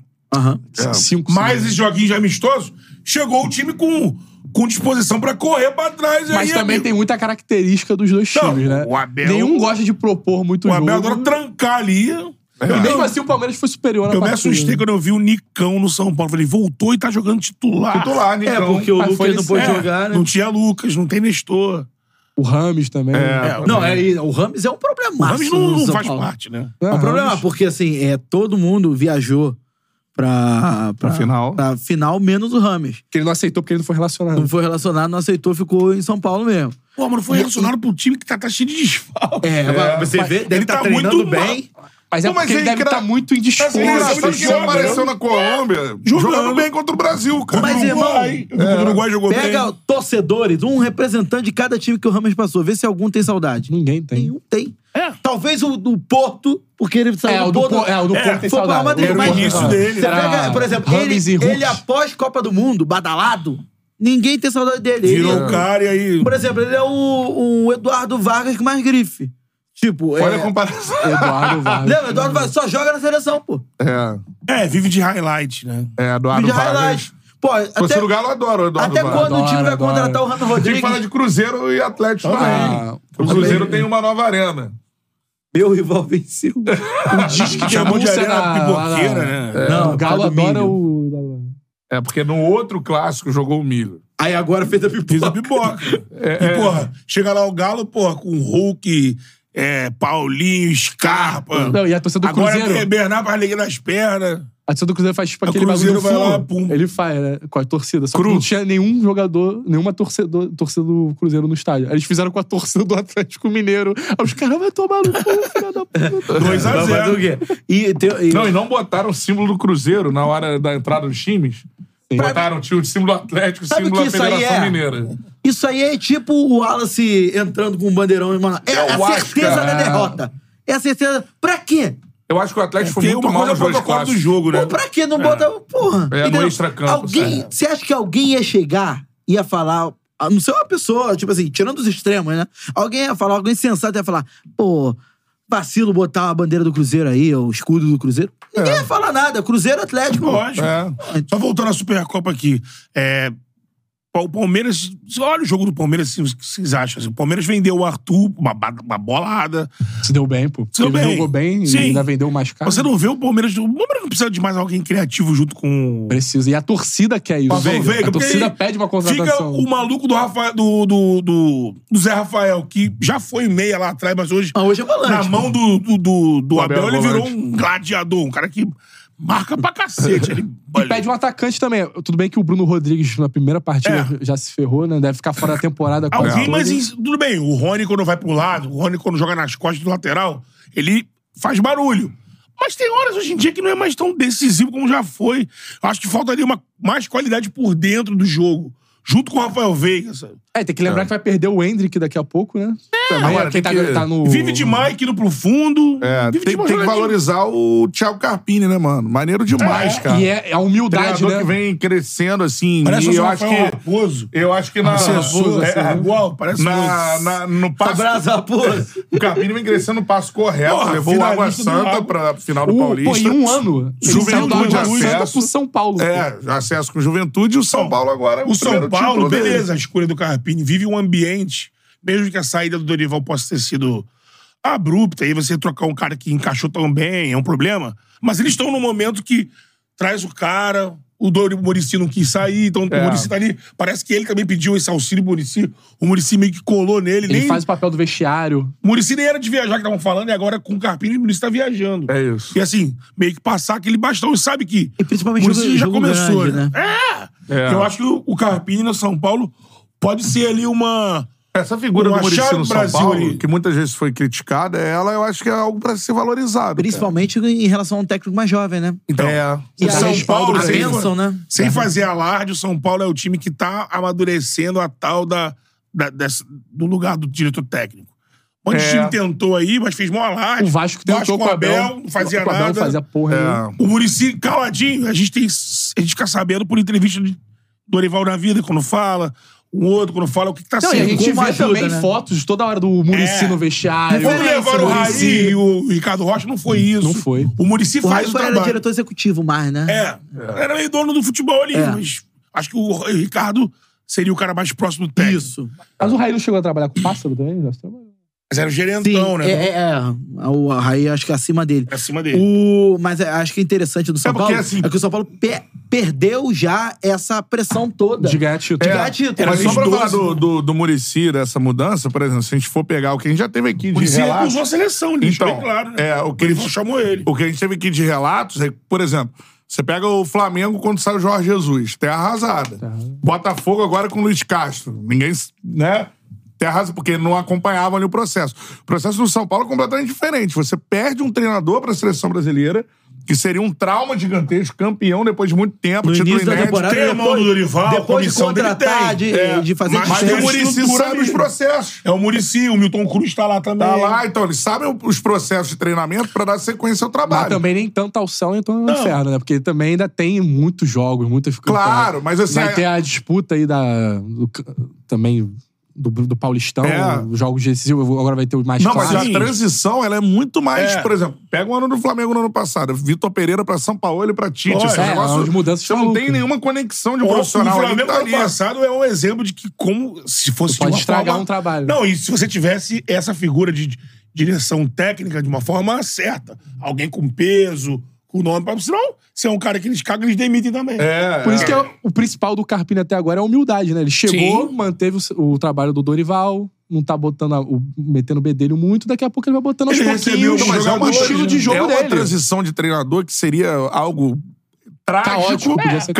Tá. Cinco. Mais esses joguinhos amistosos. Chegou o time com, com disposição pra correr pra trás. Mas aí, também amigo. tem muita característica dos dois Não, times, né? o Abel- Nenhum gosta de propor muito O jogo. Abel adora trancar ali. É. E mesmo assim, o Palmeiras foi superior na Eu me partida. assustei quando eu vi o Nicão no São Paulo. Falei, voltou e tá jogando titular. Titular, né? É, então. porque o mas foi Lucas não isso, pôde É, jogar, né? Não tinha Lucas, não tem Nestor. O Rames também. né? É, Não, é, e o Rames é um o problema. Rames não, não faz parte, né? É, É um problema, porque assim, é, todo mundo viajou pra, Ah. pra, final. pra final, menos o Rames. Que ele não aceitou porque ele não foi Não relacionado. foi relacionado, não aceitou, ficou em São Paulo mesmo. Pô, mas não foi relacionado pro time que tá, tá cheio de desfalque. É, você vê, deve ele tá, tá treinando muito bem. Mas é Pô, mas porque ele aí, deve estar cara- muito indisposto. Mas é ele Pô, sabe Jogando. quem né? apareceu na Colômbia? Jogando. bem contra o Brasil, cara. Mas, irmão, Uruguai. O Uruguai jogou Pega bem. torcedores, um representante de cada time que o Rames passou, vê se algum tem saudade. Ninguém tem. Nenhum tem. É. Talvez o do Porto, porque ele saiu É, o do do Porto. Po- é, o do Porto tem foi pro Real saudade. Madrid, Era o mas início você dele. pega, Era por exemplo, Rames e ele, Hulk. ele após Copa do Mundo, badalado, ninguém tem saudade dele. Ele- Virou o cara e aí. Por exemplo, ele é o, o Eduardo Vargas que mais grife. Tipo, Olha é... a comparação. Eduardo Vargas. Lembra? Eduardo Vargas só joga na seleção, pô. É, É, vive de highlight, né? é, Eduardo Vídeo Vargas. highlight. Pô, até, Fosse o Galo, eu adoro o Eduardo até Barra. quando o time vai Adoro, contratar adoro. o Rando A gente fala Rodrigues? de Cruzeiro e Atlético Ah, Maranhense. O Cruzeiro tem uma nova arena. Meu rival venceu. Diz que Chamou de denúncia arena na- pipoqueira, lá- né? Não, o Galo por causa do adora milho. o. É, porque no outro clássico jogou o É, Milho. Aí agora fez a pipoca. Fiz a pipoca. e, porra, chega lá o Galo, porra, com Hulk, é, Paulinho, Scarpa. Não, e a torcida do Agora Cruzeiro- é Bernardo Arleguinho nas pernas. A torcida do Cruzeiro faz tipo O aquele bagulho Cruzeiro do vai lá, Flu. pum. Ele faz, né? Com a torcida. Só que Cru. não tinha nenhum jogador, nenhuma torcedor, torcida do Cruzeiro no estádio. Aí Eles fizeram com a torcida do Atlético Mineiro. Aí os caras vão tomar no cu, filha da puta. 2x0. Mas o quê? E, tem, e- Não, e não botaram o símbolo do Cruzeiro na hora da entrada dos times. Botaram tio, o símbolo do Atlético, o Sabe símbolo que da isso aí Federação é? Mineira. Isso aí é tipo o Wallace entrando com um bandeirão em Manaus. É, É o a Vasco, certeza cara. da derrota. É a certeza. Pra quê? Eu acho que o Atlético foi Tem muito uma mal coisa nos pro dois protocolo do clássicos. jogo, né? Pô, pra quê? Não bota. Porra. É, no entendeu? extracampo, Alguém. é. sabe? Você acha que alguém ia chegar, ia falar. ah, Não sei uma pessoa, tipo assim, tirando os extremos, né? Alguém ia falar, alguém sensato ia falar, pô, vacilo botar a bandeira do Cruzeiro aí, o escudo do Cruzeiro. Ninguém ia falar nada. Cruzeiro Atlético. É. Lógico. É. Só voltando à Supercopa aqui. É, pa- o Palmeiras. Olha o jogo do Palmeiras, assim, o que vocês acham? assim? o Palmeiras vendeu o Arthur, uma, ba- uma bolada. Se deu bem, pô. Se deu Ele bem. jogou bem Sim. e ainda vendeu mais caro. Você não vê o Palmeiras. O Palmeiras não precisa de mais alguém criativo junto com. Precisa. E a torcida quer isso. com o Veiga, a porque torcida aí pede uma Fica contratação. o maluco do, Rafael, do, do, do- do Zé Rafael, que já foi meia lá atrás, mas hoje. Ah, hoje é volante, Na pô. mão do, do, do- do Abel é Abel, ele virou volante. um gladiador, um cara que marca pra cacete. Ele, E pede um atacante também. Tudo bem que o Bruno Rodrigues na primeira partida já se ferrou, né? Deve ficar fora da temporada. quase Alguém, toda. mas em- tudo bem. O Rony, quando vai pro lado, o Rony, quando joga nas costas do lateral, ele faz barulho. Mas tem horas hoje em dia que não é mais tão decisivo como já foi. Acho que falta ali uma, mais qualidade por dentro do jogo. Junto com o Rafael Veiga, sabe? É, tem que lembrar que vai perder o Hendrick daqui a pouco, né? É, também, agora quem tá, tem que- tá no... Vive demais aqui no profundo. É, tem, vive tem demais que jogando valorizar o Thiago Carpini, né, mano? Maneiro demais, cara. E é, é a humildade, Treinador né? que vem crescendo, assim. Parece e o eu acho Rafael que... Raposo. Eu acho que na... Assessor, é, é, Ragual, parece na, um- na- no passo... Abraço, Raposo. O Carpini vem crescendo no passo correto. Porra, levou o Água finalista do Santa Água. pra final do O, pô, Paulista. em um ano, ele Juventude, saiu do Água acesso. Santa pro São Paulo. pô. É, acesso com juventude e o São Paulo agora. O São primeiro tipo, né? Paulo, título dele. beleza, a escolha do Carpini vive um ambiente, mesmo que a saída do Dorival possa ter sido abrupta, aí você trocar um cara que encaixou tão bem, é um problema. Mas eles estão num momento que traz o cara, o Dori o Muricy não quis sair, então o É. Muricy tá ali. Parece que ele também pediu esse auxílio Muricy. O Muricy meio que colou nele. Ele nem, faz o papel do vestiário. O Muricy nem era de viajar que estavam falando, e agora com o Carpini o Muricy tá viajando. É isso. E assim, meio que passar aquele bastão. E sabe que. E principalmente o Muricy jogo- já jogo começou, grande, né? É! É. Eu acho que o o Carpini no São Paulo pode ser ali uma. Essa figura Uma do Muricy chave no do São Brasil Paulo, ali. que muitas vezes foi criticada, ela eu acho que é algo pra ser valorizado. Principalmente em relação a um técnico mais jovem, né? Então, é. E O a São respaldo Paulo, pra sem, Benson, né? sem fazer alarde, o São Paulo é o time que tá amadurecendo a tal da, da- dessa- do lugar do diretor técnico. Um monte de É. time tentou aí, mas fez mó alarde. O Vasco tentou Vasco com o Abel. não fazia com o Abel nada. não fazia porra nenhuma. O Murici caladinho, a gente tem. A gente fica sabendo por entrevista de Dorival na vida, quando fala, o outro, quando fala, o que, que tá Não, e sendo. a gente vê Como ajuda, também né? fotos toda hora do Murici É. no vestiário. Vamos levar o Raí Muricy. e o Ricardo Rocha, não foi isso. Não foi. O Murici O faz o Rafa era trabalho. diretor executivo mais, né? É, era meio dono do futebol ali, É. mas acho que o Ricardo seria o cara mais próximo do técnico. Isso. Mas o Raí não chegou a trabalhar com o Pássaro também? Já trabalhou. Mas era o Sim, gerentão, né? é, é, é. O Raí, acho que é acima dele. Acima dele. O, mas é- acho que é interessante do São porque, Paulo assim- é que o São Paulo pe- perdeu já essa pressão toda. De ganhar título. De ganhar título. Mas só pra É, Era falar 12, do, do, do Muricy, dessa mudança, por exemplo, se a gente for pegar o que a gente já teve aqui O de Murici é relato- recusou a seleção, ele Então, então, claro. Né? é, o que ele- Dorival chamou ele. O que a gente teve aqui de relatos é, que, por exemplo, você pega o Flamengo quando sai o Jorge Jesus, terra arrasada. Botafogo agora com o Luiz Castro. Ninguém, s- né? Terra arrasada, porque não acompanhavam ali o processo. O processo do São Paulo é completamente diferente. Você perde um treinador para a seleção brasileira, que seria um trauma gigantesco, campeão depois de muito tempo, No título início da inédito. temporada, tem a mão depois, do Dorival, depois de comissão dele contratar, tem. de, É, de fazer mas Mas tem o uma Muricy estrutura sabe ali. os processos. É o Murici, o Milton Cruz tá lá também. Tá lá, então, eles sabem os processos de treinamento para dar sequência ao Mas trabalho. também nem tanto ao céu, nem tanto ao Não. inferno, né? Porque também ainda tem muitos jogos, muitas é- Claro, mas assim, Vai a- ter a disputa aí da. do c- também. do, do Paulistão, É. jogos decisivos, agora vai ter o mais Não, mas clássico. a transição ela é muito mais, É. por exemplo, pega o ano do Flamengo no ano passado, Vitor Pereira pra São Paulo e pra Tite. Olha, esse é, as mudanças você não malucas. tem nenhuma conexão de O profissional. ali que Flamengo tá ano ali. passado é um exemplo de que como se fosse Tu pode de uma estragar forma- um trabalho. Não, e se você tivesse essa figura de di- direção técnica de uma forma certa, alguém com peso, com nome, pra- senão você é um cara que eles cagam, eles demitem também. É, Por isso que é o principal do Carpini até agora é a humildade, né? Ele chegou, Sim. manteve o, s- o trabalho do Dorival, não tá botando a- o, metendo o bedelho muito, daqui a pouco ele vai botando aos Ele recebeu né? pouquinhos. os Mas é um jogadores, estilo de jogo é uma dele. transição de treinador que seria algo trágico, Caótico, podia caótico, ser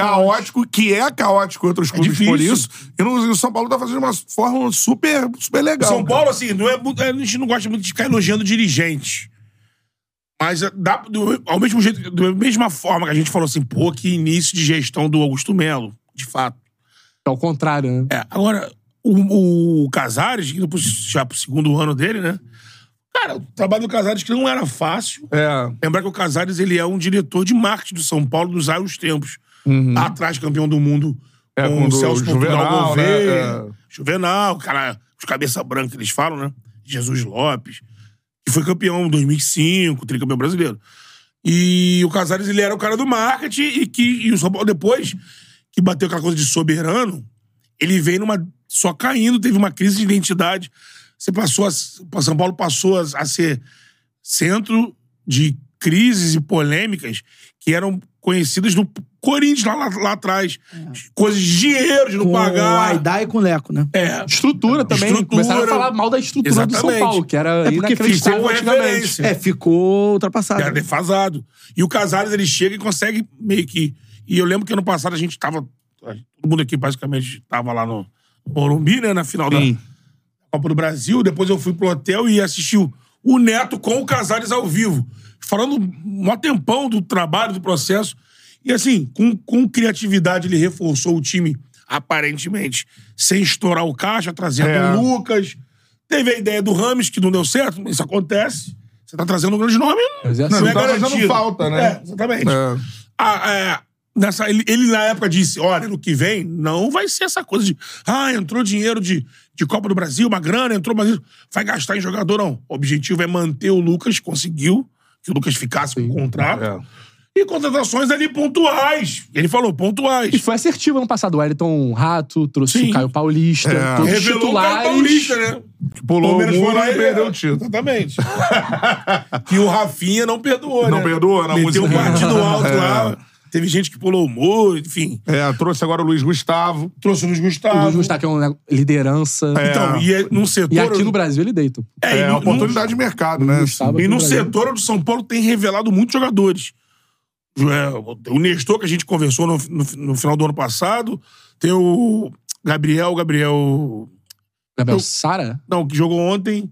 que é caótico em outros clubes difícil. por isso. E no, e o São Paulo tá fazendo uma forma super, super legal. São cara. Paulo, assim, não é, mu- a gente não gosta muito de ficar elogiando dirigente. Mas eh, dá, do- ao mesmo jeito, da mesma forma que a gente falou assim, pô, que início de gestão do Augusto Melo, de fato. Ao contrário, né? É, agora, o, o Casares, indo pro, já pro segundo ano dele, né? Cara, o trabalho do Casares que não era fácil. É. Lembrar que o Casares ele é um diretor de marketing do São Paulo dos vários tempos. Lá atrás, campeão do mundo Hum. É, com com o do Celso Juvenal, Portugal Gouveia. né? É. Juvenal, cara, os cabeça branca que eles falam, né? Jesus Lopes. Que foi campeão em 2005, tricampeão brasileiro. E o Casares, ele era o cara do marketing e que e o São Paulo, depois que bateu aquela coisa de soberano, ele veio numa só caindo, teve uma crise de identidade. Você passou a, São Paulo passou a, a ser centro de crises e polêmicas que eram conhecidas no Corinthians lá, lá- lá atrás. Coisas de dinheiro, de não Com o pagar. Aidá e com o Leco, né? É. Ah, Estrutura também. Estrutura. Começaram a falar mal da estrutura do Exatamente. São Paulo, que era É porque inacreditável ficou antigamente. referência. É, ficou ultrapassado. Era defasado. E o Casares, ele chega e consegue meio que. E eu lembro que ano passado a gente tava. Todo mundo aqui basicamente tava lá no Morumbi, né? Na final da Copa do Brasil. Depois eu fui pro hotel e assisti o, o Neto com o Casares ao vivo. Falando um tempão do trabalho, do processo. E assim, com, com criatividade, ele reforçou o time, aparentemente, sem estourar o caixa, trazendo É. o Lucas. Teve a ideia do Rames, que não deu certo, mas isso acontece. Você tá trazendo um grande nome, Mas é não, assim. é tá fazendo garantido. falta, né? É, exatamente. É. Ah, é, nessa, ele, ele, na época, disse: olha, no que vem não vai ser essa coisa de. Ah, entrou dinheiro de, de Copa do Brasil, uma grana, entrou, mas vai gastar em jogador, não. O objetivo é manter o Lucas, conseguiu que o Lucas ficasse com o contrato. é. E contratações ali pontuais. Ele falou, E pontuais. foi assertivo ano passado. O Wellington Rato, trouxe Sim. o Caio Paulista, É. todos Revelou o cara titulares. paulista, né? Pulou O o Palmeiras muro foi lá é, e perdeu o título. Exatamente. que o Rafinha não perdoou, Não né? perdoa, na Meteu música. um partido alto lá. Teve gente que pulou o muro, enfim. É, trouxe agora o Luiz Gustavo. Trouxe o Luiz Gustavo. O Luiz Gustavo, que é uma liderança. Então, e é, num setor... E aqui no Brasil ele deita. pô. É, É, e no- oportunidade de mercado, né? Gustavo E aqui no Brasil. setor onde o São Paulo tem revelado muitos jogadores. É, o Nestor, que a gente conversou no, no- no final do ano passado, tem o Gabriel, Gabriel... Gabriel Eu- Sara? Não, que jogou ontem.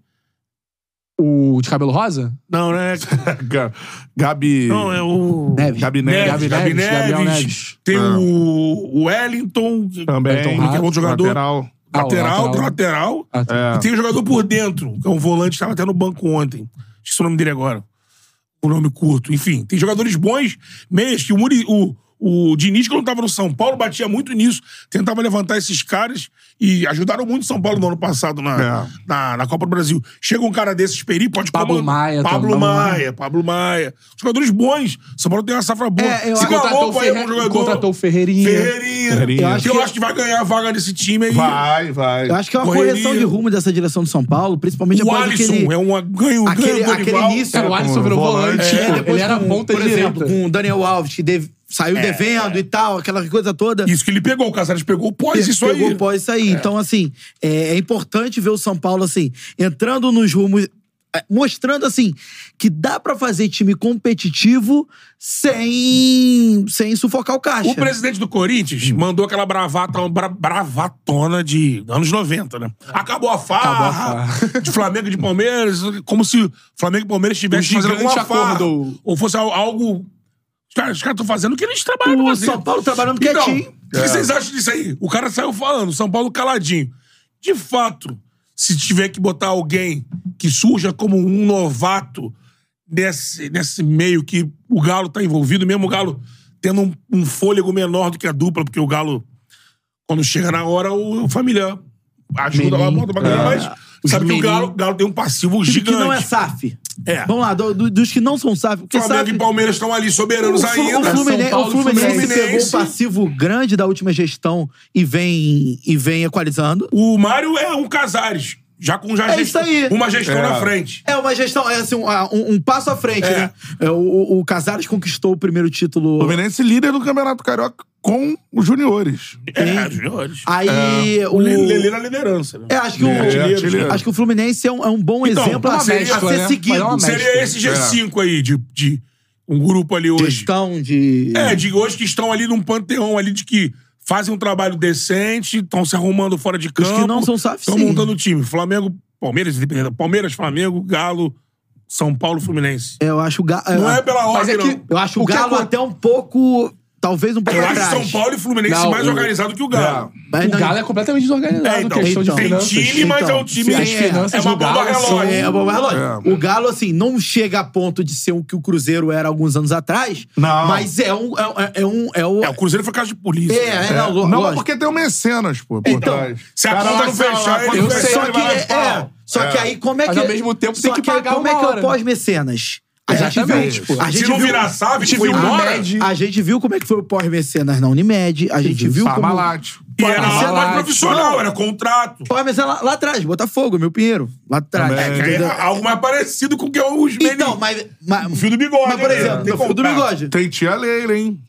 O de cabelo rosa? Não, né? Ga- Gabi. Não, é o... Neves. Gabi Neves. Gabi Neves, Gabriel Neves. Neves. Tem É. o Wellington, que Também. Wellington que é bom jogador. Lateral, Lateral. Ah, o lateral, tem lateral. lateral. Ah, tá. É. E tem o jogador por dentro, que é um volante que estava até no banco ontem. Esqueci o nome dele agora. O nome curto. Enfim, tem jogadores bons, meias, que o, Muri, o, o Diniz, quando estava no São Paulo, batia muito nisso. Tentava levantar esses caras e ajudaram muito o São Paulo no ano passado na, É. na, na Copa do Brasil. Chega um cara desses, Peri, pode Pablo Maia Pablo também. Maia, Pablo Maia. Jogadores bons. São Paulo tem uma safra boa. É, eu Se acho- calou, Contratou, o vai é Ferre... bom jogador. Contratou o Ferreirinha. Ferreirinha. Ferreirinha. Eu Eu acho, acho que... que- vai ganhar a vaga desse time aí. Vai, vai. Eu acho que é uma Correria. correção de rumo dessa direção do São Paulo, principalmente O após Alisson aquele... é um ganho, aquele- ganho Dorival. aquele início- Cara, É, o Alisson virou volante. É, pô. depois ele era com- ponta Por exemplo, direita. com o Daniel Alves, que deve- saiu É, devendo e tal, aquela coisa toda. Isso que ele pegou, o Casares pegou o pós, isso pegou aí. pós isso aí. Então, assim, é, é importante ver o São Paulo, assim, entrando nos rumos. é, Mostrando, assim, que dá pra fazer time competitivo sem, sem sufocar o caixa. O presidente do Corinthians mandou aquela bravata, uma bra- bravatona de anos 90, né? Acabou a farra, Acabou a de Flamengo e de Palmeiras, como se Flamengo e Palmeiras estivessem O fazendo gigante alguma farra. acordou. Ou fosse al- algo... Os caras estão fazendo o que eles trabalham pra O fazer. São Paulo trabalhando Então, quietinho. O que vocês acham disso aí? O cara saiu falando, São Paulo caladinho. De fato, se tiver que botar alguém que surja como um novato nesse, nesse meio que o Galo tá envolvido, mesmo o Galo tendo um, um fôlego menor do que a dupla, porque o Galo, quando chega na hora, o, o familiar ajuda lá, bota pra é. caramba, mas sabe que o Menin. Galo, Galo tem um passivo Time gigante. que não é SAF. É. Vamos lá, do- do- dos que não são SAF. Porque Flamengo SAF e Palmeiras estão ali soberanos o, Flu- ainda. O Fluminense, São Paulo, o Fluminense Fluminense. pegou um passivo grande da última gestão e vem, e vem equalizando. O Mário é um Casares. Já com já É gest- isso aí. uma gestão É. na frente. É uma gestão, é assim, um, um- um passo à frente, É. né? É, o- o, o Casares conquistou o primeiro título. Fluminense é líder do Campeonato Carioca com os juniores. É, Jorge. Aí É. o. O Lelê na liderança. né? É, acho que, Artilheiro, o, artilheiro. acho que o Fluminense é um, é um bom Então, exemplo é a uma ser, mescla, a ser né? Mas é seguido. uma mescla. Seria esse G5 aí, de, de um grupo ali hoje. Gestão de. É, de hoje que estão ali num panteão ali de que fazem um trabalho decente, estão se arrumando fora de campo. que não são SAF, Estão sim. montando o time. Flamengo, Palmeiras, perdão, Palmeiras, Flamengo, Galo, São Paulo, Fluminense. É, Eu acho o Galo. Não é pela Mas ordem, é que não. Eu acho o, O que Galo acon- até um pouco. Talvez um pouco Eu acho atrás. São Paulo e Fluminense Não, mais o- organizado que o Galo. Mas o não- Galo é completamente desorganizado É, então, questão então. de tem finanças. time, mas é um time. As é, finanças uma do bomba Galo são- relógio. É, É, bom, mas, lógico, É. o Galo, assim, não chega a ponto de ser o que o Cruzeiro era há alguns anos atrás. Não. Mas é um. É, é um. É, o, o Cruzeiro foi casa de polícia. É, é, né? não, lo- Não, mas lógico. porque tem o Mecenas, pô, por Então, trás. se a conta Cara, não sei lá, fechar, quando ele- fechar, Eu sei, Só ele que, vai lá tipo, e é, fala. só que aí, como é que. Mas, ao mesmo tempo, só tem que pagar Como é uma que é o hora. pós-mecenas? A gente Exatamente, viu. pô. A gente Se não viu- virar sabe, Te foi viu embora. Med, A gente viu como é que foi o pós-mecenas na Unimed. A gente viu como. Parmalat. E era Parmalat. algo mais profissional, era contrato. Pós-mecenas é lá, lá atrás, Botafogo, meu Pinheiro. Lá atrás. É, que entendeu? é algo mais parecido com o que é os Menin. Então, mas. mas O fio do bigode, Mas, por né? exemplo, Tem o fio do contrato. bigode. Tem tia Leila, é hein?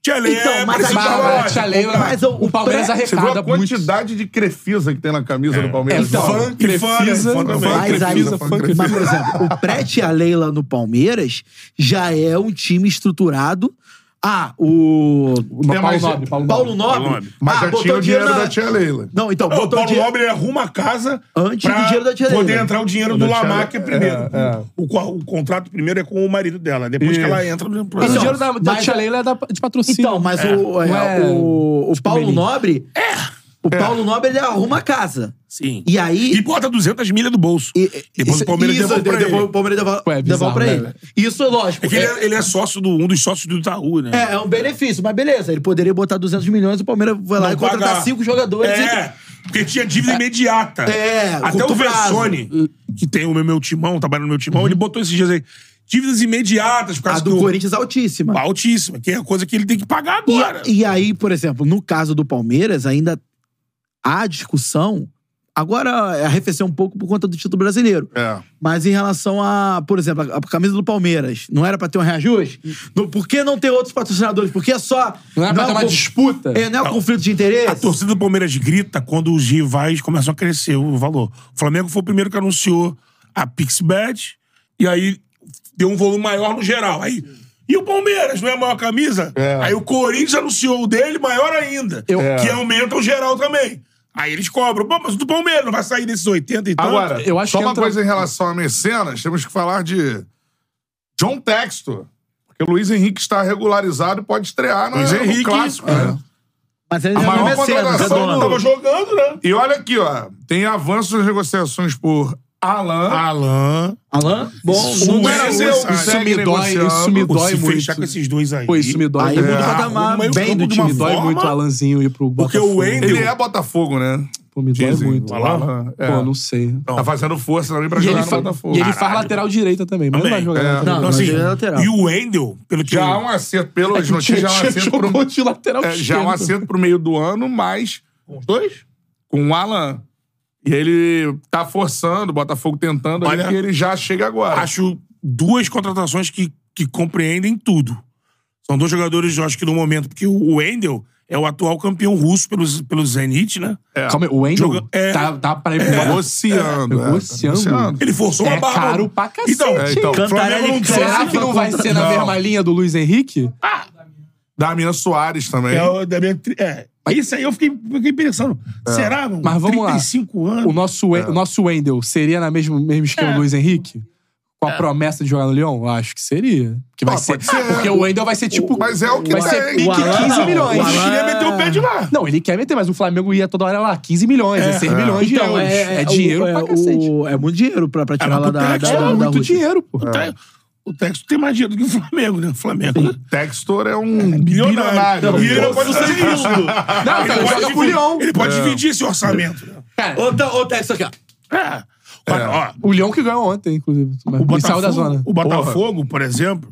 Tia Lê, Então, é mas parecido a com a Bárbara, loja. Tia Lê- mas o- o, Palmeiras o pré- Você viu a arrecada muito. quantidade de crefisa que tem na É. camisa do Palmeiras? tá então, Fala. Fã, E fã, né? Crefisa, Fã também. fã, Mas aí, Crefisa, fã, fã, Crefisa. mas, por exemplo, o Prete e a Leila no Palmeiras já é um time estruturado. Ah, o. Tem mais- Paulo Nobre, Paulo Paulo Paulo Nobre. Nobre. Mas ah, já botou tinha o dinheiro na- da tia Leila. Não, então, Não, o botou Paulo dinheiro. Nobre ele arruma a casa Antes do pra dinheiro da tia poder Leila. entrar o dinheiro do Da tia Lamac Leila. primeiro. É, é. O, qual- o contrato primeiro é com o marido dela. Depois que Isso. ela entra no Mas o programa. Então, dinheiro da, da mas- Tia Leila é da- de patrocínio. Então, mas o, é, Não é o, tipo o Paulo Menin. Nobre. O Paulo Nobre ele arruma a casa. É. Sim. E aí. E bota 200 milhas do bolso. e- depois isso- o Palmeiras isso, devolve pra depois ele. o Palmeiras devol- Pô, é devolve bizarro, pra né, ele. velho? Isso é lógico. É que ele é, ele é sócio do um dos sócios do Itaú, né? É, é um benefício, mas beleza. Ele poderia botar 200 milhões, o Palmeiras vai lá Não e contratar paga- cinco jogadores. É, porque tinha dívida imediata. É, Até curto o prazo. Hum. Versone, que tem o meu, meu timão, trabalha no meu timão, ele botou esses dias aí. Dívidas imediatas por E a causa do Corinthians altíssima. Altíssima, que é a coisa que ele tem que pagar agora. E, e aí, por exemplo, no caso do Palmeiras, ainda há discussão. Agora arrefeceu um pouco por conta do título brasileiro. É. Mas em relação a, por exemplo, a, a camisa do Palmeiras, não era pra ter um reajuste? No- por que não ter outros patrocinadores? Por que é só. Não era pra ter é um uma con- disputa? É, não é um conflito de A interesse? torcida do Palmeiras grita quando os rivais começam a crescer o valor. O Flamengo foi o primeiro que anunciou a PixBet e aí deu um volume maior no geral. Aí, e o Palmeiras, não é a maior camisa? É. Aí o Corinthians anunciou o dele maior ainda, que aumenta o geral também. Aí eles cobram. Pô, mas o do Palmeiras não vai sair desses 80 e tal. Agora, eu acho só que uma entra- coisa em relação a mecenas, temos que falar de John Texto. Porque o Luiz Henrique está regularizado e pode estrear no, Luiz no Henrique. clássico. é. né? Mas ele A já não maior é cedo, contratação Zé do- Dono. tava jogando, né? E olha aqui, ó. Tem avanço nas negociações por Alain. Alan. Alan? Bom, Isso não não era é o- seu- esse- isso segue me dói, negociando. isso me Pô, dói se muito. fechar com esses dois aí. Pô, isso me dói. Aí muito. muda o arruma patamar meio bem campo do de time. uma me dói forma- muito o Alanzinho ir pro Porque Botafogo. o Wendel- Ele é Botafogo, né? Pô, me dói Dizem, muito. o Alain, é. Pô, não sei. Tá fazendo força também pra E jogar ele, no fa- Botafogo. e ele faz lateral direita também, mas Também. não vai jogar. É. lateral Não, Então, direita. assim, ele é lateral. e o Wendel, pelo que Já há eu- um acerto, pelas O Tietchan notícias, já há um acerto pro jogou de lateral É, já é um esquerdo. acerto pro meio do ano, mas. Com os dois? Com o Alan. E ele tá forçando, o Botafogo tentando, ali, Olha, que ele já chega agora. acho duas contratações que, que compreendem tudo. São dois jogadores, eu acho que no momento, porque o Wendel é o atual campeão russo pelo, pelo Zenit, né? Calma aí, o Wendel Joga- é. tá, tá pra ir pro É, Botafogo. negociando. É, é, negociando. tá negociando. Ele forçou uma É barra. caro pra cacete, Então, É, então, o Flamengo Cantarelli não cresce. trouxe- Será que não vai ser na Não. mesma linha do Luiz Henrique? Damian Soares também. É, o da minha tri- é. Mas isso aí eu fiquei, fiquei pensando. Será, mano? Mas vamos lá. 35 anos. O nosso, Wen- o nosso Wendel seria na mesmo, mesmo esquema do Luiz Henrique? Com a promessa de jogar no Leão? Eu Acho que seria. Que vai Ah, ser, pode ser. Porque o Wendel vai ser tipo. Mas é o que vai tem. ser O pique Alan- 15 o milhões. Alan- Ele ia meter o pé de lá. Não, ele quer meter, mas o Flamengo ia toda hora lá. 15 milhões, 16 milhões de Então, euros. É, dinheiro é, pra o- cacete. é muito dinheiro pra, pra tirar mas lá pro da, da, Textor é da, da muito Rússia. dinheiro, pô. É. Tá, O Texto tem mais dinheiro do que o Flamengo, né? O Flamengo. né? Textor é um bilionário. Bilionário. E ele não pode Nossa. É. fazer isso. Não, então, ele joga pro dividir- Lyon. Ele pode dividir esse orçamento. né? Cara, Outra, outra, isso aqui, ó. É. Mas, ó, o Leão que ganhou ontem, inclusive. o E saiu Botafogo, da zona. o Botafogo por exemplo,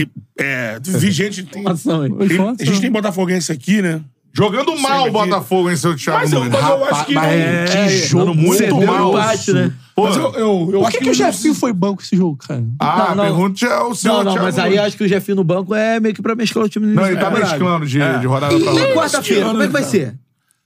e- é, vi gente... Tem, Ação, hein? tem- Informação. a gente tem botafoguense aqui, né? Jogando mal o aqui. Botafogo, hein, seu Thiago Mas eu, Nunes? mas eu acho Rapaz, que... não- é mas que jogo jogando muito cedeu mal. empate, né? Pô, Mas eu, eu, eu Por acho que, que o Jefinho foi banco esse jogo, cara? Ah, Não, não. pergunte ao seu Não, não, Thiago mas aí Nunes. acho que o Jefinho no banco é meio que pra mesclar o time do Não, ele tá mesclando de, É. de rodada pra E, e rodada. quarta-feira, como é que vai ser?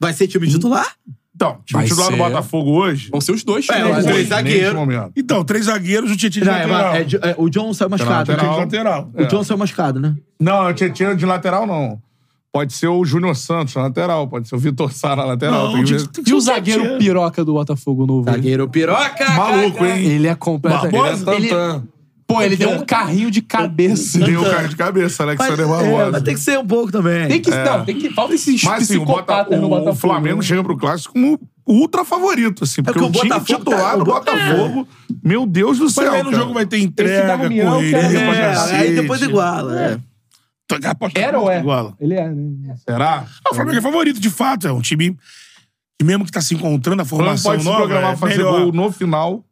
Vai ser time titular? Então, time Vai titular do ser- Botafogo hoje... Vão ser os dois. É, né? os hoje, três zagueiros. neste momento. Então, três zagueiros, o Tietchan de Não, é, lateral. é, é, o John saiu machucado. Tietchan de lateral. lateral. O John saiu machucado, né? Não, o Tietchan de lateral não. Pode ser o Júnior Santos na lateral, pode ser o Vitor Sá na lateral. Não, tem que tinha ver. que- tem que E o ser Tietchan. zagueiro piroca do Botafogo novo? aí? Zagueiro piroca! Maluco, hein? Ele é completamente. Barbosa? é Ele- Pô, ele deu um carrinho de cabeça. Tem o cara de cabeça, Mas, Alexander é, mas Barbosa. tem que ser um pouco também. Tem que. Não, tem que. Falta esses Mas assim, o, Bota- psicopatas no o Botafogo. né? Flamengo chega pro clássico como ultra favorito, assim, porque que o, o time Botafogo titular tá- do o Bota- Botafogo, meu Deus do céu. Mas aí no cara. um jogo vai ter Esse entrega, da União, correria cara, pra É, cacete. aí depois iguala. é. Tu- aposta Era ou é? Iguala. Ele é, né? Será? Ah, O Flamengo é favorito, de fato. É um time que mesmo que tá se encontrando, a O Flamengo formação pode se nova programar é pra fazer melhor. gol no final.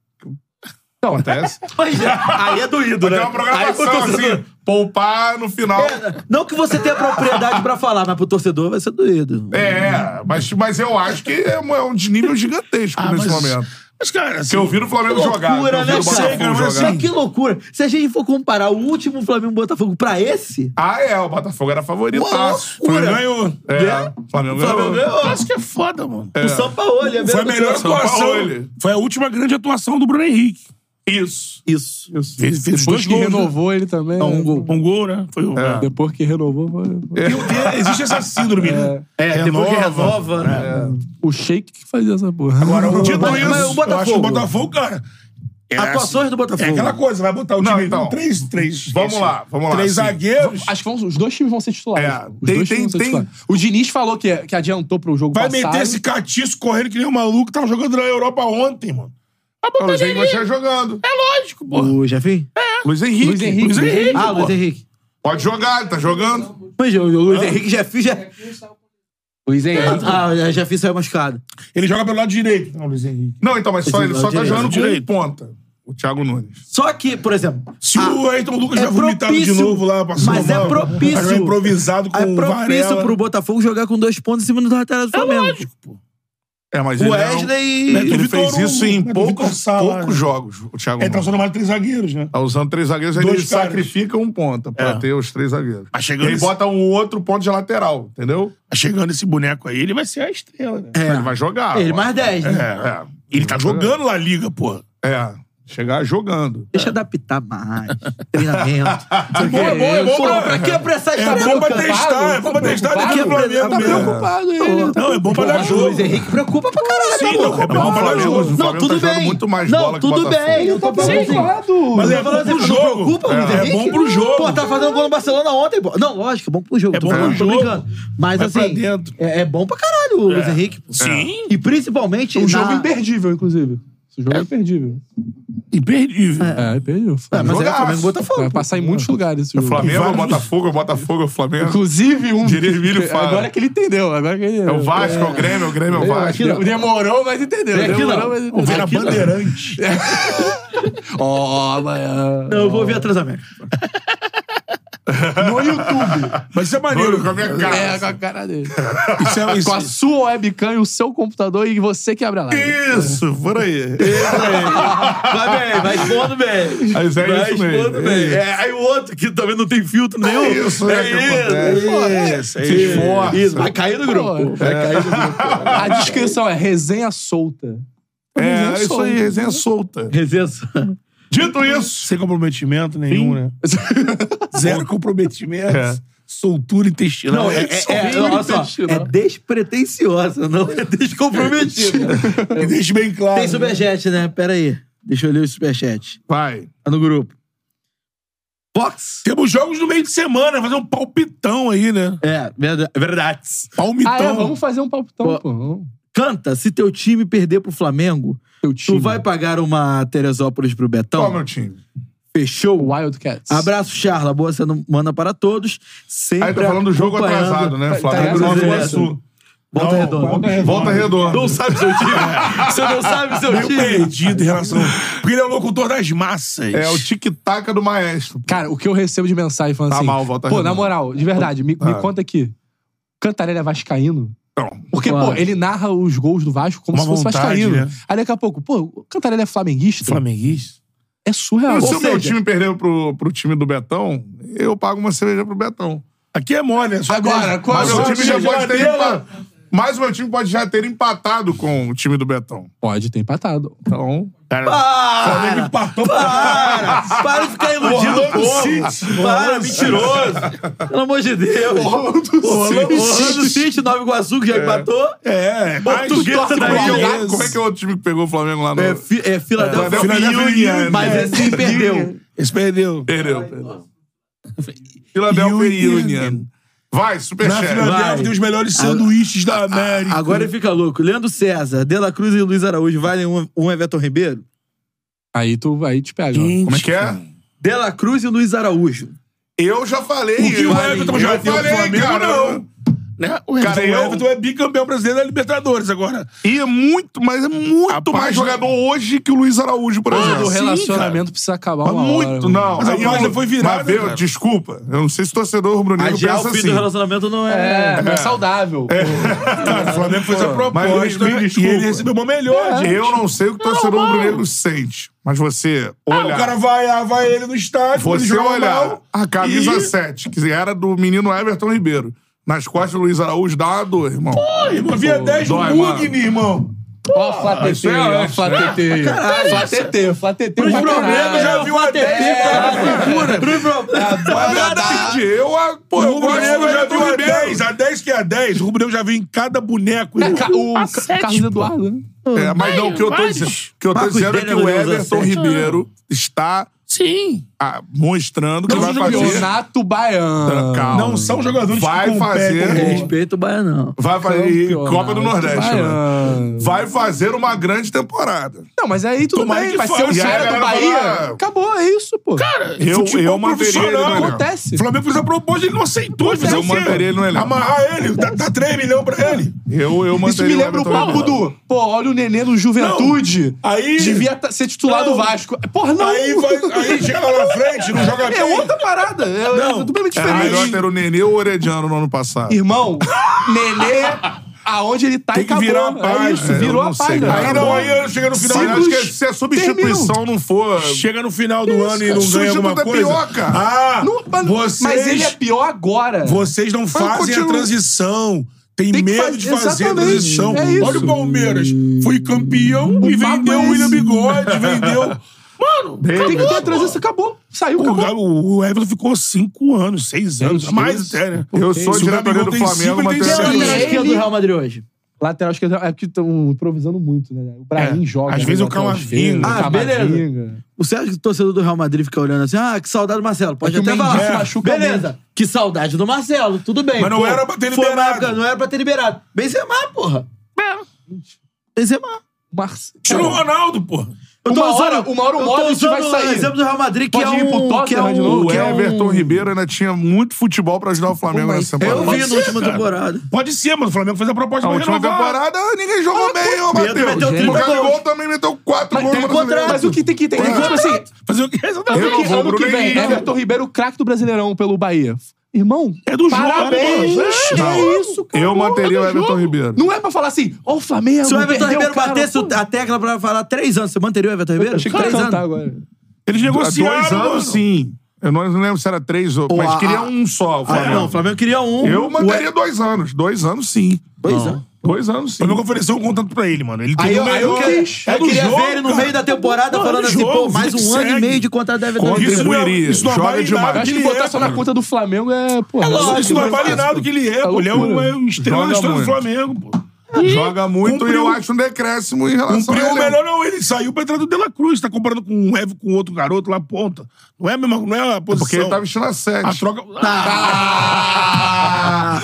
Então, Acontece. Mas é, aí é doído, né? Tem uma Aí pro programação torcedor- assim, poupar no final. É, Não que você tenha propriedade pra falar, mas pro torcedor vai ser doído. É, mas, mas eu acho que é um é um desnível gigantesco Ah, nesse mas- momento. Mas, cara, assim, Que eu vi no Flamengo jogar. que loucura, Eu vi né, no cara? Botafogo Chega, mas assim jogar. Mas que loucura. Se a gente for comparar o último Flamengo e Botafogo pra esse, Ah, é, o Botafogo era Uma favoritaço. o Flamengo loucura. ganhou. É, o Flamengo Flamengo ganhou. ganhou. Né? Acho que é foda, mano. o São Paulo é Foi a mesmo melhor que o São atuação. Paulo. Foi a última grande atuação do Bruno Henrique. Isso. Isso. Fez, fez Depois dois que gols. né? renovou, ele também. né? Um gol. Um gol, né? Foi o. É. Depois que renovou, foi- É. Tem- Existe essa síndrome, né? É, um depois que renova. né? É. o Sheik que fazia essa porra. Agora, o dito mas isso, o eu acho que o Botafogo? Botafogo, cara. é Atuações do Botafogo. É aquela coisa, vai botar o Não, time então. com três, três. Vamos lá, vamos lá, assim, Três sim. zagueiros. Acho que vão- os dois times vão ser titulares. É, Os tem- dois times tem- vão ser tem- titulares. O Diniz falou que, que adiantou pro jogo Vai passado. meter esse catiço correndo que nem um maluco. Tava jogando na Europa ontem, mano. Vai O botar Luiz ele Henrique vai estar ali. jogando. É lógico, pô. O Jefim? Luiz Henrique. Luiz Henrique. Luiz Henrique, Ah, o pô. Luiz Henrique. Pode jogar, ele tá jogando. Mas o Luiz Henrique Jefim já. Luiz Henrique. Ah, o Jefim saiu machucado. Ele joga pelo lado direito. Não, Luiz Henrique. Não, então, mas só, ele só tá Direito, jogando com um direito. ponta. O Thiago Nunes. Só que, por exemplo, Se o Ayrton Lucas é já vomitado de propício, novo lá, passou mas é mal, propício. aí vai improvisado com é o propício Varela. pro Botafogo jogar com dois pontos em cima do lateral do Flamengo. É, mas o ele é um- Wesley. Neto Ele Vitor fez isso Hugo, em Neto Vitor poucos, Sá, poucos né? jogos, o Thiago É, tá Nunes. usando mais três zagueiros, né? Tá usando três zagueiros, aí Dois ele caras. sacrifica um ponta pra É. ter os três zagueiros. Mas e chegando aí esse- bota um outro ponto de lateral, entendeu? Chegando esse boneco aí, ele vai ser a estrela, né? Ele vai jogar. Ele ó. mais 10, É. né? É. Ele tá jogando lá a liga, porra. É, chegar jogando. Deixa adaptar mais. Treinamento. É bom, é bom, é bom Pô, pra- pra que apressar É essa bom pra boca? testar, é bom pra testar Tá dentro do preocupado, Flamengo tá mesmo. Preocupado ele. Não, é bom pra dar Mas o jogo. Luiz Henrique preocupa pra caralho. Sim, pô. preocupa, Não, mas o Flamengo- tudo o Flamengo tá tudo jogando bem. muito mais não, bola que o tudo Botafogo. bem. Eu tô falando assim. Mas Eu é tô bom falando pro assim, não jogo. preocupa, Luiz É Henrique? bom pro jogo. Pô, tá fazendo gol no Barcelona ontem, pô. Não, lógico, é bom pro jogo. É tô bom pro falando, tô jogo. brincando. Mas Vai pra assim, dentro. É. é é bom pra caralho o Luiz Henrique. pô. Sim. é E principalmente. Um na- é, jogo imperdível, inclusive. Esse jogo é, imperdível. Imperdível. É, imperdível. Ah, Mas é Jogaço. Flamengo e Botafogo. Vai passar em muitos lugares esse O jogo. É Flamengo, Vai- o Botafogo, o Botafogo, o Flamengo. Inclusive um... Direito Emílio fala. Agora que ele entendeu. Agora que ele... É o Vasco, é o Grêmio, o Grêmio, é o Vasco. aqui não. Demorou, mas entendeu. Vem aqui Demorou, não. mas Ou entendeu. vai na Bandeirante. Ó, amanhã. Não, eu vou ver a Transamérica. No YouTube. Mas isso é maneiro. Olha Com a minha cara. É, com a cara dele. Isso é Com a isso. sua webcam e o seu computador e você que abre a live. Isso, por aí. Vai bem, vai expondo bem. Mas é Vai isso mesmo. expondo bem. É, aí o outro que também não tem filtro nenhum. É isso, né, é que isso. acontece. É isso, é isso. esforça. Isso, Vai cair no grupo. é. Vai cair no grupo. A descrição é resenha solta. É, é isso aí, resenha solta. Resença. Dito isso, Sem comprometimento nenhum, né? Zero comprometimento. É. Soltura intestinal. Não, é, é, é, não, olha só, é despretensiosa, não é descomprometida. E deixe bem claro. Tem superchat, né? Pera aí. Deixa eu ler o superchat. vai. Tá no grupo. Fox. Temos jogos no meio de semana, fazer um palpitão aí, né? É, verda- verdade. Então, Palmitão. Ah, é, vamos fazer um palpitão, Pô. pô. Canta, se teu time perder pro Flamengo, Teu tu time. vai pagar uma Teresópolis pro Qual é Betão? o meu time? Fechou? Wildcats. Abraço, Charla. Boa semana para todos. Sempre Aí tá falando do jogo acompanhando. atrasado, né? Tá- Flamengo tá- Nova tá- Iguaçu. Volta Não, redonda. Volta Redonda. Volta Redonda. Não sabe seu time. Você não sabe seu Meio time. perdido em relação. Porque ele é o locutor das massas. É o tic-tac do maestro. Cara, o que eu recebo de mensagem falando Tá assim. mal, Volta pô, Redonda. na moral, de verdade, me, me Ah. conta aqui. Cantarelli é Vascaíno? Não. Porque, pô, ele narra os gols do Vasco como Uma se fosse vontade, Vascaíno. né? Aí daqui a pouco, pô, o Cantarelli é flamenguista? Flamenguista. É surreal. Mas Ou se o meu seja, time perder pro, pro time do Betão, eu pago uma cerveja pro Betão. Aqui é mole, né? Só Agora, qual Mas a o meu sua time já pode ter geladeira? empatado. Mas o meu time pode já ter empatado com o time do Betão. Pode ter empatado. Então. Ah! Flamengo Para! empatou. Para! Para de ficar iludindo o Orlando povo! City. Para, mentiroso! Pelo amor de Deus! Orlando City, Nova Iguaçu, que já empatou. É, Portuguesa Ai, tu torce da pro Ilha. Flamengo. Como é que é o outro time que pegou o Flamengo lá no. É, fi, é Philadelphia Philadelphia Union, Union, mas né? esse perdeu. Esse perdeu. Perdeu, perdeu. Philadelphia Union. Union. Vai, Na superchat. Filadélfia tem os melhores sanduíches da América. Agora ele fica louco. Leandro César, De La Cruz e Luiz Araújo valem um, um Everton Ribeiro? Aí tu aí te pega. ó. Como é que é? De La Cruz e Luiz Araújo. Eu já falei. O que eu o Everton já eu deu pro falei, Flamengo, cara. não. Né? O Everton, ah, Cara, o eu- Everton é bicampeão brasileiro da Libertadores agora. E é muito, mas é muito Rapaz, mais jogador hoje que o Luiz Araújo, por exemplo. Todo sim, relacionamento precisa acabar uma hora, muito, mano. não. Mas a Aí página eu- foi virada, Mas, viu, cara. desculpa, eu não sei se o torcedor rubro-negro Já é o pensa fim assim. do relacionamento não É, é... não é saudável. Cara, o Flamengo fez Luiz, a me proposta né? e desculpa. É. ele recebeu uma melhor. gente. Eu não sei o que o torcedor rubro-negro sente, mas você Ah, olha, o cara vai, ah, vai ele no estádio, ele você joga olhar mal. a camisa e- 7, que era do menino Everton Ribeiro, nas costas do Luiz Araújo, dá uma dor, irmão. é Pô, irmão, havia 10 no dói, Mugni, irmão. Ó, Flatete, é ó, né? Flatete. Flatete, Flatete. Pros pra problemas caralho. já viu a É TV. Pros problemas. verdade, eu, a- pô, O eu Rubro gosto do Negro já Everton viu a Ribeiro. 10, a 10 que é a 10. O Rubro Negro já viu em cada boneco. um- É, irmão. Ca- o Ca- Carlos Eduardo, né? É, mas não, o que eu tô dizendo, o que eu tô Marcos dizendo é que Daniel o Luiz Everton Araújo. Ribeiro está Sim. ah, mostrando que Não vai seja fazer... Tá, Leonato Baiano. Calma. Não são um jogadores Vai que competem. fazer- irmão. Respeito o Baianão. Vai fazer Campeonato Copa do Nordeste, mano. Baiano. Vai fazer uma grande temporada. Não, mas aí tudo Tomara bem, que vai ser faça. um E aí a cara do galera Bahia. fala, Acabou, é isso, pô. Cara, Eu, eu manteria ele no profissional. elenco. Acontece. O Flamengo fez a proposta, ele não aceitou. Ele fez Eu o quê? manteria ele no elenco. Amarrar ele, dá, dá 3 milhões pra ele. Eu, eu Isso manteria me lembra o Everton papo Ribeiro. do. Pô, olha o nenê no juventude. Não, aí- Devia ta- ser titular do Não. Vasco. Porra, não. Aí, vai, aí chega lá na frente, não joga bem. É outra parada. É, é Não. totalmente Era diferente. melhor ter o Nenê ou o Orediano no ano passado. Irmão, nenê, aonde ele tá Tem e que acabou. virar a é página. isso, É, eu virou não a sei, página. cara. Aí Acabou. não, aí chega no final. Mas acho que se a substituição não for... Chega no final do ano e cara. não ganha Substituto alguma é coisa. pior, cara. Ah, Não, mas, vocês, mas ele é pior agora. vocês não fazem a continuo. transição. Tem, Tem que medo fazer- de fazer a exatamente, transição. é isso. Olha o Palmeiras. Foi campeão e papo vendeu é o William esse. Bigode, vendeu. Mano, Tem que ter acabou, a transição, acabou. Saiu, O, acabou. o Everton ficou cinco anos, seis anos, isso. mais até, né? Eu Tem sou isso, diretoria o do Gabigol tem Flamengo, cinco, ele tem mas seis. tem Lateral ele- esquerdo é do Real Madrid hoje. Lateral esquerdo é porque estão improvisando muito, né? O Brahim É, joga. às né, vezes o lateral Camavinga. esquerdo, o Ah, Camavinga. O Sérgio, que o torcedor do Real Madrid, fica olhando assim: ah, que saudade do Marcelo. Pode É que o até Mendy falar. se É. machuca Beleza, que saudade do Marcelo, tudo bem. Mas não era pra ter foi uma liberado. época- não era pra ter liberado. Benzema, porra. É. Benzema. Marce- Tira o Cara, Ronaldo, porra. Eu Uma hora- uma hora o eu tô Modric vai usando sair. o exemplo do Real Madrid, que Pode é ir pro um... que é Tottenham de um- novo? O que é um- Everton Ribeiro ainda tinha muito futebol pra ajudar o Flamengo Como é nessa que- Eu temporada. vi na última temporada. Pode ser, mas o Flamengo fez a proposta A pra última renovar. temporada, ninguém jogou bem, ô, Pedro meteu Matheus. O 30 Gabigol gols. também meteu quatro Mas gols. tem no contrato. Brasileiro. Mas o que tem que ter? Tipo assim, Fazer o quê? Exatamente. ano que, vou ano pro que vem, Benfica. Everton Ribeiro, craque do Brasileirão pelo Bahia. Irmão, É do jogo, parabéns. né? É isso, cara. Eu manteria É o do Everton jogo. Ribeiro. Não é pra falar assim, ó, o Flamengo. Se o Everton perdeu, Ribeiro cara, batesse pô. a tecla pra falar três anos, você manteria o Everton Ribeiro? Achei que Três ia cantar anos. agora. Eles Há negociaram. dois mano. anos, sim. Eu não não lembro se era três ou... Mas a- queria um só, o Ah, Flamengo. não, o Flamengo queria um. Eu O- manteria dois anos. Dois anos, sim. Dois anos. Dois anos, O sim. Flamengo ofereceu um contrato pra ele, mano. Ele Aí tem eu, um aí eu melhor. queria, É eu do queria jogo, ver ele no cara. meio da temporada Não, é falando do assim, pô, jogo, mais um vida que ano e segue. meio de contrato da Everton Contra- Ribeiro. Isso não é, Contribuiria. isso não Joga vale demais. nada Acho que que botar só na conta. conta do Flamengo é. Pô, é lógico, Isso não vale nada que ele é, pô. Ele é um é um estrela Joga da história do muito. Flamengo, pô. Joga muito e É, Cumpriu- eu acho um decréscimo em relação Cumpriu a o ele. melhor, não. é Ele saiu pra entrar do De La Cruz. Tá comparando com um Evo com outro garoto lá, ponta. Não é a mesma, não é a posição. Porque ele tá vestindo a sete. A troca. Ah,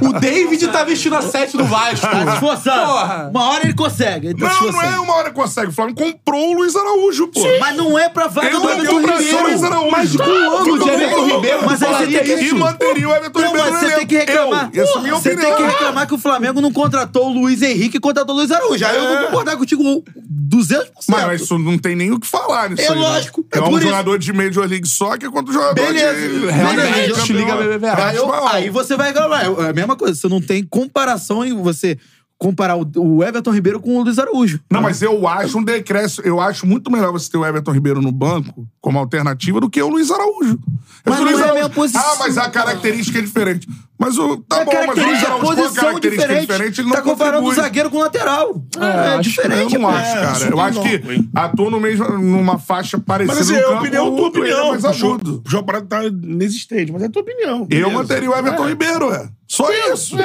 O O David tá vestindo a 7 do Vasco. Tá esforçando. Uma hora ele consegue. Ele tá Não, não esforçando. é uma hora que consegue. O Flamengo comprou o Luiz Araújo, pô. Mas não é pra vaga Ele do não Everton deu pra ser o Luiz Ribeiro. Araújo. Mas com um ano de Everton Ribeiro, Mas aí você tem que- E manteria o Everton Não, Ribeiro no mas você tem elenco. que reclamar. Eu, essa é a minha Você tem opinião. que reclamar que o Flamengo não contratou o Luiz Henrique e contratou o Luiz Araújo. Aí eu É. vou concordar contigo 200%. Ah, Mas isso não tem nem o que falar nisso É aí, né? lógico, é É, um por isso. jogador de Major League Soccer contra o jogador de... Beleza. Real Beleza. Madrid, Just campeão. Liga BBVA. É, Aí, eu- tipo, aí você vai reclamar. É a mesma coisa. Você não tem comparação em você comparar o, o Everton Ribeiro com o Luiz Araújo. Não, mas eu acho um decréscimo. Eu acho muito melhor você ter o Everton Ribeiro no banco como alternativa do que o Luiz Araújo. Mas o não Luiz é a Araújo- minha posição. Ah, mas a característica é diferente. Mas o. Tá É bom, mas o Luiz característica, Araújo com a posição característica diferente. ele não tá comparando o contribui. zagueiro com o lateral. É, acho é que diferente. Eu não pô. acho, cara. isso Eu não acho que concordo, tá hein? atua no mesmo, numa faixa parecida Mas no assim, é a campo, opinião, o tua Pedro é opinião. mais O jogo, agudo. o jogo parado tá inexistente, mas é a tua opinião. Eu Beleza. é. manteria o Everton Ribeiro, é. Só isso.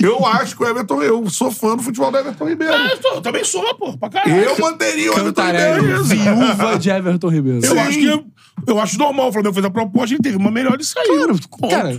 Eu acho que o Everton... Eu sou fã do futebol do Everton Ribeiro. Ah, eu, tô- eu também sou, pô, pra caralho. Eu manteria o Everton Cantarelli, Ribeiro. é viúva de Everton Ribeiro. é Eu acho que é- eu acho normal. O Flamengo fez a proposta, ele teve uma melhor e saiu. Claro, cara.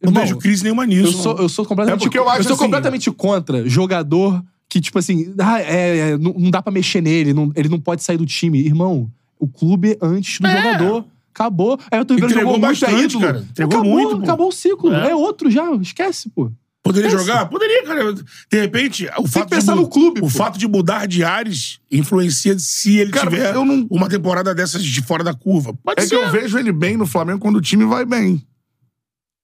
não irmão, vejo crise nenhuma nisso. Eu sou, mano. eu sou completamente. É porque eu acho sou assim- completamente contra jogador que, tipo assim, ah, é, é, não, não dá pra mexer nele, não- ele não pode sair do time. Irmão, o clube é antes do jogador. Acabou. Aí o Ribeiro Entregou jogou muito, bastante, é ídolo. cara. Entregou acabou, muito, pô. acabou o ciclo. É. outro já, esquece, pô. Poderia jogar? Poderia, cara. De repente, o fato pensar de, mu- no clube, O pô. fato de mudar de ares influencia se ele Cara, tiver eu não- uma temporada dessas de fora da curva. Pode É ser. que eu vejo ele bem no Flamengo quando o time vai bem.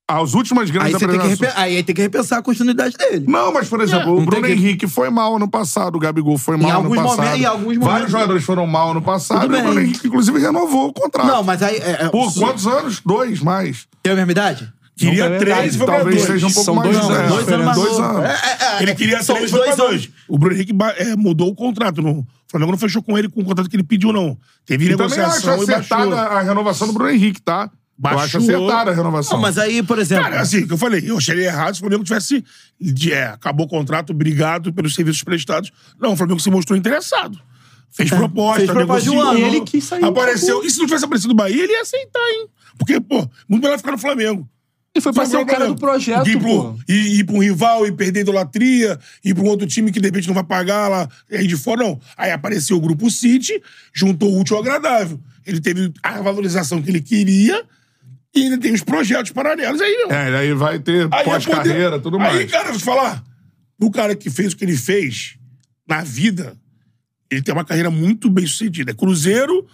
As últimas Aí, grandes você tem que apresentações... repen- aí tem que repensar a continuidade dele. Não, mas, por exemplo, o não tem Bruno que- Henrique foi mal ano passado, o Gabigol foi mal ano alguns passado. momentos- em alguns Vários momentos- jogadores foram mal ano passado Tudo e o Bruno bem. Henrique, inclusive, renovou o contrato. Não, mas aí. É, é, Por quantos anos? Dois mais. Tem a mesma idade? Queria Não, é três, verdade. foi pra Talvez dois. seja um pouco São mais. dois é, anos, dois anos mais Dois novo. anos. É, Ele queria São três, os foi pra dois dois. O Bruno Henrique ba- é, mudou o contrato. Não, o Flamengo não fechou com ele com o contrato que ele pediu, não. Teve E também acho negociação e baixou. acertada a renovação do Bruno Henrique, tá? Eu acho Baixou. acertada a renovação. Não, mas aí, por exemplo. Cara, assim, o que eu falei, eu acharia errado se o Flamengo tivesse. de- é, acabou o contrato, obrigado pelos serviços prestados. Não, o Flamengo se mostrou interessado. É, Fez proposta, fez proposta de um negociou. ano. E ele quis sair, Apareceu. acabou. E se não tivesse aparecido o Bahia, ele ia aceitar, hein? Porque, pô, muito melhor ficar no Flamengo. Ele foi pra ser o cara do projeto, E ir pô. pro, e, ir pra um rival e perder a idolatria, ir pra um outro time que de repente não vai pagar lá, aí de fora, não. Aí apareceu o Grupo City, juntou o útil ao agradável. Ele teve a valorização que ele queria e ainda tem os projetos paralelos. Aí, né? meu, É, aí vai ter Aí é pós-carreira, poder- tudo mais. Aí, cara, vou te falar. O cara que fez o que ele fez na vida, ele tem uma carreira muito bem sucedida. É Cruzeiro,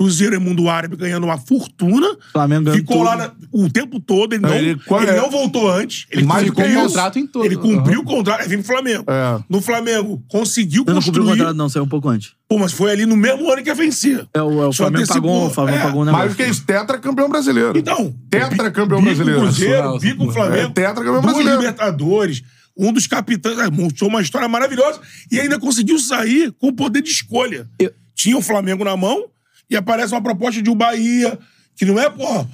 Cruzeiro é mundo árabe ganhando uma fortuna. Flamengo ganhando Ficou tudo. lá na- o tempo todo, ele não, Ele- ele, qual é? não voltou antes. Ele Mas cumpriu ficou o isso. contrato em todo. Ele cumpriu o contrato, aí vem pro Flamengo. né? É. No Flamengo, conseguiu Eu não cumpriu o construir. contrato, não, saiu um pouco antes. Pô, mas foi ali no mesmo ano que ia vencer. É, o, é, o Só Flamengo antecipou. pagou, o Flamengo É. pagou um negócio. Mais do que isso, tetra campeão brasileiro. Então. Tetra campeão bico brasileiro. Cruzeiro, Nossa, bico pô. Flamengo. É, tetra campeão duas brasileiro. Libertadores. Um dos capitães. ah, Montou uma história maravilhosa. E ainda conseguiu sair com poder de escolha. Tinha o Flamengo na mão e aparece uma proposta de um Bahia, que não é, pô,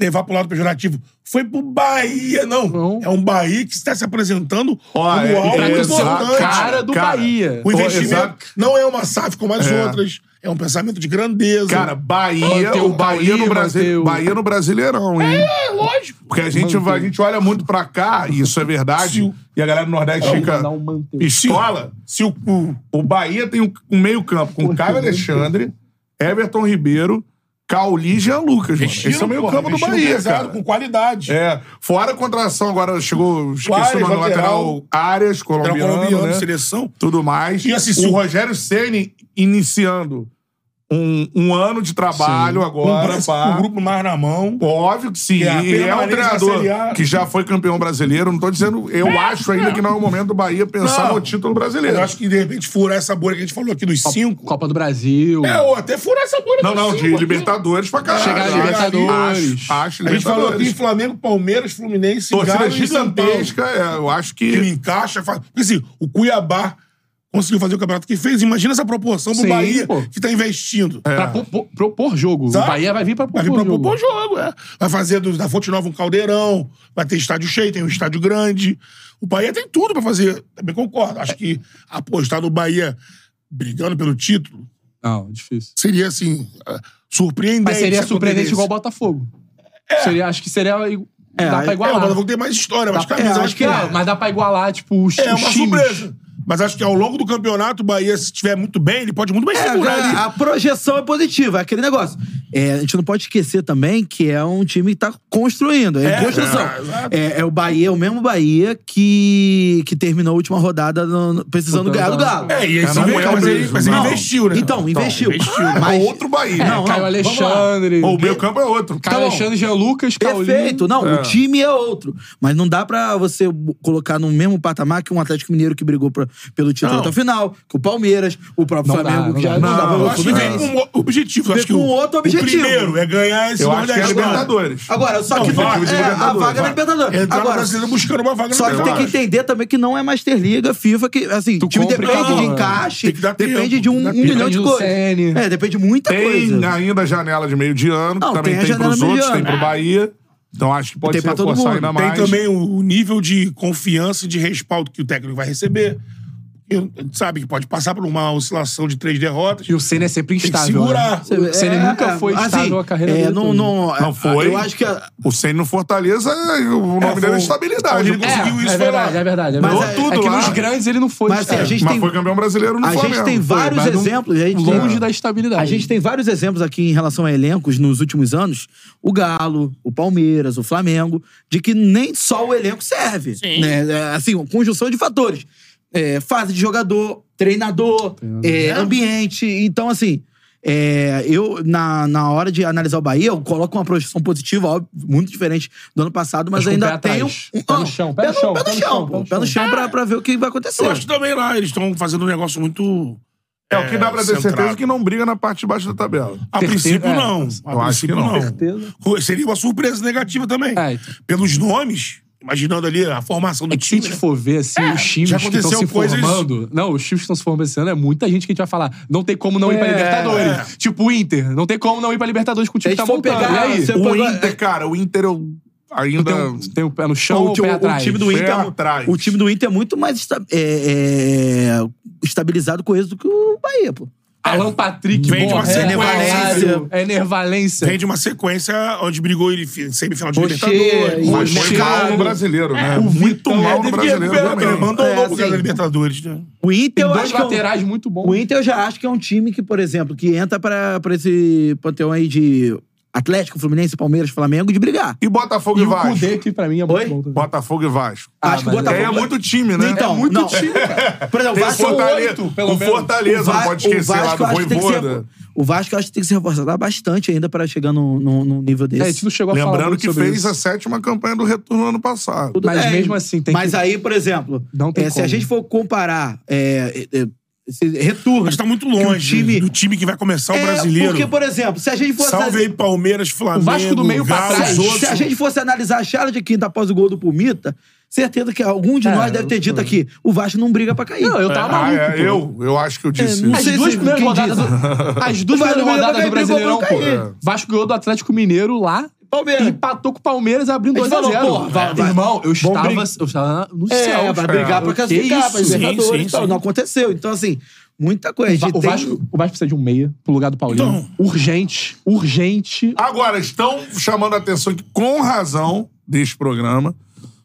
levar pro lado pejorativo. Foi pro Bahia, não. Não. É um Bahia que está se apresentando Ó, como é- algo é Exato, importante. cara do cara. Bahia. O investimento exato. não é uma SAF como as É. outras. É um pensamento de grandeza. Cara, Bahia, Manter o Bahia o no Paulinho, manter Brasil, o- Bahia no Brasileirão, hein? é lógico. Porque a gente, vai- a gente olha muito pra cá, e isso é verdade, Sim. e a galera do Nordeste fica não manteve. pistola. Se o, o, o Bahia tem um, um meio-campo com Caio Alexandre, Everton Ribeiro, Cauli e Jean Lucas, mano. Esse é o meio-campo do Bahia, um pesado, cara. com qualidade. É, fora a contração, agora chegou, esqueci Arias, o nome do lateral, lateral. Arias, Era colombiano, colombiano, né? seleção. tudo mais. E assim, se o o- Rogério Ceni iniciando um, um ano de trabalho Um agora. braço pá. com o grupo mais na mão. Óbvio que sim. Que é a e é um permanência na treinador Série A. que já foi campeão brasileiro. Não tô dizendo. Eu acho ainda que não é o momento do Bahia pensar Não. no título brasileiro. Eu acho que, de repente, furar essa bolha que a gente falou aqui dos cinco. Copa do Brasil. É, ou até furar essa bolha Não, dos não, cinco de aqui. Libertadores pra caralho. Chegar Acho- em Libertadores. Acho, acho A gente falou aqui em Libertadores. Flamengo, Palmeiras, Fluminense, Torcida Galo e São Paulo. gigantesca, é, eu acho que. Que não encaixa. Faz... Porque, assim, o Cuiabá conseguiu fazer o campeonato que fez. Imagina essa proporção pro Sim, Bahia, pô. que tá É. investindo. Pra propor, propor jogo. Exato. O Bahia vai vir pra propor Vai vir pra jogo. propor jogo, é. Vai fazer do- da Fonte Nova um caldeirão, vai ter estádio cheio, tem um estádio grande. O Bahia tem tudo pra fazer. Também concordo. Acho que apostar no Bahia brigando pelo título Não, difícil. seria, assim, ah, surpreendente. Mas seria se surpreendente acontecesse. igual o Botafogo. Seria, acho que seria. dá pra É, o igualar. Botafogo tem mais história, mais Dá- camisa. é, mais acho que tudo. é, mas dá pra igualar, tipo, os, É os uma times. surpresa. Mas acho que ao longo do campeonato, o Bahia, se estiver muito bem, ele pode muito bem É, segurar ali. a, a projeção é positiva, é aquele negócio. É, a gente não pode esquecer também que é um time que tá construindo, é, em É, construção. é, exato. É, é o Bahia, é o mesmo Bahia que, que terminou a última rodada no- no- precisando Botando ganhar do Galo. Galo. É, e esse não veio, é o mas, ele, mesmo, mas ele não. investiu, né? Então, investiu. né? É outro Bahia. Caio Não, vamos lá. Alexandre. Ou o meu campo é outro. Caio Então, Alexandre, Jean Lucas, Perfeito, Caolinho. não, o time é outro. Mas não dá pra você b- colocar no mesmo patamar que um Atlético Mineiro que brigou pra- pelo título Não. até o final, que o Palmeiras, o próprio Não dá, Flamengo, não que já dá. não, Não, dá pra Eu o acho que é vem com Fluminense. um o- objetivo. Eu acho que com o- um outro O objetivo. primeiro é ganhar esse Eu acho que é a Nordestão. Libertadores. Agora, só Não, que não, vaga de é, a Libertadores, vaga da vaga. Libertadores. Entrar na Agora, brasileira buscando uma vaga só que no tem que Libertadores. entender também que não é Master Liga, FIFA, que assim, o time compra e depende de compra. encaixe, Tem que dar depende tempo, de tem um, que dar um tempo. milhão Depende de do coisas. CN. É, depende de muita Tem coisa. ainda a janela de meio de ano, que Não, também tem a tem, janela pros meio de outros, tem ano. pro Bahia. Então acho que pode Tem se pra todo reforçar mundo. ainda Tem mais. também o o nível de confiança e de respaldo que o técnico vai receber. Ele sabe que pode passar por uma oscilação de três derrotas. E o Senna é sempre Tem que instável. segurar. Né? O Senna É, nunca foi assim, estável a carreira é, dele. não, toda. não, Não foi. Eu acho que a- O Senna no Fortaleza, o nome dele é foi- estabilidade. ele pô. conseguiu é, isso, é foi lá. verdade, é verdade, é Mas verdade. é- é que tudo lá. nos grandes ele não foi. Mas, assim, a estável. gente Mas tem- foi campeão brasileiro no a Flamengo. gente tem Foi, vários mas não- exemplos. A gente tem- Longe da estabilidade. A gente tem vários exemplos aqui em relação a elencos nos últimos anos, o Galo, o Palmeiras, o Flamengo, de que nem só o elenco serve. Né? É, Assim, uma conjunção de fatores. É, fase de jogador, treinador, é, ambiente. Então, assim, é, eu, na, na hora de analisar o Bahia, eu coloco uma projeção positiva, óbvio, muito diferente do ano passado, Mas mas, com o ainda pé atrás. tenho. um Pé no chão, pé no chão, pé no chão, pô. Pé no chão pra, pra ver o que vai acontecer. Eu acho que também lá eles estão fazendo um negócio muito. É, o que dá pra ter centrado. certeza é que não briga na parte de baixo da tabela. A Certeza, princípio, é. não. A Eu acho princípio, que não. Certeza. não. Seria uma surpresa negativa também. É, então. Pelos nomes, imaginando ali a formação do É que se a time. gente né? for ver, assim, É, os times já que estão aconteceu se coisas- formando... Não, os times que estão se formando esse ano é muita gente que a gente vai falar. Não tem como não ir pra É. Libertadores. Tipo o Inter. Não tem como não ir pra Libertadores com o time Se que a tá gente for montando. pegar- e aí? se- O Agora- Inter, cara, o Inter eu ainda. Tem, um- tem o pé no chão Não, ou o pé ti- atrás? time do Pé Inter, é mu- atrás. o time do Inter é muito mais esta- é, é, estabilizado com êxito que o Bahia, pô. Alan Patrick, Vem de bom, uma sequência. É Nervalência. né? Vem de uma sequência onde brigou ele fi- semifinal de Rocher, Libertadores. o Mas foi Rocher, mal no brasileiro, né? Muito É, mal no teve que brasileiro. recuperar, também. né? Abandonou É, por causa assim. da Libertadores. né? O Inter, Tem eu dois acho que é um- laterais muito bons. o Inter eu já acho que é um time que, por exemplo, que entra pra, pra esse panteão aí de Atlético, Fluminense, Palmeiras, Flamengo, de brigar. E Botafogo e, E o Vasco. Cudê, que pra mim é Oi? muito bom também. Botafogo e Vasco. Ah, acho que o mas é- Botafogo... é muito time, né? Então, é muito não. time, cara. Por exemplo, Tem o o Vasco... é um Fortaleza, oito. o Fortaleza O Va- não pode esquecer o Vasco lá do eu acho que tem que Voivoda. ser- O Vasco eu acho que tem que se reforçar bastante ainda pra chegar num, num, num nível desse. É, a gente não chegou a falar Lembrando muito que sobre fez isso. a sétima campanha do retorno ano passado. Tudo Mas mesmo assim, tem Mas que- aí, por exemplo, Não tem é, se a como. gente for comparar é, é, é, esse retorno. Mas tá muito que o longe time- do time que vai começar o É, brasileiro. Porque, por exemplo, se a gente fosse. Salve tá- aí Palmeiras, Flamengo, Vasco do meio pra Galo, trás. os outros. Se a gente fosse analisar a charla de quinta após o gol do Pumita, certeza que algum de nós deve ter dito aqui: o Vasco não briga pra cair. É, Não, eu tava Ah, maluco. é, pô. eu, eu acho que eu disse não isso. As sei duas se- primeiras quem rodadas disse. do, As duas O Vasco primeiras rodadas ganhou do pra cair, Brasileirão, brigou pra pô. Vasco ganhou do Atlético Mineiro lá. Palmeiras. Empatou com o Palmeiras abrindo A gente falou, 2x0. porra, vai- vai. É. Irmão, eu estava, brigar. eu estava no É, céu. vai cara. brigar pra Que classificar, pra isso? Sim, sim, Libertadores e tal. sim. Não aconteceu. Então, assim, muita coisa. A gente O tem- Então. Vasco, o Vasco precisa de um meia pro lugar do Paulinho. urgente, urgente. Agora, estão chamando a atenção que, com razão deste programa,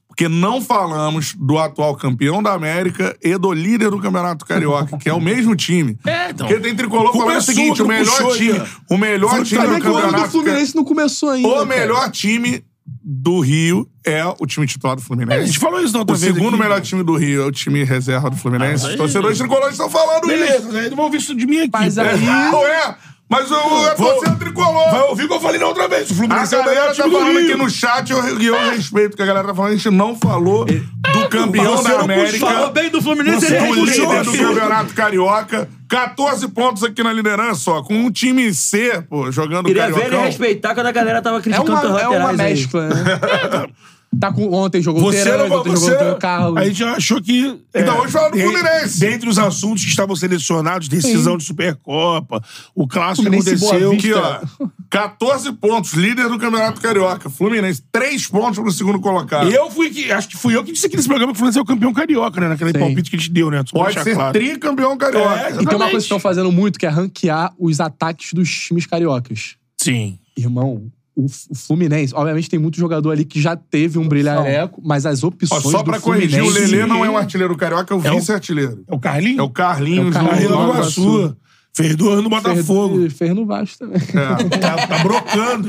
porque não falamos do atual campeão da América e do líder do Campeonato Carioca, que é o mesmo time. É, então. Porque tem tricolor Culpa falando é o seguinte: sua, o que melhor puxou, time, cara. o melhor time Como é do que o ano campeonato. do Fluminense não começou ainda? O cara? melhor time do Rio é o time titular do Fluminense. É, A gente falou isso na outra O vez segundo aqui. melhor time do Rio é o time reserva do Fluminense. Ah, Os aí- torcedores tricolores estão falando isso. Beleza, né? não vão ouvir isso de mim aqui. Mas É. aí- Não é? Mas o é Vou- torcedor tricolor. Vai ouvir o que eu falei na outra vez. O A Fluminense é o galera melhor tá time do falando aqui Rio. no chat, eu, e eu respeito o que a galera tá falando, a gente não falou do campeão você da não América. assim, falou bem do Fluminense, do ele é puxou líder do assunto. Campeonato Carioca. 14 pontos aqui na liderança, ó. Com um time C, pô, jogando Queria ver ele Cariocão. respeitar quando a galera tava É criticando uma, os é uma laterais. aí. mescla, né? tá com, ontem jogou o Você Terãs, não ontem você... jogou o Carlos. A gente achou que. Então, hoje fala do de- Fluminense. É. Dentre os assuntos que estavam selecionados, decisão de Supercopa, o clássico que Fluminense e Boa aconteceu. Vista. Aqui, ó. 14 pontos, líder do Campeonato Carioca. Fluminense, 3 pontos pro segundo colocado. Eu fui que. Acho que fui eu que disse aqui nesse programa que o Fluminense é o campeão carioca, né? Naquele Sim. palpite que a gente deu, né? Só pra Pode deixar ser claro. tricampeão carioca. É, E tem uma coisa que estão fazendo muito, que é ranquear os ataques dos times cariocas. Sim. Irmão, o F- o Fluminense, obviamente, tem muito jogador ali que já teve um brilhareco, mas as Ó, opções só do pra Fluminense... corrigir, o Lelê não é um artilheiro carioca, é o vice-artilheiro. É o Carlinhos? É o Carlinhos É o do Carlinhos do Nova Iguaçu. Iguaçu. Fez dois anos no Botafogo. Fer, Fer no Vasco também. É. Tá, tá brocando.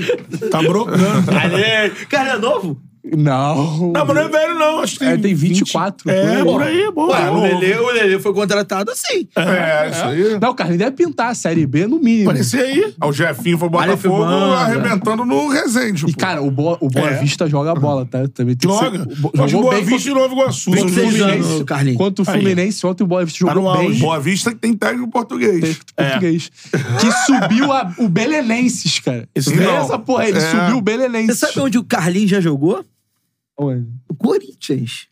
Tá brocando. Cara, é novo? Não. Não, mas não é né? velho, não. Acho que tem, É, tem 24. É, por por aí. aí, bom. Ué, o Lelê, o Lelê foi contratado assim. É, isso aí. Não, o Carlinhos deve pintar a Série B no mínimo. Esse aí. O Jefinho foi Botafogo Mano. arrebentando no Resende. E, pô. cara, o Boa, o Boa É. Vista joga bola, tá? Também tem que ser- Joga. o Bo- Só de jogou Boa bem Vista e Novo Iguaçu. Tem São que os ser dois jovem, times. Carlinhos. Quanto o Aí. Fluminense, ontem o Boa Vista Tá no jogou auge. bem. Boa Vista que tem técnico português. é. Português. Que subiu a- o Belenenses, cara. Isso Vê não. essa porra, aí, ele É. subiu o Você Belenenses. sabe onde o Carlinhos já jogou? Ué. O Corinthians.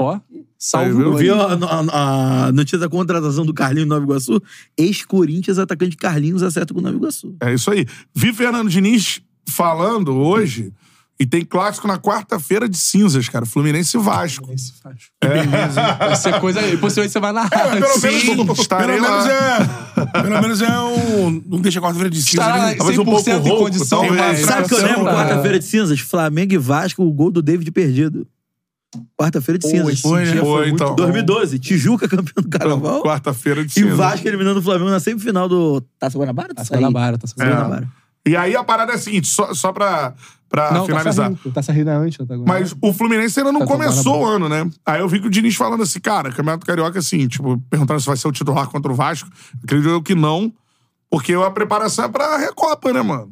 Ó, salve Aí, viu? o Viu a, a- a notícia da contratação do Carlinhos no Nova Iguaçu? Ex-Corinthians, atacante Carlinhos, acerta com o Nova Iguaçu. É isso aí. Vi Fernando Diniz falando hoje, e tem clássico na quarta-feira de cinzas, cara. Fluminense e Vasco. Vai ser coisa aí. Possivelmente você vai narrar. É. Ah, pelo Sim. menos- Estarei pelo menos é. Pelo menos é um. Não deixa quarta-feira de cinza. Estará Ah, né? Talvez um 100% pouco em rouco, condição. talvez. mas- Sabe o que eu lembro? Quarta-feira de cinzas, Flamengo e Vasco, o gol do David perdido. Quarta-feira de cinzas. né? dia Foi, muito então. bom. 2012, Tijuca campeão do Tá Carnaval. Quarta-feira de E cinzas. o é Vasco eliminando o Flamengo na semifinal do Taça Guanabara? Tá Taça saindo na barra, tá Taça É. saindo na barra. Guanabara. E aí a parada é a seguinte, só, só pra, pra Não, finalizar. tá saindo. Tá saindo antes. Tá agora. Mas o Fluminense ainda não Tá tomando começou a o ano, né? Aí eu vi que o Diniz falando assim, cara, Campeonato Carioca, assim, tipo, perguntando se vai ser o titular contra o Vasco. Acredito eu que não, porque a preparação é pra Recopa, né, mano?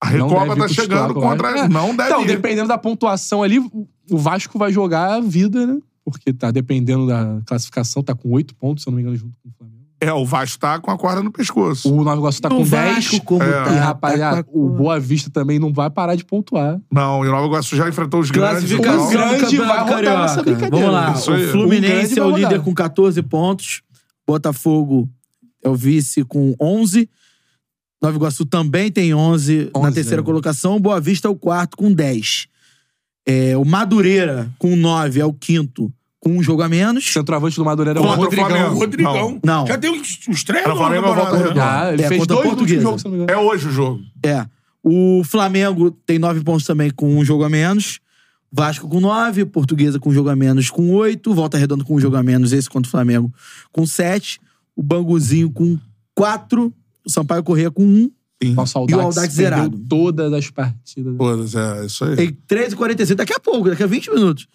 A Não Recopa deve tá ir pro chegando titular, contra... eu acho. Não deve Então, ir. dependendo da pontuação ali, o- o Vasco vai jogar a vida, né? Porque tá dependendo da classificação, tá com oito pontos, se eu não me engano, junto com o Flamengo. É, o Vasco tá com a corda no pescoço. O Nova Iguaçu tá No com Vasco, 10. como tá, É. E, tá rapaziada, com a o cor. Boa Vista também não vai parar de pontuar. Não, o Nova Iguaçu já enfrentou os grandes. no Classificação. final. Um grande vai rodar nessa brincadeira. Vamos lá. Isso aí. O Um grande Fluminense é vai o rodar. líder com 14 pontos. Botafogo é o vice com 11. Nova Iguaçu também tem 11, na 11, terceira né? colocação. Boa Vista é o quarto com 10. É, o Madureira com 9 é o quinto com um jogo a menos. Centroavante do Madureira é o Contra o Rodrigão. Flamengo. O Rodrigão. Não. Já tem uns, uns três Era o gols Flamengo, na temporada, volta né? redonda. Ah, ele É, fez contra a dois no último Portuguesa. jogo, se não me É engano. hoje o jogo. É. O Flamengo tem nove pontos também com um jogo a menos. Vasco com nove, Portuguesa com um jogo a menos com oito, Volta Redondo com um jogo a menos, esse contra o Flamengo com sete, o Banguzinho com quatro, o Sampaio Corrêa com um. Nossa, o E o Aldax Aldax perdeu zerado. todas as partidas. Todas, é isso aí. Tem 13h45, daqui a pouco, daqui a 20 minutos.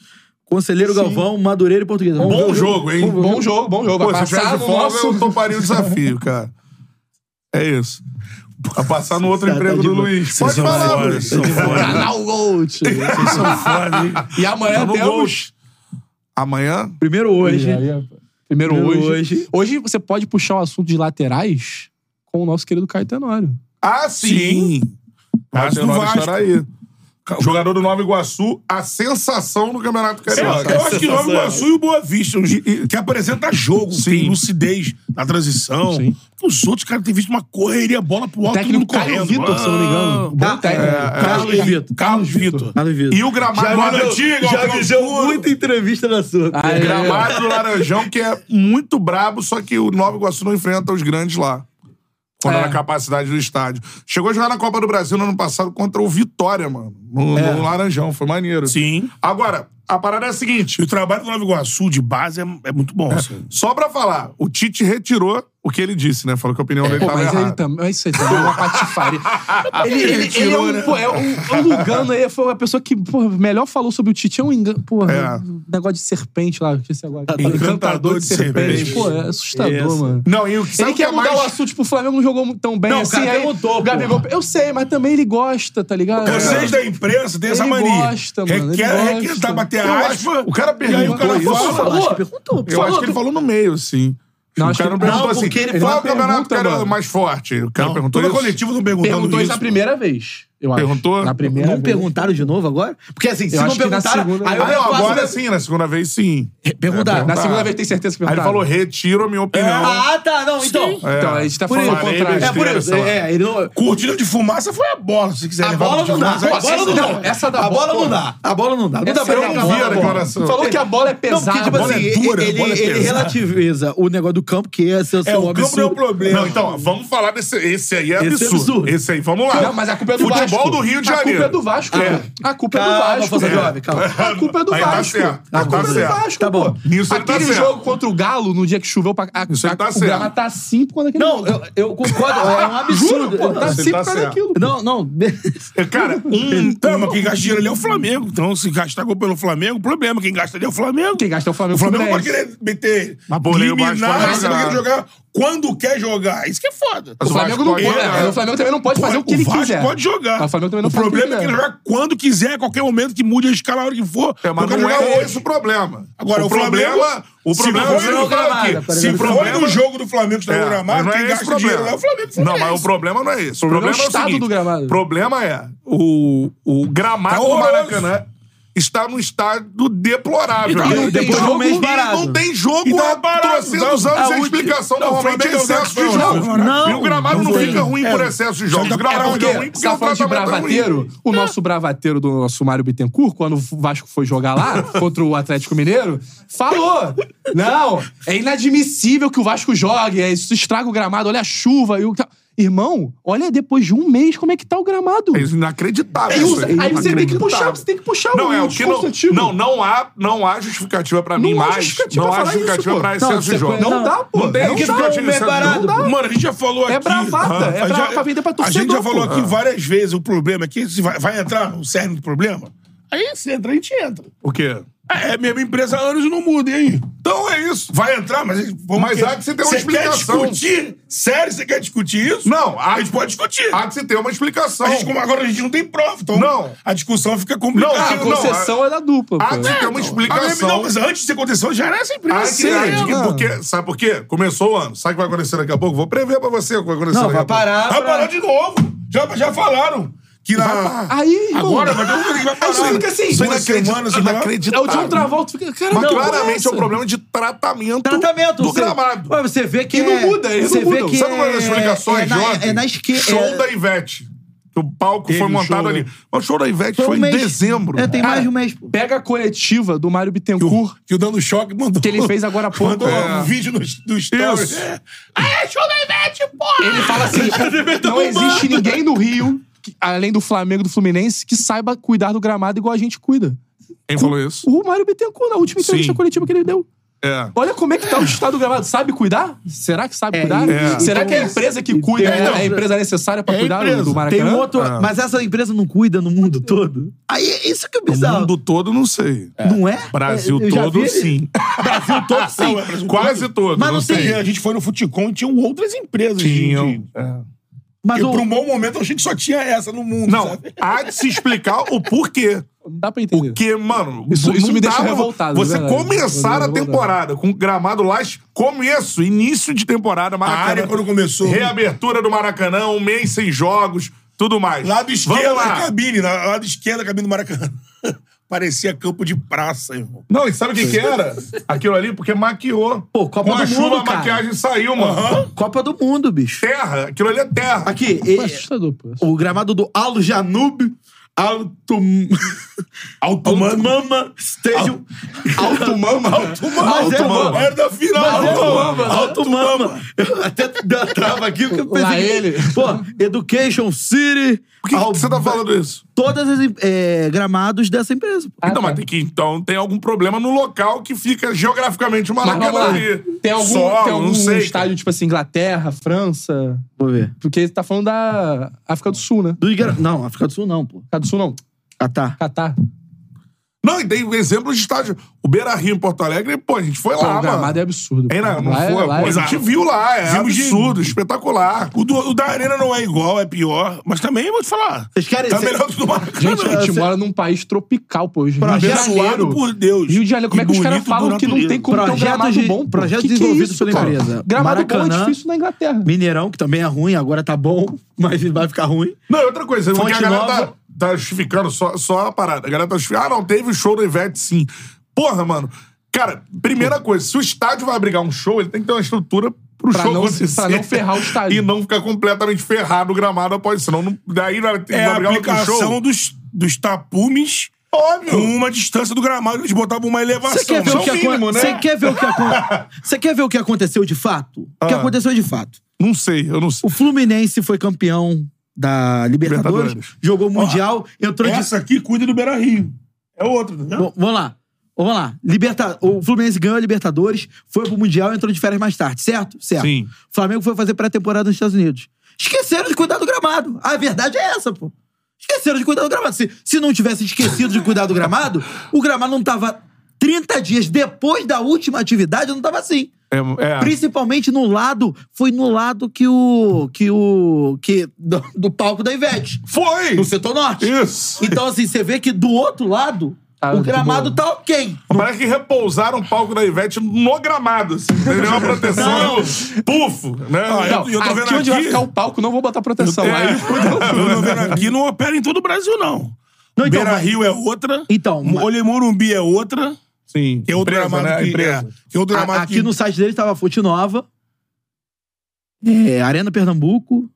Conselheiro Galvão, Madureira e Portuguesa. Bom, Vamos ver o jogo, hein? Bom jogo, bom jogo. Pô, Vai se eu passar tivesse no folga, eu nosso... toparia o desafio, cara. É isso. Vai passar no outro Cara, tá emprego do de boa. Luiz. Vocês Pode são falar, foda, Luiz. são foda. Canal Gold. Vocês são foda, hein? um E amanhã Tá no temos... Gold. Amanhã? Primeiro hoje. Primeiro Primeiro hoje. hoje. hoje. você pode puxar o assunto de laterais com o nosso querido Caio Tenório. Ah, sim. Mas Vasco o Nova Vasco. estará aí. Jogador do Nova Iguaçu, a sensação do Campeonato Carioca. É, eu acho que Nova Iguaçu e o Boa Vista, os- que apresenta jogo, tem lucidez na transição. Sim. Os outros, cara, tem visto uma correria, bola pro O alto, todo técnico mundo Caio correndo. Vitor, se eu não me engano. Ah, Bom técnico. Carlos Carlos Vitor. Vitor. Carlos Vitor. Nada a ver. E o gramado do mandou- Antigo, já Alcão avisou Puro. Muita entrevista na sua. Ah, é. Gramado do Laranjão, que é muito brabo, só que o Nova Iguaçu não enfrenta os grandes lá. Quando É. era a capacidade do estádio. Chegou a jogar na Copa do Brasil no ano passado contra o Vitória, mano. No, no Laranjão. Foi maneiro. É. Sim. Agora, a parada é a E seguinte: o trabalho do Nova Iguaçu de base é, é muito bom. assim. só pra falar, o Tite retirou o que ele disse, né? Falou que a opinião dele Pô, tava mas ele errada. também. É isso aí também, é uma patifaria. ele, ele- ele é né? um. Pô, é um, o Lugano aí foi uma pessoa que, porra, melhor falou sobre o Tite. É um engano. Porra, É. um negócio de serpente lá, esqueci agora. Encantador, de serpente. Pô, é assustador, mano. Não, e o sabe ele o que quer é mudar mais... o assunto, tipo, o Flamengo não jogou tão bem Não, o assim. cara aí, perguntou, o Gabigol, eu sei, mas também ele gosta, tá ligado? Vocês da imprensa têm essa Ele mania. gosta, mano, ele Requer, gosta. requer tá bater Eu aspa. acho- o cara e aí o perguntou cara isso, fala, falou. Acho que perguntou. Eu acho que ele falou no meio, assim. Não, o acho cara que- não perguntou não, assim. porque ele qual é fala o campeonato pergunta, cara mano. mais forte? O cara perguntou Toda isso. coletiva não perguntando Perguntou isso. isso na primeira vez. Eu acho. Perguntou? Na primeira Não vez. perguntaram de novo agora? Porque assim, se Eu assim, não acho que na perguntaram. segunda- aí eu Ah, não, faço- agora sim, na segunda vez sim. Perguntaram. Na segunda vez tem certeza que Aí ele perguntaram. falou, retiro a minha opinião. Ah, tá, não, então. Então, a gente tá Por falando o isso. contrário. É por isso. É, ele não. Cortina de fumaça foi a bola, se quiser A levar bola cortina não de dá. fumaça. A bola não dá. Essa da A bola bola- não dá. A bola não dá. Não dá Essa pra eu ele não vi a acabar. com a bola. declaração. Falou que a bola é Não, porque, pesada. tipo A bola assim, é dura, ele, a bola é ele pesada. relativiza o negócio do campo, que é seu É, o campo não é o problema. Não, então, vamos falar desse. Esse aí é Esse é absurdo. absurdo. Esse aí, vamos lá. Não, mas a culpa é do Futebol futebol do Rio de A Janeiro. culpa é do Vasco. É. pô. A culpa é do Calma, Vasco. Ah, Força É. Jovem, calma. A culpa é do Aí tá Vasco. certo. A culpa Tá é do certo. Vasco. Tá bom. pô. Nisso ele tá aquele certo. jogo contra o Galo, no dia que choveu, pra, a, Isso ele a- tá o certo. Gramado tá cinco quando aquele Não, eu, eu concordo. É um absurdo. Juro, pô, tá Você cinco tá quando certo. aquilo. Não, não. Cara, um... Então, mas quem gasta dinheiro ali é o Flamengo. Então, se gastar gol pelo Flamengo, problema. Quem gasta ali é o Flamengo. Quem gasta é o Flamengo O Flamengo com pode 10. querer meter Mas, pô, olhei o Vasco liminar, jogar. você vai querer jogar quando quer jogar. Isso que é foda. O Flamengo, não Vasco pode, pode- é, o Flamengo também não pode fazer o que ele Vasco quiser. pode jogar. O Flamengo também não o faz o que problema é que ele quiser. joga quando quiser, a qualquer momento, que mude a escala a hora que for. É, mas Eu quero não jogar é hoje. esse o problema. Agora, o, problema... O problema é se for, eu falo no, gramado, aqui, por se o for problema- no jogo do Flamengo que tá está no É, mas gramado, não é quem esse gasta dinheiro lá é o Flamengo. Não, mas Fluminense. o problema não é esse. O problema problema é o é o, estado seguinte, do gramado. O problema é o, o gramado Tá do horroroso. Maracanã está num estado deplorável. E tá- Não tem e depois de um jogo- mês e parado. Não tem jogo E tá há parado, trocentos tá- anos a sem última- explicação. Não, o Normalmente é Flamengo é o excesso de campeão, jogos. não, não. É, E o gramado não Não fica tem. ruim por excesso de jogos. O gramado Porque, fica ruim porque tá o falando de tratamento é ruim. bravateiro, o nosso bravateiro do nosso Mário Bittencourt, quando o Vasco foi jogar lá contra o Atlético Mineiro, falou: Não, é inadmissível que o Vasco jogue, é, isso estraga o gramado, olha a chuva e o. tal." Irmão, olha depois de um mês como é que tá o gramado. É inacreditável. Aí, isso você- aí. aí você tem que puxar, você tem que puxar Não, o é o que não, discurso antigo. não, não há, não há justificativa pra mim Não há mais. justificativa Não há pra falar isso, justificativa pô. pra Não, excesso de você- jogos. não dá, pô. Não tem É o que justificativa de não é excesso de parado. jogos. Mano, a gente já falou aqui. É bravata, é A gente bravata já- pra vender pra A gente já torcedor, falou pô. aqui várias vezes. O problema é que se vai, vai entrar no cerne do problema, aí se entra, a gente entra. O quê? É, é a mesma empresa há anos e não muda, e aí? Então é isso. Vai entrar, mas... Vamos Mas que- há que você ter uma Você explicação. quer discutir? Sério, você quer discutir isso? Não, há- A gente pode discutir. Há que se ter uma explicação. A gente, como agora a gente Ah, não tem prova, então Não. a discussão fica complicada. A não, não, concessão é da dupla. Há pô. que se ter uma explicação. Não, mas antes de acontecer, já era essa empresa. Há que- há que- não. porque, sabe por quê? Começou o ano. Sabe o que vai acontecer daqui a pouco? Vou prever pra você o que vai acontecer Não, daqui a vai pouco. parar. Vai pra- parar de novo. Já, já falaram que na... Ah, Aí, irmão. Agora, mas eu falei que vai parar. Aí você fica assim, Isso é duas inacredi- semanas, sei lá. É inacreditável. o John Travolta. Fica, cara, Mas não, qual claramente essa? é um problema de tratamento, Tratamento. do você- gramado. Ué, Você vê que E não é- muda, eles você não vê mudam. que Sabe uma das é- explicações, é na- Jorge? É na esquerda. Show da Ivete. O palco Teve foi um montado show, ali. né? Mas o show da Ivete foi, um em mês. dezembro. É, tem mais de um mês, pô. Pega a coletiva do Mário Bittencourt. Que o Dando Choque mandou. Que ele fez agora há pouco. Mandou É. um vídeo no, do Stories. Isso. É. Ah, é show da Ivete, porra! Ele fala assim: não existe ninguém no Rio, que- além do Flamengo e do Fluminense, que saiba cuidar do gramado igual a gente cuida. Quem falou isso? O Mário Bittencourt, na última entrevista Sim. coletiva que ele deu. É. Olha como é que tá o estado do gramado. Sabe cuidar? Será que sabe cuidar? é. Será que a empresa que cuida é, Então, a empresa necessária pra é a cuidar do- empresa. do Tem Maracanã? um outro. Mas essa empresa não cuida no mundo todo? Aí, isso que é O bizarro. mundo todo, não sei. Não é? Brasil Eu já todo, vi- sim. Brasil Ah, todo, sim. é, Quase todo. Mas não sei. E a gente foi no Futicom e tinham outras empresas. de- Tinham. de- Mas Porque o, por um bom momento a gente só tinha essa no mundo, Não, sabe? há de se explicar o porquê. Não dá pra entender. Porque, mano, Isso- não isso me dava deixa revoltado, Você de verdade. começar a Revoltado. temporada com o gramado lá, começo, início de temporada, Maracanã. área quando começou. Reabertura do Maracanã, um mês sem jogos, tudo mais. Lado esquerdo né? Vamos da lá. cabine, na- lado esquerdo da cabine do Maracanã. Parecia campo de praça, irmão. Não, e sabe o que, que era? Aquilo ali, porque maquiou. Pô, Copa Com a do chuva, Mundo, a cara. maquiagem saiu, mano. Copa do Mundo, bicho. Terra, aquilo ali é terra. Aqui, É e- assustador, pô. o gramado do Al Janub Alto Mama Stadium. um- Alto Mama. Alto Mama. Mas é, mano. Era da final. Mas é, Alto mano. Mama. Alto Mama. Eu até dei uma trava aqui porque eu pensei. Lá que- ele. Pô, Education City. Por que, que Al- você tá falando isso? Todas as é, gramados dessa empresa. Ah, pô. tá. então, mas tem que, então tem algum problema no local que fica geograficamente o Mas vamos é Maracanã lá. ali. Tem algum, Solo, tem algum não sei. estádio, tipo assim, Inglaterra, França? Vou ver. Porque você tá falando da África do Sul, né? Dos gra- Não, África do Sul não, pô. África do Sul, não. Ah, tá. Catar. Não, e tem exemplo de estádio. O Beira Rio em Porto Alegre, pô, a gente foi Pô, lá, o gramado Ah, mano. é absurdo. É, não, não Lá é- foi. lá pô, é- a gente viu lá, é Vimos de- absurdo, espetacular. O, do- o da Arena não é igual, é pior. Mas também, vou te falar. Vocês querem Tá ser- melhor do que o do Maracanã. Gente, a gente mora num país tropical, pô. Rio de Projeto Janeiro. Abençoado por Deus. Rio de Janeiro, como é que os E caras bonito falam por que não tem natureza. como ter um Projeto gramado de- bom, pô? projeto que que é desenvolvido isso, pela cara? empresa. Gramado bom é Maracanã. difícil na Inglaterra. Mineirão, que também é ruim, agora tá bom, mas vai ficar ruim. Não, e outra coisa, porque a Fonte galera nova. tá, tá justificando só, só a parada. A galera tá justificando. Ah, não, teve o show do Ivete, sim. Porra, mano. Cara, primeira coisa, se o estádio vai abrigar um show, ele tem que ter uma estrutura pro Pra show não- acontecer. pra não ferrar o estádio. E não ficar completamente ferrado o gramado após isso. Senão, não, daí vai, É vai a abrigar outro aplicação show. dos, dos tapumes com Óbvio. uma distância do gramado. Eles botavam uma elevação. Você quer ver só o que acon- mínimo, né? Você quer ver o que acon- Você quer ver o que Ah. aconteceu de fato? O que aconteceu de fato? Não sei, eu não sei. O Fluminense foi campeão da Libertadores, Libertadores. jogou Mundial, entrou de. Essa aqui cuida do Beira Rio. É outro, entendeu? Bom, vamos lá. Vamos lá. Liberta... O Fluminense ganhou a Libertadores, foi pro Mundial e entrou de férias mais tarde, certo? Certo. Sim. O Flamengo foi fazer pré-temporada nos Estados Unidos. Esqueceram de cuidar do gramado. A verdade é essa, pô. Esqueceram de cuidar do gramado. Se, se não tivesse esquecido de cuidar do gramado, o gramado não tava 30 dias depois da última atividade, não tava assim. É, é. Principalmente no lado, foi no lado que o. que o. que. do, do palco da Ivete. Foi! No setor norte. Isso! Então, assim, você vê que do outro lado, Ah, o de gramado boa. tá ok. Parece que repousaram o palco da Ivete no gramado, assim. Não tem nenhuma proteção. Não. Eu- Pufo, né? Não, Não, eu- eu tô aqui vendo onde vai aqui- ficar o palco, não vou botar proteção. É. Aí Eu tô vendo aqui não opera em todo o Brasil, não. Não, então, Beira mas- Rio é outra. Então, mas- Olho Morumbi é outra. Sim. Que é outro empresa, gramado né? que, é, Empresa. que é outro gramado A- que- aqui no site dele tava Fonte Nova, é, Arena Pernambuco,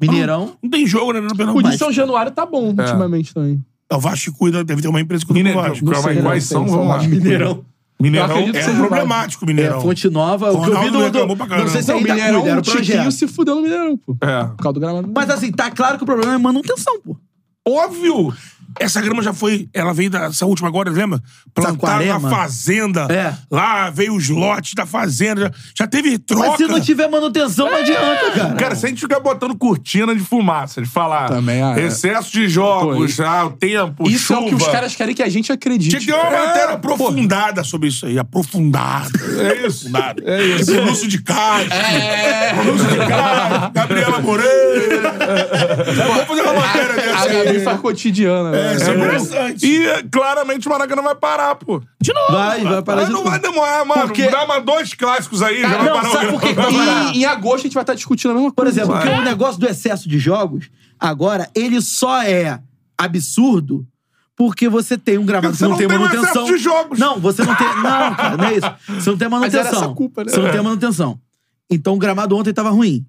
Mineirão. Não tem jogo, né? No o Pernambuco. de São Januário tá bom ultimamente também. É o Vasco que cuida, deve ter uma empresa que cuida do Mineirão. Vasco. Não sei, Quais não sei, são? são Vamos lá. vários. Mineirão. Mineirão Eu acredito é É que um seja- problemático, É, Mineirão. Fonte Nova. O que eu vi Ronaldo do. reclamou pra do caramba. não sei se Não, ainda Mineirão, cuida, era o o um projeto. Tiquinho se fudeu no Mineirão, pô. É. Por causa do gramado. Mas assim, tá claro que o problema é manutenção, pô. Óbvio! Essa grama já foi. Ela veio dessa última agora, lembra? Plantaram na Taquarema. fazenda. É. Lá veio os lotes da fazenda. Já, já teve troca. Mas se não tiver manutenção, não adianta, cara. Cara, se a gente ficar botando cortina de fumaça, de falar Também, ah, é. excesso de jogos, ah, o tempo, Isso chuva. é o que os caras querem que a gente acredite. Tinha que ter uma É, matéria pô. aprofundada sobre isso aí. Aprofundada. É isso. Aprofundada. É isso. Tipo, Lúcio de Castro. É. Lúcio de Castro. Gabriela Moreira. Vamos fazer uma matéria É. A dessa Gabi aí. faz cotidiana. né? Isso é interessante. E é, claramente o Maracanã vai parar, pô. De novo. Vai, vai parar Mas de não vai demorar, mano. Porque- Tá, Dá mais dois clássicos aí, já vai não, parar sabe o por que que Grêmio. vai parar? E em agosto a gente vai estar discutindo a mesma Por coisa. exemplo, porque o negócio do excesso de jogos, agora, ele só é absurdo porque você tem um gramado Porque que não, você tem não tem um manutenção. excesso de jogos. Não, você não tem. Não, cara, não é isso. Você não tem Mas manutenção. era essa culpa, né? Você não tem manutenção. Então o gramado ontem tava ruim.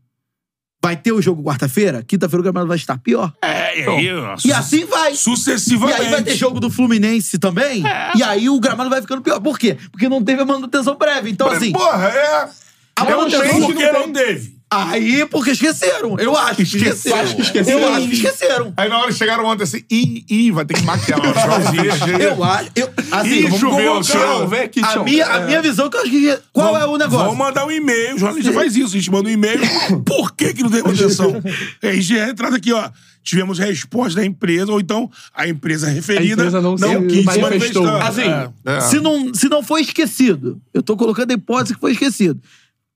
Vai ter o jogo quarta-feira? Quinta-feira o gramado vai estar pior. É, e aí, ó, E assim vai. E Sucessivamente. aí vai ter jogo do Fluminense também. E aí o gramado vai ficando pior. Por quê? Porque não teve a manutenção prévia. Então, assim, Porra, é. a é um manutenção. jogo que Porque não teve. Aí, porque esqueceram. Eu acho. que Esqueceram. Eu acho que esqueceram. Eu acho que esqueceram. Aí na hora chegaram ontem assim, ih, ih, vai ter que maquiar os jogos. Eu acho. Eu, assim, Ih, vamos choveu, colocar um, choveu. Vem aqui, a tchau. minha, a minha visão que eu acho que. É. Qual é o negócio? É. Vamos mandar um e-mail. O jornalista faz isso. A gente manda um e-mail. Por que, que não tem manutenção? RGE é, traz aqui, ó. Tivemos resposta da empresa, ou então a empresa referida A empresa não se quis se manifestou. manifestar. Assim, É. É. Se, não, se não foi esquecido, eu tô colocando a hipótese que foi esquecido.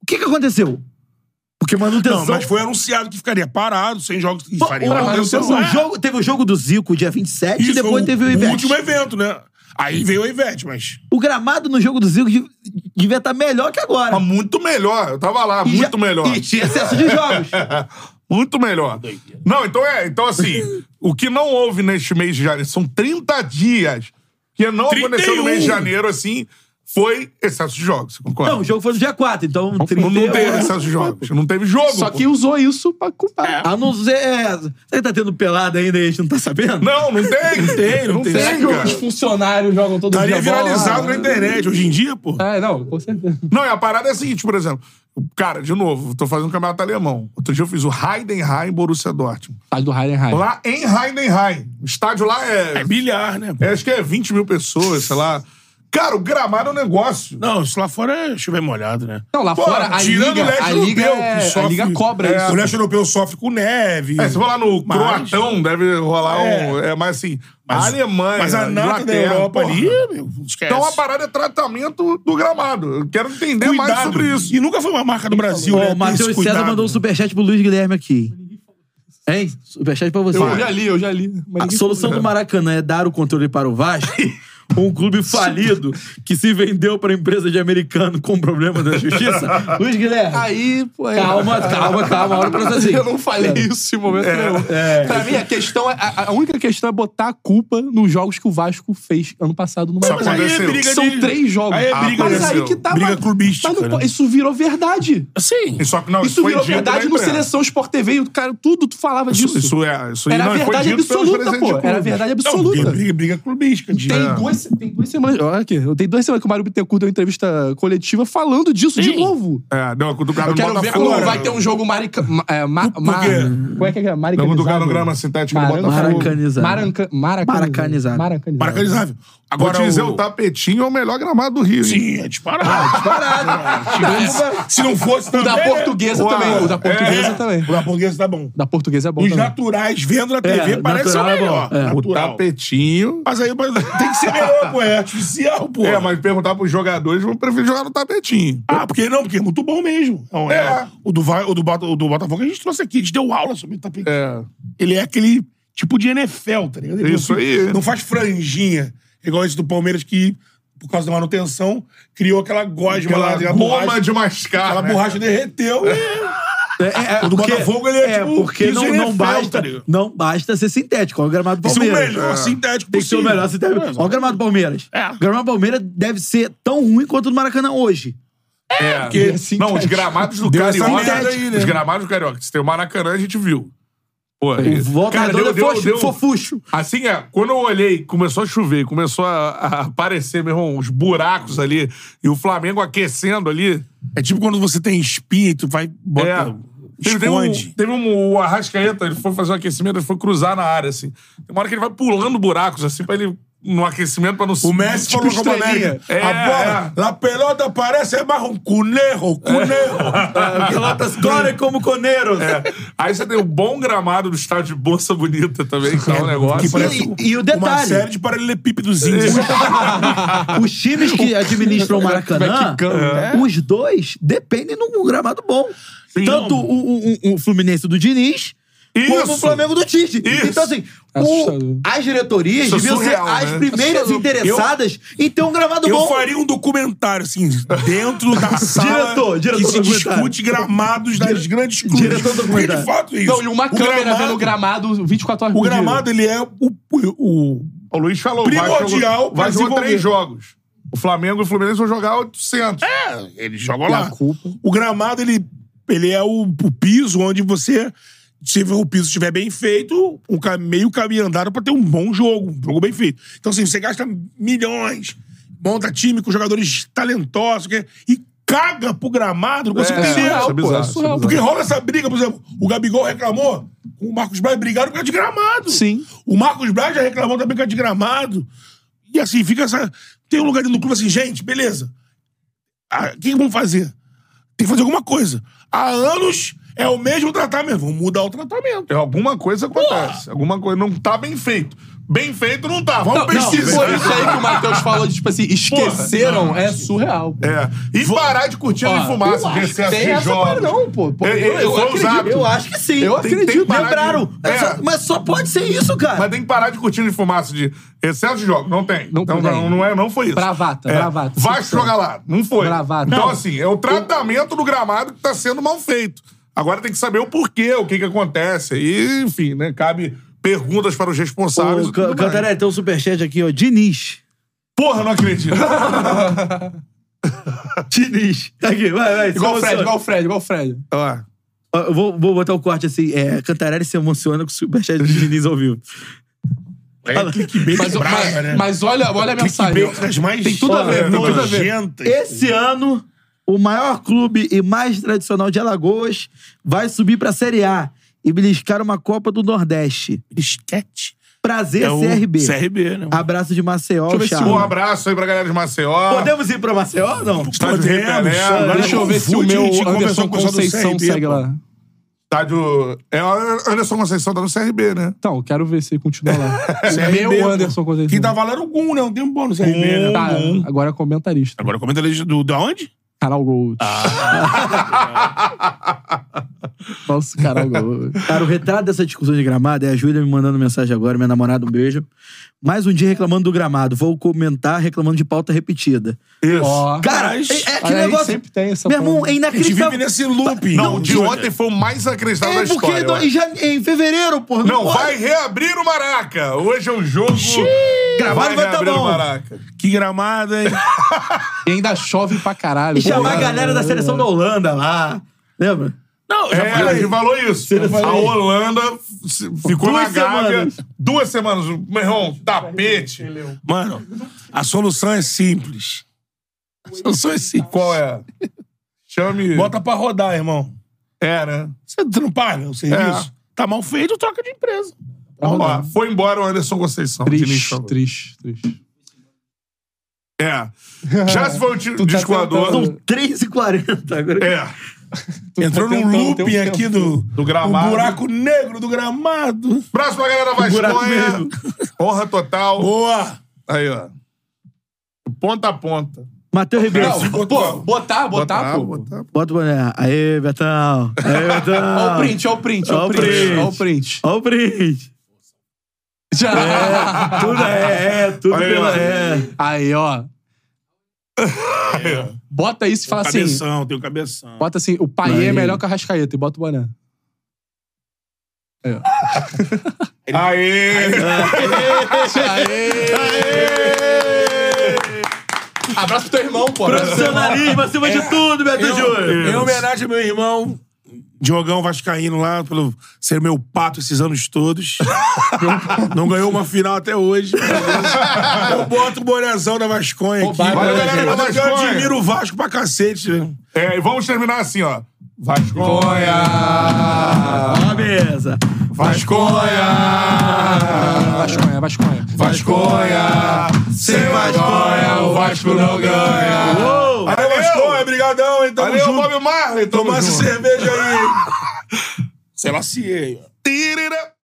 O que que aconteceu? Porque manutenção... Não, mas foi anunciado que ficaria parado, sem jogos que Pô, faria o- manutenção. um o É. jogo- teve o jogo do Zico dia 27 Isso, é e depois o- teve o O Ivete. último evento, né? Aí veio o Ivete, mas. O gramado no jogo do Zico de- devia estar melhor que agora. Mas muito melhor. Eu tava lá, E já- Tá muito melhor. E tinha excesso de jogos. Muito melhor. Não, então é. Então, assim, o que não houve neste mês de janeiro, são 30 dias que não 31. aconteceu no mês de janeiro, assim, foi excesso de jogos, você concorda? não, o jogo foi no dia 4, então... Não, 31. não teve excesso de jogos. Não teve jogo. Só pô. que usou isso pra culpar. A não ser... é, Você tá tendo pelada ainda e a gente não tá sabendo? Não, não tem. Não tem, não Será que os cara. funcionários jogam todo Estaria dia bola lá? é viralizado na internet hoje em dia, pô. É, não, com certeza. Não, e a parada é a seguinte, por exemplo. Cara, de novo, tô fazendo um campeonato alemão. Outro dia eu fiz o Heidenheim Borussia Dortmund. Estádio do Heidenheim. Lá em Heidenheim. O estádio lá É bilhar, né? É, acho que é 20 mil pessoas, sei lá. Cara, o gramado é um negócio. Não, isso lá fora é chover molhado, né? Não, lá Pô, fora, a Tirando liga, o leste a europeu, liga, é- que sofre. a liga cobra É, isso. O leste europeu sofre com neve. É, se for lá no Mas- Croatão, deve rolar É. um. É, mas assim, Mas- a Alemanha. Mas a nata da Inglaterra, Europa porra. ali, meu, esquece. Então a parada é tratamento do gramado. Eu quero entender Cuidado. mais sobre isso. E nunca foi uma marca do Brasil, né? Ó, Tem o Matheus esse César cuidado. mandou um superchat pro Luiz Guilherme aqui. Hein? Superchat pra você. Eu já li, eu já li. Mas A ninguém- solução do Maracanã é dar o controle para o Vasco, um clube falido que se vendeu para empresa de americano com problema da justiça. Luiz Guilherme, Aí, pô, é- calma, calma, calma. Olha pra assim. Eu não falei É. isso em momento nenhum. Pra mim, a questão é. A, a única questão é botar a culpa nos jogos que o Vasco fez ano passado no Mas aí é Aconteceu. briga São de- três jogos. Aí é briga, mas aí aconteceu. que tá. briga mas- clubística. mas não po- né? isso virou verdade. Sim. E Só que não, isso foi virou dito né, verdade na no imprensa. Seleção Sport TV. e o Cara, tudo tu falava Isso, disso. isso é. Isso Era não, foi verdade dito pelos absoluta, presidentes pô. de Era clubes. verdade Não, briga, absoluta. briga, briga clubística. Tem né? duas duas, tem duas semanas. Olha aqui, eu tenho duas semanas que o Mário Bittencourt deu uma entrevista coletiva falando disso de novo. É, deu uma cutucada Eu no quero ver Botafogo. quando vai ter um jogo marica. ma- É, ma, ma, quê? como é que é? Maricanizado. Deu uma cutucada no grama sintético do Maran- Botafogo. Maracanizado. Maranca, maracanizado. Maracanizado. Maracanizado. Marcanizável. Vou Agora te dizer, o... o... tapetinho é o melhor gramado do Rio. hein? Sim, é disparado. Maracanizado. Se não fosse O também... né? da portuguesa Ué, também. O da portuguesa É, também. O da portuguesa tá bom. O da portuguesa é bom Os também. naturais vendo na TV É, parece o natural é bom. melhor. É. O Natural. tapetinho... Mas aí mas tem que ser melhor, pô. É artificial, pô. É, mas perguntar pros jogadores, eu prefiro jogar no tapetinho. Ah, porque não, porque é muito bom mesmo. Então, é. É. o, do, Va- o, do, Bota- o do Botafogo a gente trouxe aqui, a gente deu aula sobre o tapete. É. Ele é aquele tipo de NFL, tá ligado? Ele Isso não, aí. Não faz franjinha, igual esse do Palmeiras que, por causa da manutenção, criou aquela gosma lá, Aquela aquela goma borracha, de mascar, aquela né? borracha derreteu. e- É, O do porque- Botafogo, ele é tipo porque piso não, NFL, não basta, tá ligado? não basta ser sintético. Olha o gramado do Isso é o Palmeiras. melhor sintético Tem que ser o possível. melhor sintético. Olha o gramado do Palmeiras. É. O gramado do Palmeiras deve ser tão ruim quanto o do Maracanã hoje. É. porque- não, os gramados do Deu essa Carioca... merda aí, né? Os gramados do Carioca. Se tem o Maracanã, a gente viu. Pô, O Volta cara, Redonda deu- deu- é fofu- deu- fofucho. Assim, é, quando eu olhei, começou a chover, começou a, a aparecer, meu irmão, os buracos ali, e o Flamengo aquecendo ali. É tipo quando você tem espinha e tu vai, bota, é. Teve, teve um, esconde. teve um o Arrascaeta, ele foi fazer um aquecimento, ele foi cruzar na área, assim. Tem uma hora que ele vai pulando buracos, assim, pra ele. No aquecimento, pra não O Messi tipo falou com a estrelinha. América. É, a bola, a pelota aparece, é mais um cunejo, É. cunejo. Pelotas correm como coneiros. é. É. Aí você tem o bom gramado do estádio de Bolsa Bonita também, que é um negócio. Que parece E- e o Uma detalhe? série de paralelepípedozinhos. Os times que administram o Maracanã, né? é. os dois dependem de um gramado bom. Tanto o, o- o- o Fluminense do Diniz. Como Isso. o Flamengo do Tite. Isso. Então, assim, o- Assustador. as diretorias Isso é deviam surreal, ser as né? primeiras Assustador. interessadas em ter um gramado Eu bom. faria um documentário, assim, dentro da sala Diretor, diretor que se documentário. discute gramados das grandes clubes. diretor Porque, documentário. de fato, é isso. Não, e uma O câmera gramado- vendo o gramado 24 horas O por dia. gramado, ele é o, o- O Luiz falou, vai Primordial jogar, pra vai jogar desenvolver. três jogos. O Flamengo e o Fluminense vão jogar 800. É, eles jogam E lá. a culpa? O gramado, ele, ele é o, o piso onde você... Se o piso estiver bem feito, um ca- meio caminho andado pra ter um bom jogo, um jogo bem feito. Então, assim, você gasta milhões, monta time com jogadores talentosos que- é, e caga pro gramado, não consigo É, entender. isso é bizarro, isso é bizarro. Porque rola essa briga, por exemplo, o Gabigol reclamou, o Marcos Braz brigaram por causa de gramado. Sim. O Marcos Braz já reclamou também por causa de gramado. E assim, fica essa. Tem um lugar dentro do clube assim, gente, beleza. Ah, O que que vamos fazer? Tem que fazer alguma coisa. Há anos é o mesmo tratamento. Vamos mudar o tratamento. Tem É, Alguma coisa acontece. Alguma coisa não tá bem feito. Bem feito não tá. Vamos Não, não, se pesquisar. for isso aí que o Matheus falou, de, tipo assim, esqueceram, é surreal. pô. É. E parar de curtir a Ó, eu fumaça, acho vencer que tem esses essa jogos. parada não, pô. Pô, É, eu- é, eu foi acredito. usado. Eu acho que sim. Eu Tem- acredito, tem que parar lembraram. de- É só- É. Mas só pode ser isso, cara. Mas tem que parar de curtir de fumaça de excesso de jogos. Não tem. Não então, tem. não, não, é, não foi isso. Bravata, é. bravata. Vai Sim, jogar lá. Não foi. Bravata. Então, Não. assim, é o tratamento do gramado que tá sendo mal feito. Agora tem que saber o porquê, o que que acontece. E, enfim, né? Cabe perguntas para os responsáveis. Ô, e tudo Ca- mais. Cantarelli, tem um superchat aqui, ó. Diniz. Porra, não acredito. Diniz. Aqui, vai, vai. Igual o se Fred, emociona. igual o Fred, igual o Fred. Ó. Ó, Eu vou, vou botar o corte assim. É, Cantarelli se emociona com o superchat do Diniz ao vivo. É clickbait Mas, brava, mas- né? mas olha, olha a mensagem. clickbait das mais Tem tudo a ver, tem tudo a ver. É. nojentas. Esse ano, o maior clube e mais tradicional de Alagoas vai subir pra Série A e beliscar uma Copa do Nordeste. Esquete. Prazer, É o CRB. CRB, né? Abraço de Maceió, eu ver se Charles. Um abraço aí pra galera de Maceió. Podemos ir pra Maceió ou não? Podemos. Pelé, Agora Deixa eu ver se o confunde, a meu gente conversou Anderson com o pessoal do Conceição CRB, segue pô. lá. Estádio. É, o Anderson Conceição tá no CRB, né? Então, quero ver se continua lá. o CRB, meu pô. Anderson Conceição. Que tava lá era o Gum, né? Um tempo bom no CRB, né? Tá Tá, agora é comentarista. Agora comenta a legenda do, da onde? Canal Gold. Ah. Nosso canal Gold. Cara, o retrato dessa discussão de gramado é a Júlia me mandando mensagem agora, minha namorada, um beijo. Mais um dia reclamando do gramado. Vou comentar reclamando de pauta repetida. Isso. Ó. Cara, Mas- é, é Mas aquele a gente negócio. sempre tem essa Meu irmão, pauta. é A gente vive inacreditável. nesse looping. Não, o de Júlia. ontem foi o mais acreditado da É porque história. no- eu em, acho. jane- em fevereiro, porra. Não, pode. vai reabrir o Maraca. Hoje é o jogo. Gramado vai tá reabrir bom. o Maraca. Que gramada, hein? E ainda chove pra caralho. E chamar Pô, a galera da seleção da Holanda lá. Lembra? Não, já É, a falei. gente falou isso. A Holanda se- ficou na Duas Gávea semanas. duas semanas. Meu irmão, tapete. Mano, a solução é simples. A solução é simples. Qual é? Chame. Bota pra rodar, irmão. É, né? Você não paga o É. serviço? Tá mal feito, troca de empresa. Ó, foi embora o Anderson Conceição. Diniz Triste, falou. triste, triste. É. Já se foi o ti- disco tentando. voador. 3h40 agora. É. Entrou num tentando, looping tem um aqui do, do gramado. buraco negro do gramado. Próxima galera vai Buraco Espanha. negro. Honra total. Boa! Aí, ó. Ponta a ponta. Matheus Ribeiro. Pô, botar, botar, pô. botar. Bota o boné. Aê, Betão. Aê, Betão. Ó o print, ó o print, ó o print. Ó o print. Ó o print. Já. Tudo é, é, tudo Olha aí, pela ó. é. Aí, ó. Bota isso e fala assim. cabeção, tem É. o cabeção. Bota assim, o Paê é melhor que a Rascaeta e bota o boné. Aê! Abraço pro teu irmão, pô. Profissionalismo acima de tudo, Beto Júnior. Em homenagem ao meu irmão, Diogão Vascaíno lá, pelo ser meu pato esses anos todos. Não- não ganhou uma final até hoje. Eu boto o bonezão da Vasconha aqui. Roubaram, né, gente? Mas eu Vasconha. admiro o Vasco pra cacete. né? É, e vamos terminar assim, ó. Vasconha! Ó, a mesa. Vasconha! Vasconha, Vasconha. Vasconha! Sem Vasconha, o Vasco não ganha! Valeu, Vasconha, brigadão, hein? Tamo Valeu, junto. Bob Marley! Tamo Tomar essa junto. cerveja aí. Sei lá se é, ó. Tirira.